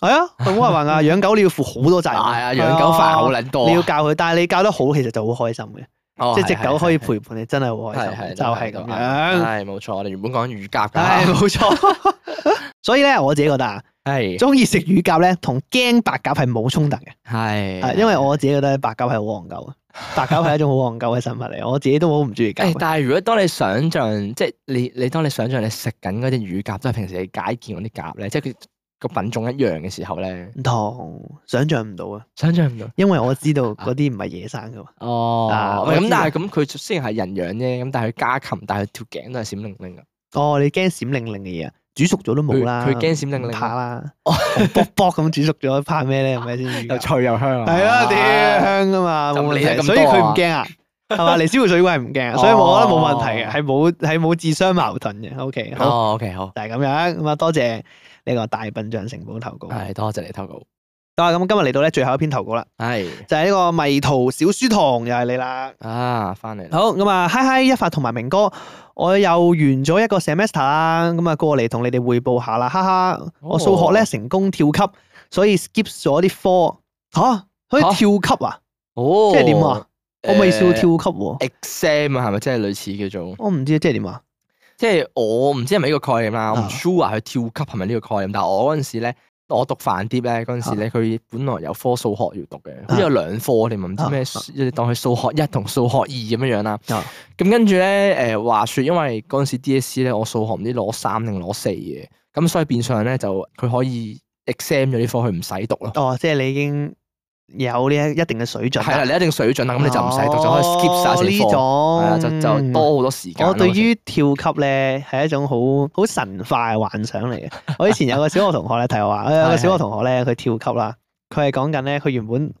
[SPEAKER 1] 係啊，佢冇 話噶，養狗你要負好多責任。
[SPEAKER 3] 係啊，養狗煩好撚多啊。哦
[SPEAKER 1] 你要教佢，但係你教得好，其實就好開心嘅，
[SPEAKER 3] 要
[SPEAKER 1] 即係只狗可以陪伴你，真係好開
[SPEAKER 3] 係
[SPEAKER 1] 心，就係咁樣。
[SPEAKER 3] 係冇錯，我哋原本講乳鴿
[SPEAKER 1] 唉，
[SPEAKER 3] 㗎，
[SPEAKER 1] 冇錯。所以咧，我自己覺得啊，
[SPEAKER 3] 係
[SPEAKER 1] 中意食乳鴿咧，同驚白鴿係冇衝突嘅。
[SPEAKER 3] 係
[SPEAKER 1] 啊，因為我自己覺得白鴿係好戇鳩嘅，白鴿係一種好戇鳩嘅生物嚟，我自己都好唔中意
[SPEAKER 3] 誒
[SPEAKER 1] 鴿，嘅。
[SPEAKER 3] 但係如果當你想象，即係你你當你想象你食緊嗰啲乳鴿，都係平時你解見嗰啲鴿咧，即係佢個品種一樣嘅時候咧，
[SPEAKER 1] 唔同，想象唔到啊，
[SPEAKER 3] 想象唔到。
[SPEAKER 1] 因為我知道嗰啲唔係野生噶嘛。啊
[SPEAKER 3] 哦，
[SPEAKER 1] 我
[SPEAKER 3] 喂咁
[SPEAKER 1] 知
[SPEAKER 3] 但係咁佢雖然係人養啫，咁但係佢家禽，但係佢條頸都係閃靈靈㗎。
[SPEAKER 1] 哦，你驚閃靈靈嘅嘢啊？煮熟咗都冇啦，
[SPEAKER 3] 佢佢驚閃靈靈
[SPEAKER 1] 唔怕啦，哦紅卜卜咁煮熟咗，怕咩咧？係咪 先？
[SPEAKER 3] 又脆又香
[SPEAKER 1] 係啊，屌香噶嘛，
[SPEAKER 3] 就唔
[SPEAKER 1] 冇
[SPEAKER 3] 理得
[SPEAKER 1] 問題，
[SPEAKER 3] 咁
[SPEAKER 1] 所以
[SPEAKER 3] 多
[SPEAKER 1] 佢
[SPEAKER 3] 啊哦
[SPEAKER 1] 唔驚啊，係 嘛？尼斯湖水鬼係唔驚啊，所以我覺得冇問題嘅，係冇係冇自相矛盾嘅。O K，好
[SPEAKER 3] 哦，OK，好，
[SPEAKER 1] 就係咁樣咁啊，多謝呢個大笨象城堡投稿。
[SPEAKER 3] 係多謝你投稿，
[SPEAKER 1] 好啊啦，咁今日嚟到咧最後一篇投稿啦，
[SPEAKER 3] 係
[SPEAKER 1] 就係呢個迷途小書童，又係你啦。
[SPEAKER 3] 啊，翻嚟啦，
[SPEAKER 1] 好咁啊，嗨嗨一發同埋明哥，我又完咗一個 semester 啦，咁啊過嚟同你哋匯報下啦，哈哈！
[SPEAKER 3] 哦
[SPEAKER 1] 我數學咧成功跳級，所以 skip 咗啲科吓，可以
[SPEAKER 3] 吓
[SPEAKER 1] 跳級啊？
[SPEAKER 3] 哦
[SPEAKER 1] 即係點啊？我未試過跳級
[SPEAKER 3] 誒
[SPEAKER 1] 喎，
[SPEAKER 3] exam 啊，係咪即係類似叫做？
[SPEAKER 1] 我唔知即係點啊？
[SPEAKER 3] 即係我唔知係咪呢個概念啦，我
[SPEAKER 1] 啊
[SPEAKER 3] 唔 sure 佢跳級係咪呢個概念，但係我嗰陣時咧我讀飯碟咧嗰陣時咧，佢本來有科數學要讀嘅，好似有兩科，你咪唔知咩
[SPEAKER 1] 啊
[SPEAKER 3] 數，你當佢數學一同數學二咁樣樣啦。
[SPEAKER 1] 啊
[SPEAKER 3] 咁跟住咧，誒話説，因為嗰陣時 DSE 咧，我數學唔知攞三定攞四嘅，咁所以變相咧就佢可以 exam 咗呢科，佢唔使讀咯。
[SPEAKER 1] 哦，即係你已經有呢一一定嘅水準
[SPEAKER 3] 係啦，
[SPEAKER 1] 啦。
[SPEAKER 3] 你一定水準啦，啊咁你就唔使讀，就可以 skip 晒
[SPEAKER 1] 哦
[SPEAKER 3] 成
[SPEAKER 1] 呢
[SPEAKER 3] 科，係啊，就
[SPEAKER 1] 種
[SPEAKER 3] 就多好多時間咯。
[SPEAKER 1] 我對於跳級咧係一種好好神化嘅幻想嚟 嘅。我以前有個小學同學咧提我話，我有個小學同學咧佢跳級啦，佢係講緊咧佢原本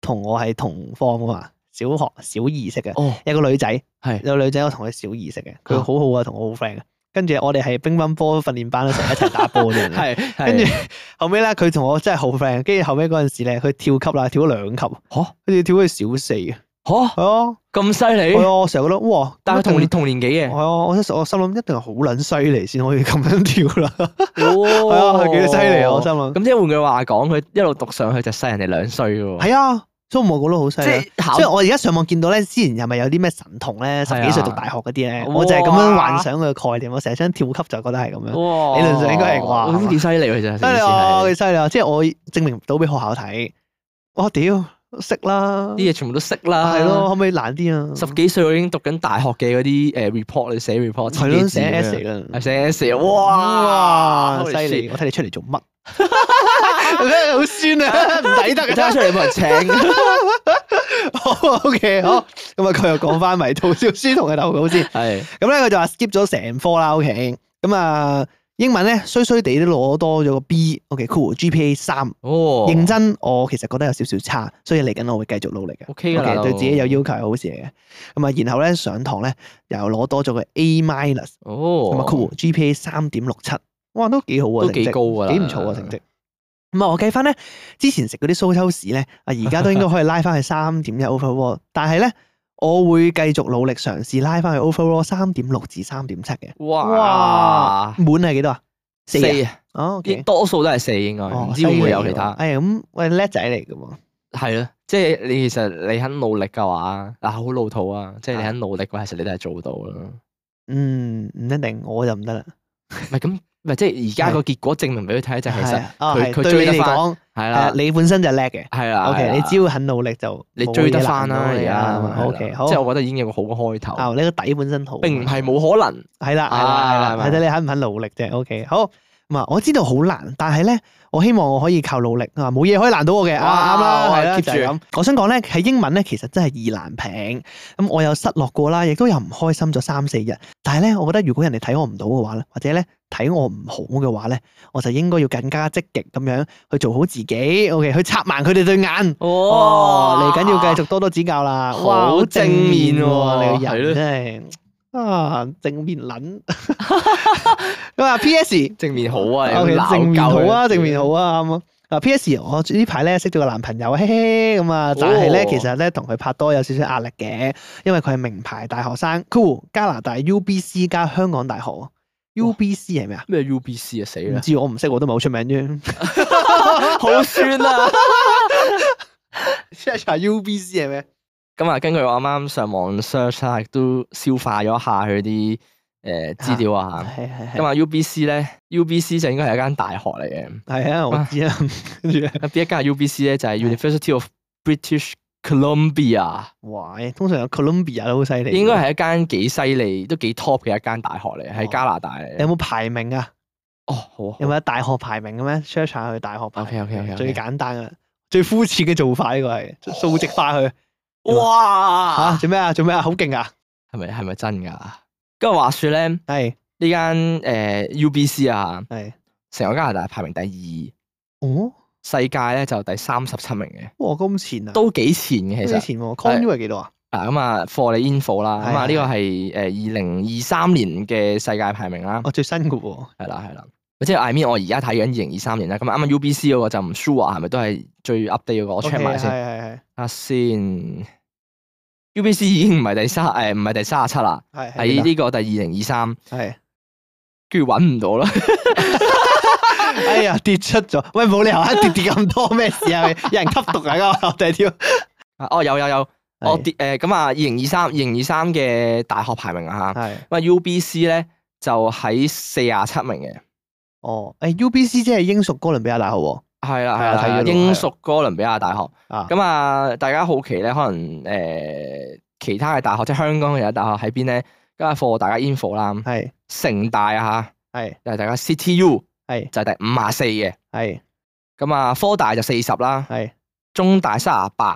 [SPEAKER 1] 同我係同科噶嘛，小學小二識嘅，
[SPEAKER 3] 哦，
[SPEAKER 1] 有個女仔
[SPEAKER 3] 係
[SPEAKER 1] 有個女仔我同佢小二識嘅，佢好好啊，同我好 friend 嘅。跟住我哋係乒乓波訓練班咧，成日一齊打波嗰啲人嚟嘅。
[SPEAKER 3] 係 係
[SPEAKER 1] 跟住後尾咧，佢同我真係好 friend。跟住後尾嗰陣時咧，佢跳級啦，跳咗兩級，
[SPEAKER 3] 嚇
[SPEAKER 1] 跟住跳咗去小四嘅。
[SPEAKER 3] 嚇
[SPEAKER 1] 係啊，
[SPEAKER 3] 咁犀利
[SPEAKER 1] 係，啊，我成日覺得哇，
[SPEAKER 3] 但係
[SPEAKER 1] 咁一定
[SPEAKER 3] 同年同年紀嘅
[SPEAKER 1] 係。啊，我心我心諗一定係好撚犀利先可以咁樣跳啦。係啊，
[SPEAKER 3] 哦
[SPEAKER 1] 佢幾犀利啊！我心諗。
[SPEAKER 3] 咁即系换句話講，佢一路讀上去就細人哋兩歲喎。
[SPEAKER 1] 係啊，所以我覺得好犀
[SPEAKER 3] 即
[SPEAKER 1] 利。啊
[SPEAKER 3] 係考
[SPEAKER 1] 即係我而家上網見到咧，之前係咪有啲咩神童咧，十
[SPEAKER 3] 係啊
[SPEAKER 1] 幾歲讀大學嗰啲咧，
[SPEAKER 3] 哇
[SPEAKER 1] 我就係咁樣幻想佢嘅概念。我啊成日想跳級就覺得係咁樣。
[SPEAKER 3] 哇
[SPEAKER 1] 理論上應該係話
[SPEAKER 3] 咁幾犀利佢就
[SPEAKER 1] 犀利啊！幾犀利啊！即係我證明到俾學校睇，我屌識啦，啊
[SPEAKER 3] 啲嘢全部都識啦，
[SPEAKER 1] 係咯，。可唔可以難啲啊？
[SPEAKER 3] 十幾歲我已經讀緊大學嘅嗰啲诶 report，你寫 report
[SPEAKER 1] 係咯，寫
[SPEAKER 3] 寫
[SPEAKER 1] S
[SPEAKER 3] 寫
[SPEAKER 1] 嚟啦。
[SPEAKER 3] 寫 S，哇，
[SPEAKER 1] 哇犀
[SPEAKER 3] holy
[SPEAKER 1] 利！
[SPEAKER 3] shit！
[SPEAKER 1] 我睇你出嚟做 乜？ 好酸啊， 唔抵得
[SPEAKER 3] 你
[SPEAKER 1] 嘅
[SPEAKER 3] 真係出嚟冇人請，
[SPEAKER 1] 好 OK，好，咁啊，佢又講翻 迷途小書童嘅投稿先。
[SPEAKER 3] 係
[SPEAKER 1] 咁咧，佢就話 skip 咗成科啦，OK。咁啊，英文咧衰衰地都攞多咗個 B，OK，cool，GPA 三。
[SPEAKER 3] 哦，
[SPEAKER 1] 認真，我其實覺得有少少差，所以嚟緊我會繼續努力嘅。
[SPEAKER 3] OK 噶
[SPEAKER 1] OK，
[SPEAKER 3] 啦，
[SPEAKER 1] 對自己有要求係好事嚟嘅。咁啊，然後咧上堂咧又攞多咗個 A minus，
[SPEAKER 3] 哦，
[SPEAKER 1] 咁啊 cool GPA 三點六七，哇都幾好啊，
[SPEAKER 3] 都幾
[SPEAKER 1] 成績
[SPEAKER 3] 高㗎啦
[SPEAKER 1] 幾唔錯啊成績。咁啊，我計翻咧，之前食嗰啲蘇州屎咧，啊而家都應該可以拉翻去三點一 overall，但係咧我會繼續努力嘗試拉翻去 overall 三點六至三點七嘅。
[SPEAKER 3] 哇，
[SPEAKER 1] 滿係幾多啊？四
[SPEAKER 3] 四
[SPEAKER 1] 啊？
[SPEAKER 3] 啊，
[SPEAKER 1] 哦，OK，
[SPEAKER 3] 多數都係四應該，
[SPEAKER 1] 哦
[SPEAKER 3] 唔知會唔會有
[SPEAKER 1] 犀利
[SPEAKER 3] 其
[SPEAKER 1] 喎
[SPEAKER 3] 他。
[SPEAKER 1] 哎呀，咁喂叻仔嚟㗎喎。
[SPEAKER 3] 係咯，即係你其實你肯努力嘅話，嗱好老土啊，即係你肯努力嘅話，其實你都係做到
[SPEAKER 1] 啊
[SPEAKER 3] 啦。
[SPEAKER 1] 嗯，唔一定，我就唔得啦。
[SPEAKER 3] 唔係咁，唔係即係而家個結果證明俾佢睇就係其
[SPEAKER 1] 係
[SPEAKER 3] 實
[SPEAKER 1] 啊啊
[SPEAKER 3] 佢
[SPEAKER 1] 係
[SPEAKER 3] 佢
[SPEAKER 1] 對
[SPEAKER 3] 追
[SPEAKER 1] 你
[SPEAKER 3] 得
[SPEAKER 1] 嚟
[SPEAKER 3] 返
[SPEAKER 1] 講，
[SPEAKER 3] 係
[SPEAKER 1] 係
[SPEAKER 3] 啦
[SPEAKER 1] 啊，，你本身就叻嘅。
[SPEAKER 3] 係啦
[SPEAKER 1] O K，你只要肯努力就
[SPEAKER 3] 你
[SPEAKER 1] 冇
[SPEAKER 3] 追得
[SPEAKER 1] 嘢
[SPEAKER 3] 翻啦，
[SPEAKER 1] 難到
[SPEAKER 3] 而
[SPEAKER 1] 你
[SPEAKER 3] 家
[SPEAKER 1] 啊
[SPEAKER 3] 係
[SPEAKER 1] O
[SPEAKER 3] 啦
[SPEAKER 1] K，好，
[SPEAKER 3] 即係我覺得已經有個好嘅開
[SPEAKER 1] 啊，
[SPEAKER 3] 頭，
[SPEAKER 1] 你個底本身好，
[SPEAKER 3] 並唔係冇可能。
[SPEAKER 1] 係啦，係啦，係
[SPEAKER 3] 啊
[SPEAKER 1] 啦，
[SPEAKER 3] 係
[SPEAKER 1] 係睇你肯唔肯努力啫。O K，好。咁啊，我知道好難，但係咧，我希望我可以靠努力啊，冇嘢可以難到我嘅，啊
[SPEAKER 3] 哇
[SPEAKER 1] 啱啦，係啦，
[SPEAKER 3] keep
[SPEAKER 1] 就係
[SPEAKER 3] 住
[SPEAKER 1] 咁。我想講咧，喺英文咧，其實真係易難平。咁我有失落過啦，亦都有唔開心咗三四日。但係咧，我覺得如果人哋睇我唔到嘅話咧，或者咧睇我唔好嘅話咧，我就應該要更加積極咁樣去做好自己。O K，去插盲佢哋對眼。哦，嚟緊要繼續多多指教啦。
[SPEAKER 3] 好
[SPEAKER 1] 哇，好
[SPEAKER 3] 正
[SPEAKER 1] 正面
[SPEAKER 3] 面
[SPEAKER 1] 喎，
[SPEAKER 3] 喎
[SPEAKER 1] 你個人真係啊正面撚。咁啊，P.S.
[SPEAKER 3] 正面好啊，
[SPEAKER 1] OK，
[SPEAKER 3] 你鬧
[SPEAKER 1] 正面
[SPEAKER 3] 夠
[SPEAKER 1] 好啊，
[SPEAKER 3] 佢
[SPEAKER 1] 正面好啊，咁啊。嗱，P.S. 我呢排咧識咗個男朋友，嘿嘿咁啊，但係咧
[SPEAKER 3] 哦
[SPEAKER 1] 其實咧同佢拍拖有少少壓力嘅，因為佢係名牌大學生，cool 加拿大 U.B.C 加香港大學喎，U.B.C 係咩啊？
[SPEAKER 3] 咩 UBC 啊死
[SPEAKER 1] 唔
[SPEAKER 3] 啦，
[SPEAKER 1] 知我唔識，我都唔係好出名啫。
[SPEAKER 3] 好酸啊！
[SPEAKER 1] check 下 U.B.C 係咩？
[SPEAKER 3] 咁啊，根據我啱啱上網 search 啦，亦都消化咗一下佢啲誒資料啊
[SPEAKER 1] 係係
[SPEAKER 3] 咁
[SPEAKER 1] 係
[SPEAKER 3] 啊，UBC 咧，UBC 就應該係一間大學嚟嘅。
[SPEAKER 1] 係啊，我知啊，跟住咧。
[SPEAKER 3] 咁邊一間啊係 UBC 咧？就係 University of British Columbia，
[SPEAKER 1] 哇！通常有 Columbia 都好犀利，
[SPEAKER 3] 應該係一間幾犀利、都幾 top 嘅一間大學嚟，喺加拿大嚟
[SPEAKER 1] 哦你有
[SPEAKER 3] 嘅。
[SPEAKER 1] 冇排名啊？
[SPEAKER 3] 哦，好啊。
[SPEAKER 1] 有冇大學排名嘅咩？search 下佢大學排名
[SPEAKER 3] OK，OK，OK，OK
[SPEAKER 1] 最簡單嘅，最膚淺嘅做法呢個係數值化佢吓
[SPEAKER 3] 哇！
[SPEAKER 1] 做咩啊？做咩啊？好勁啊！
[SPEAKER 3] 係咪係咪真㗎？跟住話說咧，呢
[SPEAKER 1] 係
[SPEAKER 3] 間誒、呃 UBC 啊，
[SPEAKER 1] 係
[SPEAKER 3] 成個加拿大排名第二，
[SPEAKER 1] 哦，
[SPEAKER 3] 世界咧就第三十七名嘅，
[SPEAKER 1] 哇咁前啊，
[SPEAKER 3] 都幾前嘅其
[SPEAKER 1] 之
[SPEAKER 3] 實。
[SPEAKER 1] 前喎 Con U 係幾多啊？
[SPEAKER 3] 嗱咁啊，for 你 info 啦，咁啊呢
[SPEAKER 1] 係
[SPEAKER 3] 個係誒二零二三年嘅世界排名啦，
[SPEAKER 1] 哦，最新嘅喎，
[SPEAKER 3] 係啦係啦，即係 I mean 我而家睇緊二零二三年啦，咁
[SPEAKER 1] 嗯
[SPEAKER 3] 啱啱 UBC 嗰個就唔 sure 啊係咪都係最 update 嗰個，我 check 埋先，睇
[SPEAKER 1] 係係
[SPEAKER 3] 下先，UBC 已經唔係第 三誒唔係第三十七啦，
[SPEAKER 1] 係係
[SPEAKER 3] 喺呢個第二零二三，
[SPEAKER 1] 係，
[SPEAKER 3] 跟住揾唔到啦，
[SPEAKER 1] 哎呀跌出咗，喂冇理由啊跌跌咁多咩事啊？ 有人吸毒啊？ 嗰個我哋跳，
[SPEAKER 3] 哦有有有，我
[SPEAKER 1] 係
[SPEAKER 3] 跌誒咁啊二零二三二零二三嘅大學排名啊嚇，
[SPEAKER 1] 係
[SPEAKER 3] 咁啊 UBC 咧就喺四廿七名嘅。
[SPEAKER 1] 哦，誒 UBC 即係英屬哥倫比亞大學喎。
[SPEAKER 3] 係啦
[SPEAKER 1] 係啊
[SPEAKER 3] 係
[SPEAKER 1] 睇
[SPEAKER 3] 啦
[SPEAKER 1] 咗，都
[SPEAKER 3] 英屬哥倫比亞大學。
[SPEAKER 1] 啊，
[SPEAKER 3] 咁啊，大家好奇咧，可能誒、呃其他嘅大學，即係香港嘅其他大學喺邊咧？今日課大家 info 啦，
[SPEAKER 1] 係
[SPEAKER 3] 城大啊
[SPEAKER 1] 係
[SPEAKER 3] 嚇，就係大家 CTU
[SPEAKER 1] 係
[SPEAKER 3] 就係第五啊四嘅，
[SPEAKER 1] 係
[SPEAKER 3] 咁啊科大就四十啦，
[SPEAKER 1] 係
[SPEAKER 3] 中大三啊八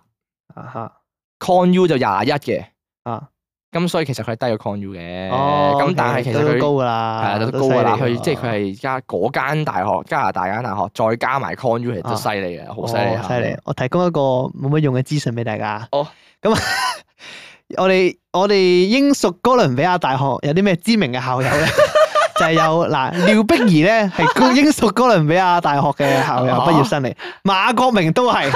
[SPEAKER 1] 啊哈
[SPEAKER 3] ，ConU 就廿一嘅，
[SPEAKER 1] 啊，
[SPEAKER 3] 咁所以其實佢係低過 ConU 嘅，
[SPEAKER 1] 哦，
[SPEAKER 3] 咁但係
[SPEAKER 1] OK，
[SPEAKER 3] 其實
[SPEAKER 1] 都高
[SPEAKER 3] 佢係
[SPEAKER 1] 㗎啦，
[SPEAKER 3] 啊都高㗎啦，
[SPEAKER 1] 犀利
[SPEAKER 3] 佢即係佢係而家嗰間大學加拿大間大學，再加埋 ConU 其實
[SPEAKER 1] 啊
[SPEAKER 3] 都犀利嘅，好
[SPEAKER 1] 哦
[SPEAKER 3] 犀利啊嗯
[SPEAKER 1] 犀利！我提供一個冇乜用嘅資訊俾大家。
[SPEAKER 3] 哦，
[SPEAKER 1] 咁啊 我哋我哋英屬哥倫比亞大學有啲咩知名嘅校 友咧？就係有嗱，廖碧兒咧係高英屬哥倫比亞大學嘅校友
[SPEAKER 3] 哦
[SPEAKER 1] 畢業生嚟，馬國明 都係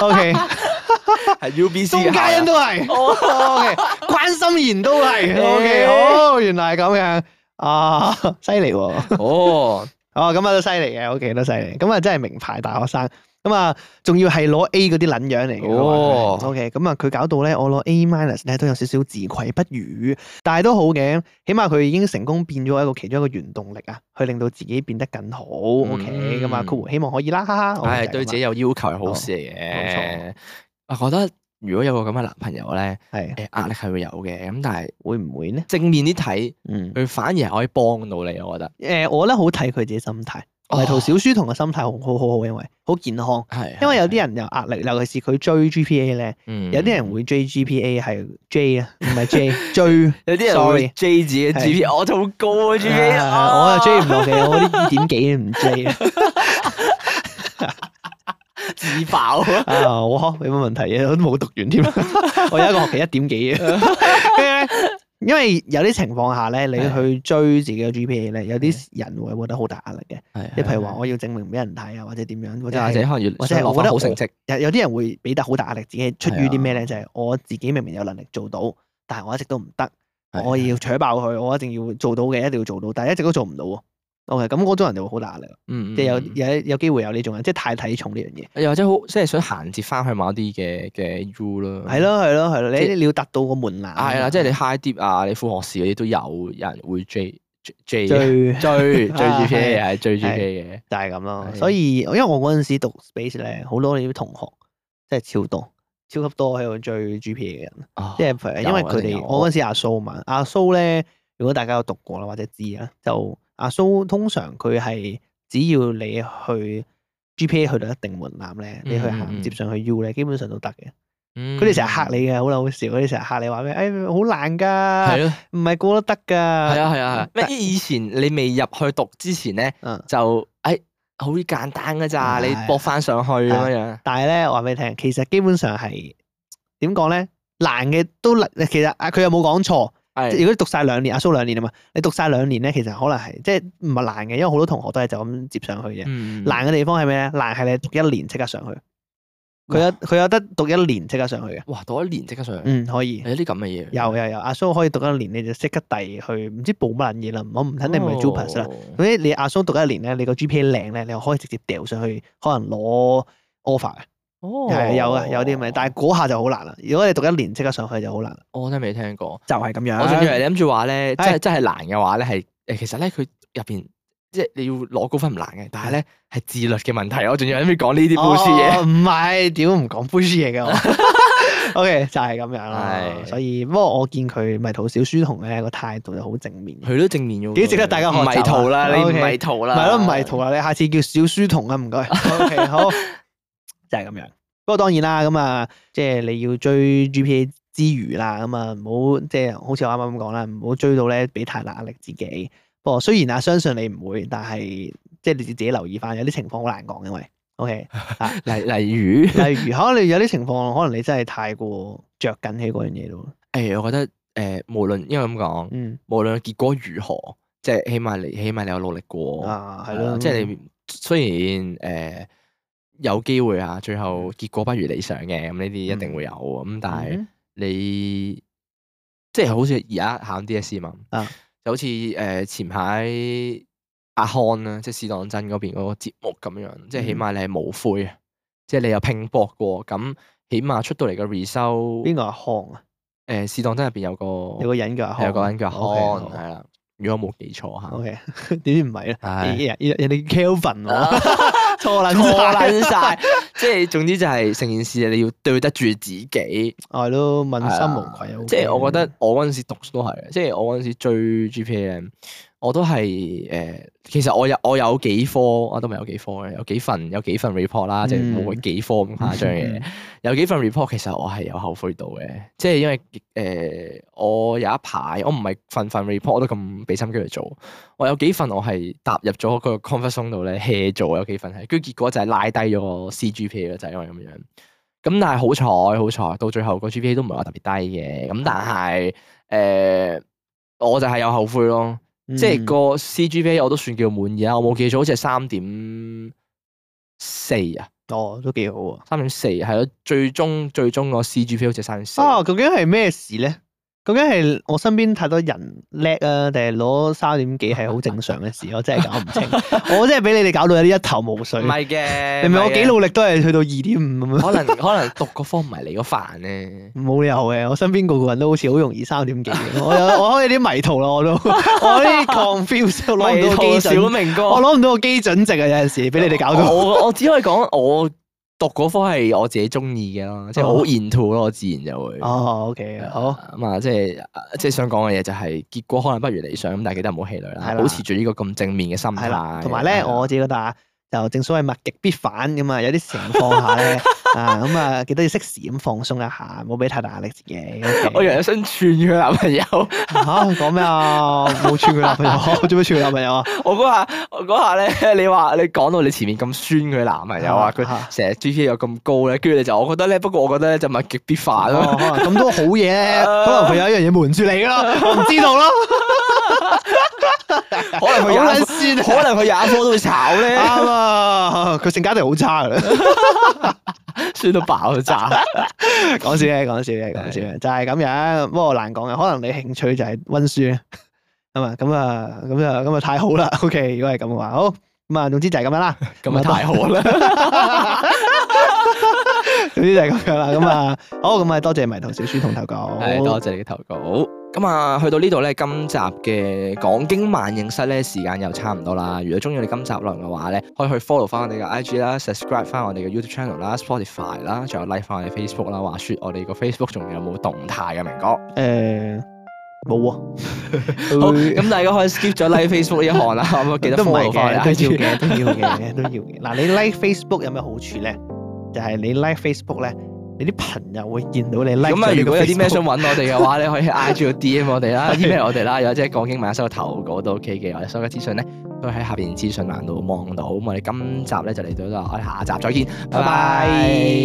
[SPEAKER 1] ，OK，
[SPEAKER 3] 係 UBC
[SPEAKER 1] 鍾
[SPEAKER 3] 嘅
[SPEAKER 1] 嘉
[SPEAKER 3] 校
[SPEAKER 1] 欣
[SPEAKER 3] 友
[SPEAKER 1] 都係
[SPEAKER 3] 哦
[SPEAKER 1] ，OK，關心妍都係，OK，
[SPEAKER 3] 欸
[SPEAKER 1] 哦，原來係咁樣，啊，犀利喎！
[SPEAKER 3] 哦。
[SPEAKER 1] 哦，咁啊都犀利嘅，OK 都犀利，咁啊真係名牌大學生，咁啊仲要係攞 A 嗰啲撚樣嚟嘅。
[SPEAKER 3] 哦
[SPEAKER 1] ，OK，咁啊佢搞到咧，我攞 A minus 咧都有少少自愧不如，但係都好嘅，起碼佢已經成功變咗一個其中一個原動力啊，去令到自己變得更好，OK，咁啊
[SPEAKER 3] 嗯
[SPEAKER 1] 佢希望可以啦，哈哈，我
[SPEAKER 3] 唉，
[SPEAKER 1] 就係
[SPEAKER 3] 對
[SPEAKER 1] 咁
[SPEAKER 3] 自己有要求係好事嚟
[SPEAKER 1] 冇
[SPEAKER 3] 嘅。我覺得如果有個咁嘅男朋友咧，
[SPEAKER 1] 啊係
[SPEAKER 3] 誒壓力係會有嘅。咁但係
[SPEAKER 1] 會唔會咧？
[SPEAKER 3] 正面啲睇，
[SPEAKER 1] 嗯，
[SPEAKER 3] 佢反而係可以幫到你。我覺得
[SPEAKER 1] 誒、我咧好睇佢自己心態，迷途小書童嘅心態好好好好，因為好健康，
[SPEAKER 3] 係啊嗯
[SPEAKER 1] 因為有啲人有壓力，尤其是佢追 GPA 咧。
[SPEAKER 3] 人
[SPEAKER 1] 有啲人會追 GPA 係 J 啊，唔係 J 追。
[SPEAKER 3] 有啲人
[SPEAKER 1] sorry
[SPEAKER 3] 會 J 自己嘅
[SPEAKER 1] 係
[SPEAKER 3] GP，我就好 高啊 GP，
[SPEAKER 1] 啊我又追唔到嘅，我啲二點幾都唔追啊！
[SPEAKER 3] 自爆啊！
[SPEAKER 1] 啊，我有乜問題啊？我都冇讀完添， 我有一個學期一點幾嘅。跟住咧，因為有啲情況下咧，你
[SPEAKER 3] 係
[SPEAKER 1] 去追自己嘅 GPA 咧，有啲人會覺得好大壓力嘅。
[SPEAKER 3] 係
[SPEAKER 1] 你譬如話，，我要證明俾人睇啊，或者點樣，或
[SPEAKER 3] 或
[SPEAKER 1] 者
[SPEAKER 3] 者
[SPEAKER 1] 係
[SPEAKER 3] 可能要
[SPEAKER 1] 或者係
[SPEAKER 3] 想
[SPEAKER 1] 我
[SPEAKER 3] 攞
[SPEAKER 1] 覺得
[SPEAKER 3] 翻好成績，
[SPEAKER 1] 有有啲人會俾得好大壓力自己，出於啲咩
[SPEAKER 3] 係啊
[SPEAKER 1] 咧？就係我自己明明有能力做到，但係我一直都唔得。我
[SPEAKER 3] 啊
[SPEAKER 1] 要扯爆佢，我一定要做到嘅，一定要做到，但係一直都做唔到喎。OK，咁嗰種人就會好大壓力啦，
[SPEAKER 3] 嗯，嗯
[SPEAKER 1] 即係有
[SPEAKER 3] 嗯
[SPEAKER 1] 有有機會有呢種人，即係太睇重呢樣嘢。
[SPEAKER 3] 又或者好即係想銜接翻去某一啲嘅嘅 U 咯，
[SPEAKER 1] 係。咯係咯係咯，
[SPEAKER 3] 嗯即係
[SPEAKER 1] 你你要達到個門檻。啊
[SPEAKER 3] 係啦，即係你 high dip 啊，你副學士嗰啲都有有人會 J J
[SPEAKER 1] 最
[SPEAKER 3] 追追
[SPEAKER 1] 啊
[SPEAKER 3] GPA 係追
[SPEAKER 1] 係
[SPEAKER 3] GPA 嘅，
[SPEAKER 1] 就係咁咯。
[SPEAKER 3] 係
[SPEAKER 1] 所以因為我嗰陣時讀 space 咧，好多你啲同學真係超多，超級多喺度追 GPA 嘅人。即係譬如因為
[SPEAKER 3] 哦
[SPEAKER 1] 佢
[SPEAKER 3] 有一定
[SPEAKER 1] 哋
[SPEAKER 3] 有
[SPEAKER 1] 我嗰陣時阿蘇嘛，阿蘇咧，如果大家有讀過啦或者知啦，就阿蘇通常佢係只要你去 GPA 去到一定門檻咧，你去
[SPEAKER 3] 嗯嗯嗯
[SPEAKER 1] 銜接上去 U 咧，基本上都得嘅。
[SPEAKER 3] 係
[SPEAKER 1] 佢哋成日嚇你嘅，好撚好笑。佢哋成日嚇你話咩？誒好難
[SPEAKER 3] 係
[SPEAKER 1] 㗎，
[SPEAKER 3] 咯，
[SPEAKER 1] 唔係個個都得
[SPEAKER 3] 係
[SPEAKER 1] 㗎。
[SPEAKER 3] 啊啊係啊係
[SPEAKER 1] 但
[SPEAKER 3] 啊，咩以前你未入去讀之前咧
[SPEAKER 1] 嗯，
[SPEAKER 3] 就誒好簡單㗎咋，
[SPEAKER 1] 係
[SPEAKER 3] 你搏翻上去咁樣樣，
[SPEAKER 1] 但係啊咧，我話俾你聽，其實基本上係點講咧？難嘅都其實啊，佢又冇講錯。即係
[SPEAKER 3] 係
[SPEAKER 1] 如果讀晒兩年，阿蘇兩年啊嘛，你讀晒兩年咧，其實可能係即係唔係難嘅，因為好多同學都係就咁接上去嘅。
[SPEAKER 3] 嗯
[SPEAKER 1] 難嘅地方係咩咧？難係你讀一年即刻上去，佢有佢有得讀一年即刻上去嘅。
[SPEAKER 3] 哇，讀一年即刻上，
[SPEAKER 1] 嗯，可以。
[SPEAKER 3] 有啲咁嘅嘢，
[SPEAKER 1] 有有有，阿蘇可以讀一年你就即刻遞去，唔知報乜撚嘢啦，我唔肯定係咪 Jupas 啦。
[SPEAKER 3] 哦，
[SPEAKER 1] 總之你阿蘇讀一年咧，你個 GPA 靚咧，你可以直接掉上去，可能攞 offer 嘅，
[SPEAKER 3] 哦
[SPEAKER 1] 係有啊嘅，有啲咁嘅。但係嗰下就好難啦。如果你讀一年即刻上去就好難啦，
[SPEAKER 3] 我真係未聽過，
[SPEAKER 1] 就係咁樣。
[SPEAKER 3] 哦我仲以為你諗住話咧，
[SPEAKER 1] 啊係
[SPEAKER 3] 真係真係難嘅話咧係誒，其實咧佢入邊。即係你要攞高分唔難嘅，但係咧係自律嘅問題。我仲要喺度講呢啲 bullshit 嘢。
[SPEAKER 1] 哦唔係，屌唔講 bullshit 嘢嘅我。OK，就 係咁樣啦。
[SPEAKER 3] 係
[SPEAKER 1] 所以不過我見佢迷途小書童咧個態度就好正面嘅。
[SPEAKER 3] 佢都正面嘅喎，
[SPEAKER 1] 幾值得大家學習
[SPEAKER 3] 唔
[SPEAKER 1] 啊
[SPEAKER 3] 迷途啦，你唔
[SPEAKER 1] OK
[SPEAKER 3] 迷途啦，
[SPEAKER 1] 唔係咯，唔係圖啊啦，你下次叫小書童啊，唔該。OK，好， 就係咁樣。不過當然啦，咁啊，即係你要追 GPA 之餘啦，咁啊，唔好即係好似我啱啱咁講啦，唔好追到咧俾太大壓力自己。不過雖然啊，相信你唔會，但係即係你自己留意翻，有啲情況好難講，因為 OK。
[SPEAKER 3] 例例如，
[SPEAKER 1] 例如可能你有啲情況，可能你真係太過着緊起嗰樣嘢咯。
[SPEAKER 3] 誒，我覺得誒，無論因為咁講，
[SPEAKER 1] 嗯
[SPEAKER 3] 無論結果如何，即係起碼你起碼你有努力過，
[SPEAKER 1] 啊，係
[SPEAKER 3] 哦係
[SPEAKER 1] 咯，
[SPEAKER 3] 啦即係你雖然誒有機會啊，最後結果不如理想嘅，咁呢啲一定會有喎咁，但係
[SPEAKER 1] 嗯
[SPEAKER 3] 你即係好似而家考 DSE E 嘛
[SPEAKER 1] 啊，
[SPEAKER 3] 就好似誒前排阿康啊啦，即係史當真嗰邊嗰個節目咁樣，即係起
[SPEAKER 1] 嗯
[SPEAKER 3] 碼你係冇悔啊，即係你有拼搏過，咁起碼出到嚟嘅 result，呃
[SPEAKER 1] 邊個阿康啊？
[SPEAKER 3] 誒史當真入邊有個
[SPEAKER 1] 有個人叫阿
[SPEAKER 3] 哦係啊
[SPEAKER 1] 康，
[SPEAKER 3] 有個人叫阿康
[SPEAKER 1] OK，好
[SPEAKER 3] 係啦，啊如果我冇記錯吓。
[SPEAKER 1] O K，點 知唔係哎啦，
[SPEAKER 3] 唉
[SPEAKER 1] 人人哋 Kelvin 喎， 錯撚
[SPEAKER 3] 啊錯
[SPEAKER 1] 晒，
[SPEAKER 3] 撚 晒，即係總之就係成件事你要對得住自己。
[SPEAKER 1] 我都問心無愧
[SPEAKER 3] 係啦
[SPEAKER 1] 啊 OK
[SPEAKER 3] 即係我覺得我嗰陣時讀書都係嘅，即係我嗰陣時追 GPA 咧，我都係誒、呃其實我有我有幾科，我都唔係有幾科嘅，有幾份有幾份 report 啦，即係
[SPEAKER 1] 嗯
[SPEAKER 3] 冇幾科咁誇張嘅，有幾份 report 其實我係有後悔到嘅，即係因為誒、呃我有一排我唔係份份 report 我都咁俾心機去做，我有幾份我係踏入咗個 comfort zone 度咧 hea 做，有幾份係，跟住結果就係拉低咗個 CGPA 咯，就係因為咁樣。咁但係好彩好彩，到最後個 GPA 都唔係話特別低嘅，咁但係誒、呃我就係有後悔咯，
[SPEAKER 1] 嗯
[SPEAKER 3] 即係個 CGPA 我都算叫滿意啊，我冇記錯好似係三點四啊，
[SPEAKER 1] 哦都幾好喎。
[SPEAKER 3] 三點四係咯，最終最終個 CGPA 好似三點四，
[SPEAKER 1] 啊，究竟係咩事咧？究竟係我身邊太多人叻啊，定係攞三點幾係好正常嘅事？我真係搞唔 清，我真係俾你哋搞到有啲一頭霧水。
[SPEAKER 3] 唔係嘅，
[SPEAKER 1] 明明
[SPEAKER 3] 唔係
[SPEAKER 1] 我
[SPEAKER 3] 嘅
[SPEAKER 1] 幾努力都係去到二點五咁樣，
[SPEAKER 3] 可能 可能讀嗰科唔係你嗰範咧。
[SPEAKER 1] 冇理由嘅。我身邊個個人都好似好容易三點幾嘅，我有我開始啲迷途啦，我都我有啲 confuse，我攞唔到個
[SPEAKER 3] 迷
[SPEAKER 1] 基
[SPEAKER 3] 途小
[SPEAKER 1] 準，
[SPEAKER 3] 明哥，
[SPEAKER 1] 我攞唔到個基準值啊！有陣時俾你哋搞到，
[SPEAKER 3] 我我只可以講，我讀嗰科係我自己中意嘅咯，即係我好 into 咯，我自然就會。
[SPEAKER 1] 啊哦，OK，好，
[SPEAKER 3] 咁啊，即係即係想講嘅嘢就係結果可能不如理想，咁但係記得唔好氣餒啦
[SPEAKER 1] 係，啦
[SPEAKER 3] 保持住呢個咁正面嘅心
[SPEAKER 1] 係啦，
[SPEAKER 3] 態。
[SPEAKER 1] 同埋咧，
[SPEAKER 3] 係啦
[SPEAKER 1] 我自己覺得啊，就正所謂物極必反咁啊，有啲情況下咧啊，咁啊，記得要適時咁放鬆一下，唔好俾太大壓力自己。OK
[SPEAKER 3] 我以為有想串佢男朋友，
[SPEAKER 1] 嚇講咩啊？冇串佢男朋友，做咩串佢男朋友啊？
[SPEAKER 3] 我嗰下我嗰下咧， 你話你講到你前面咁酸佢男朋友啊，佢
[SPEAKER 1] 啊
[SPEAKER 3] 成日 GPA 有咁高咧，跟住你就我覺得咧，不過我覺得咧就物極必反
[SPEAKER 1] 哦
[SPEAKER 3] 咯。
[SPEAKER 1] 可能咁都好嘢咧，可能佢有一樣嘢瞞住 你咯，我唔知道咯，
[SPEAKER 3] 可能
[SPEAKER 1] 好
[SPEAKER 3] 佢
[SPEAKER 1] 撚
[SPEAKER 3] 廿科
[SPEAKER 1] 酸啊
[SPEAKER 3] 可能佢廿科都會炒咧，
[SPEAKER 1] 啱啊！佢性格一定好差噶啦，
[SPEAKER 3] 酸到爆炸。
[SPEAKER 1] 講笑嘅，講笑嘅，講笑嘅，就係咁樣。不過難講嘅，可能你興趣就係温書咧，咁啊，咁啊，咁就咁啊太好啦。OK，如果係 咁嘅話，好咁啊，總之就係咁樣啦。
[SPEAKER 3] 咁啊太好啦！
[SPEAKER 1] 總之就係咁樣啦。咁啊，好咁啊，多謝迷途小書童投稿，
[SPEAKER 3] 係多謝你嘅投稿。咁啊，去到呢度咧，今集嘅講經萬應室咧，時間又差唔多啦。如果中意我哋今集內容嘅話咧，可以去 follow 翻我哋嘅 IG 啦，subscribe 翻我哋嘅 YouTube channel 啦，Spotify 啦，仲有 like 翻我哋 Facebook 啦。話說我哋個 Facebook 仲有冇動態嘅明哥？
[SPEAKER 1] 誒冇啊，
[SPEAKER 3] 好，
[SPEAKER 1] 佢
[SPEAKER 3] 咁大家可以 skip 咗 like Facebook 呢一行啦，咁啊記得
[SPEAKER 1] 都唔係
[SPEAKER 3] follow 翻我哋
[SPEAKER 1] 嘅，都
[SPEAKER 3] IG
[SPEAKER 1] 要。 嘅，都要嘅，都要嘅。嗱，你 like Facebook 有咩好處咧？就係你 like Facebook 咧，你啲朋友會見到你 like
[SPEAKER 3] 咁啊，
[SPEAKER 1] 咗呢
[SPEAKER 3] 如
[SPEAKER 1] 個
[SPEAKER 3] 果有啲咩想
[SPEAKER 1] Facebook
[SPEAKER 3] 揾我哋嘅話咧，可以喺 IG 度 DM 我 哋啦，email 我哋啦，又或者講經萬收投稿都 OK 嘅，我哋所有嘅資訊咧都喺下邊資訊欄度望到。咁我哋今集咧就嚟到呢度，我哋下集再見，拜
[SPEAKER 1] 拜
[SPEAKER 3] 拜
[SPEAKER 1] 拜。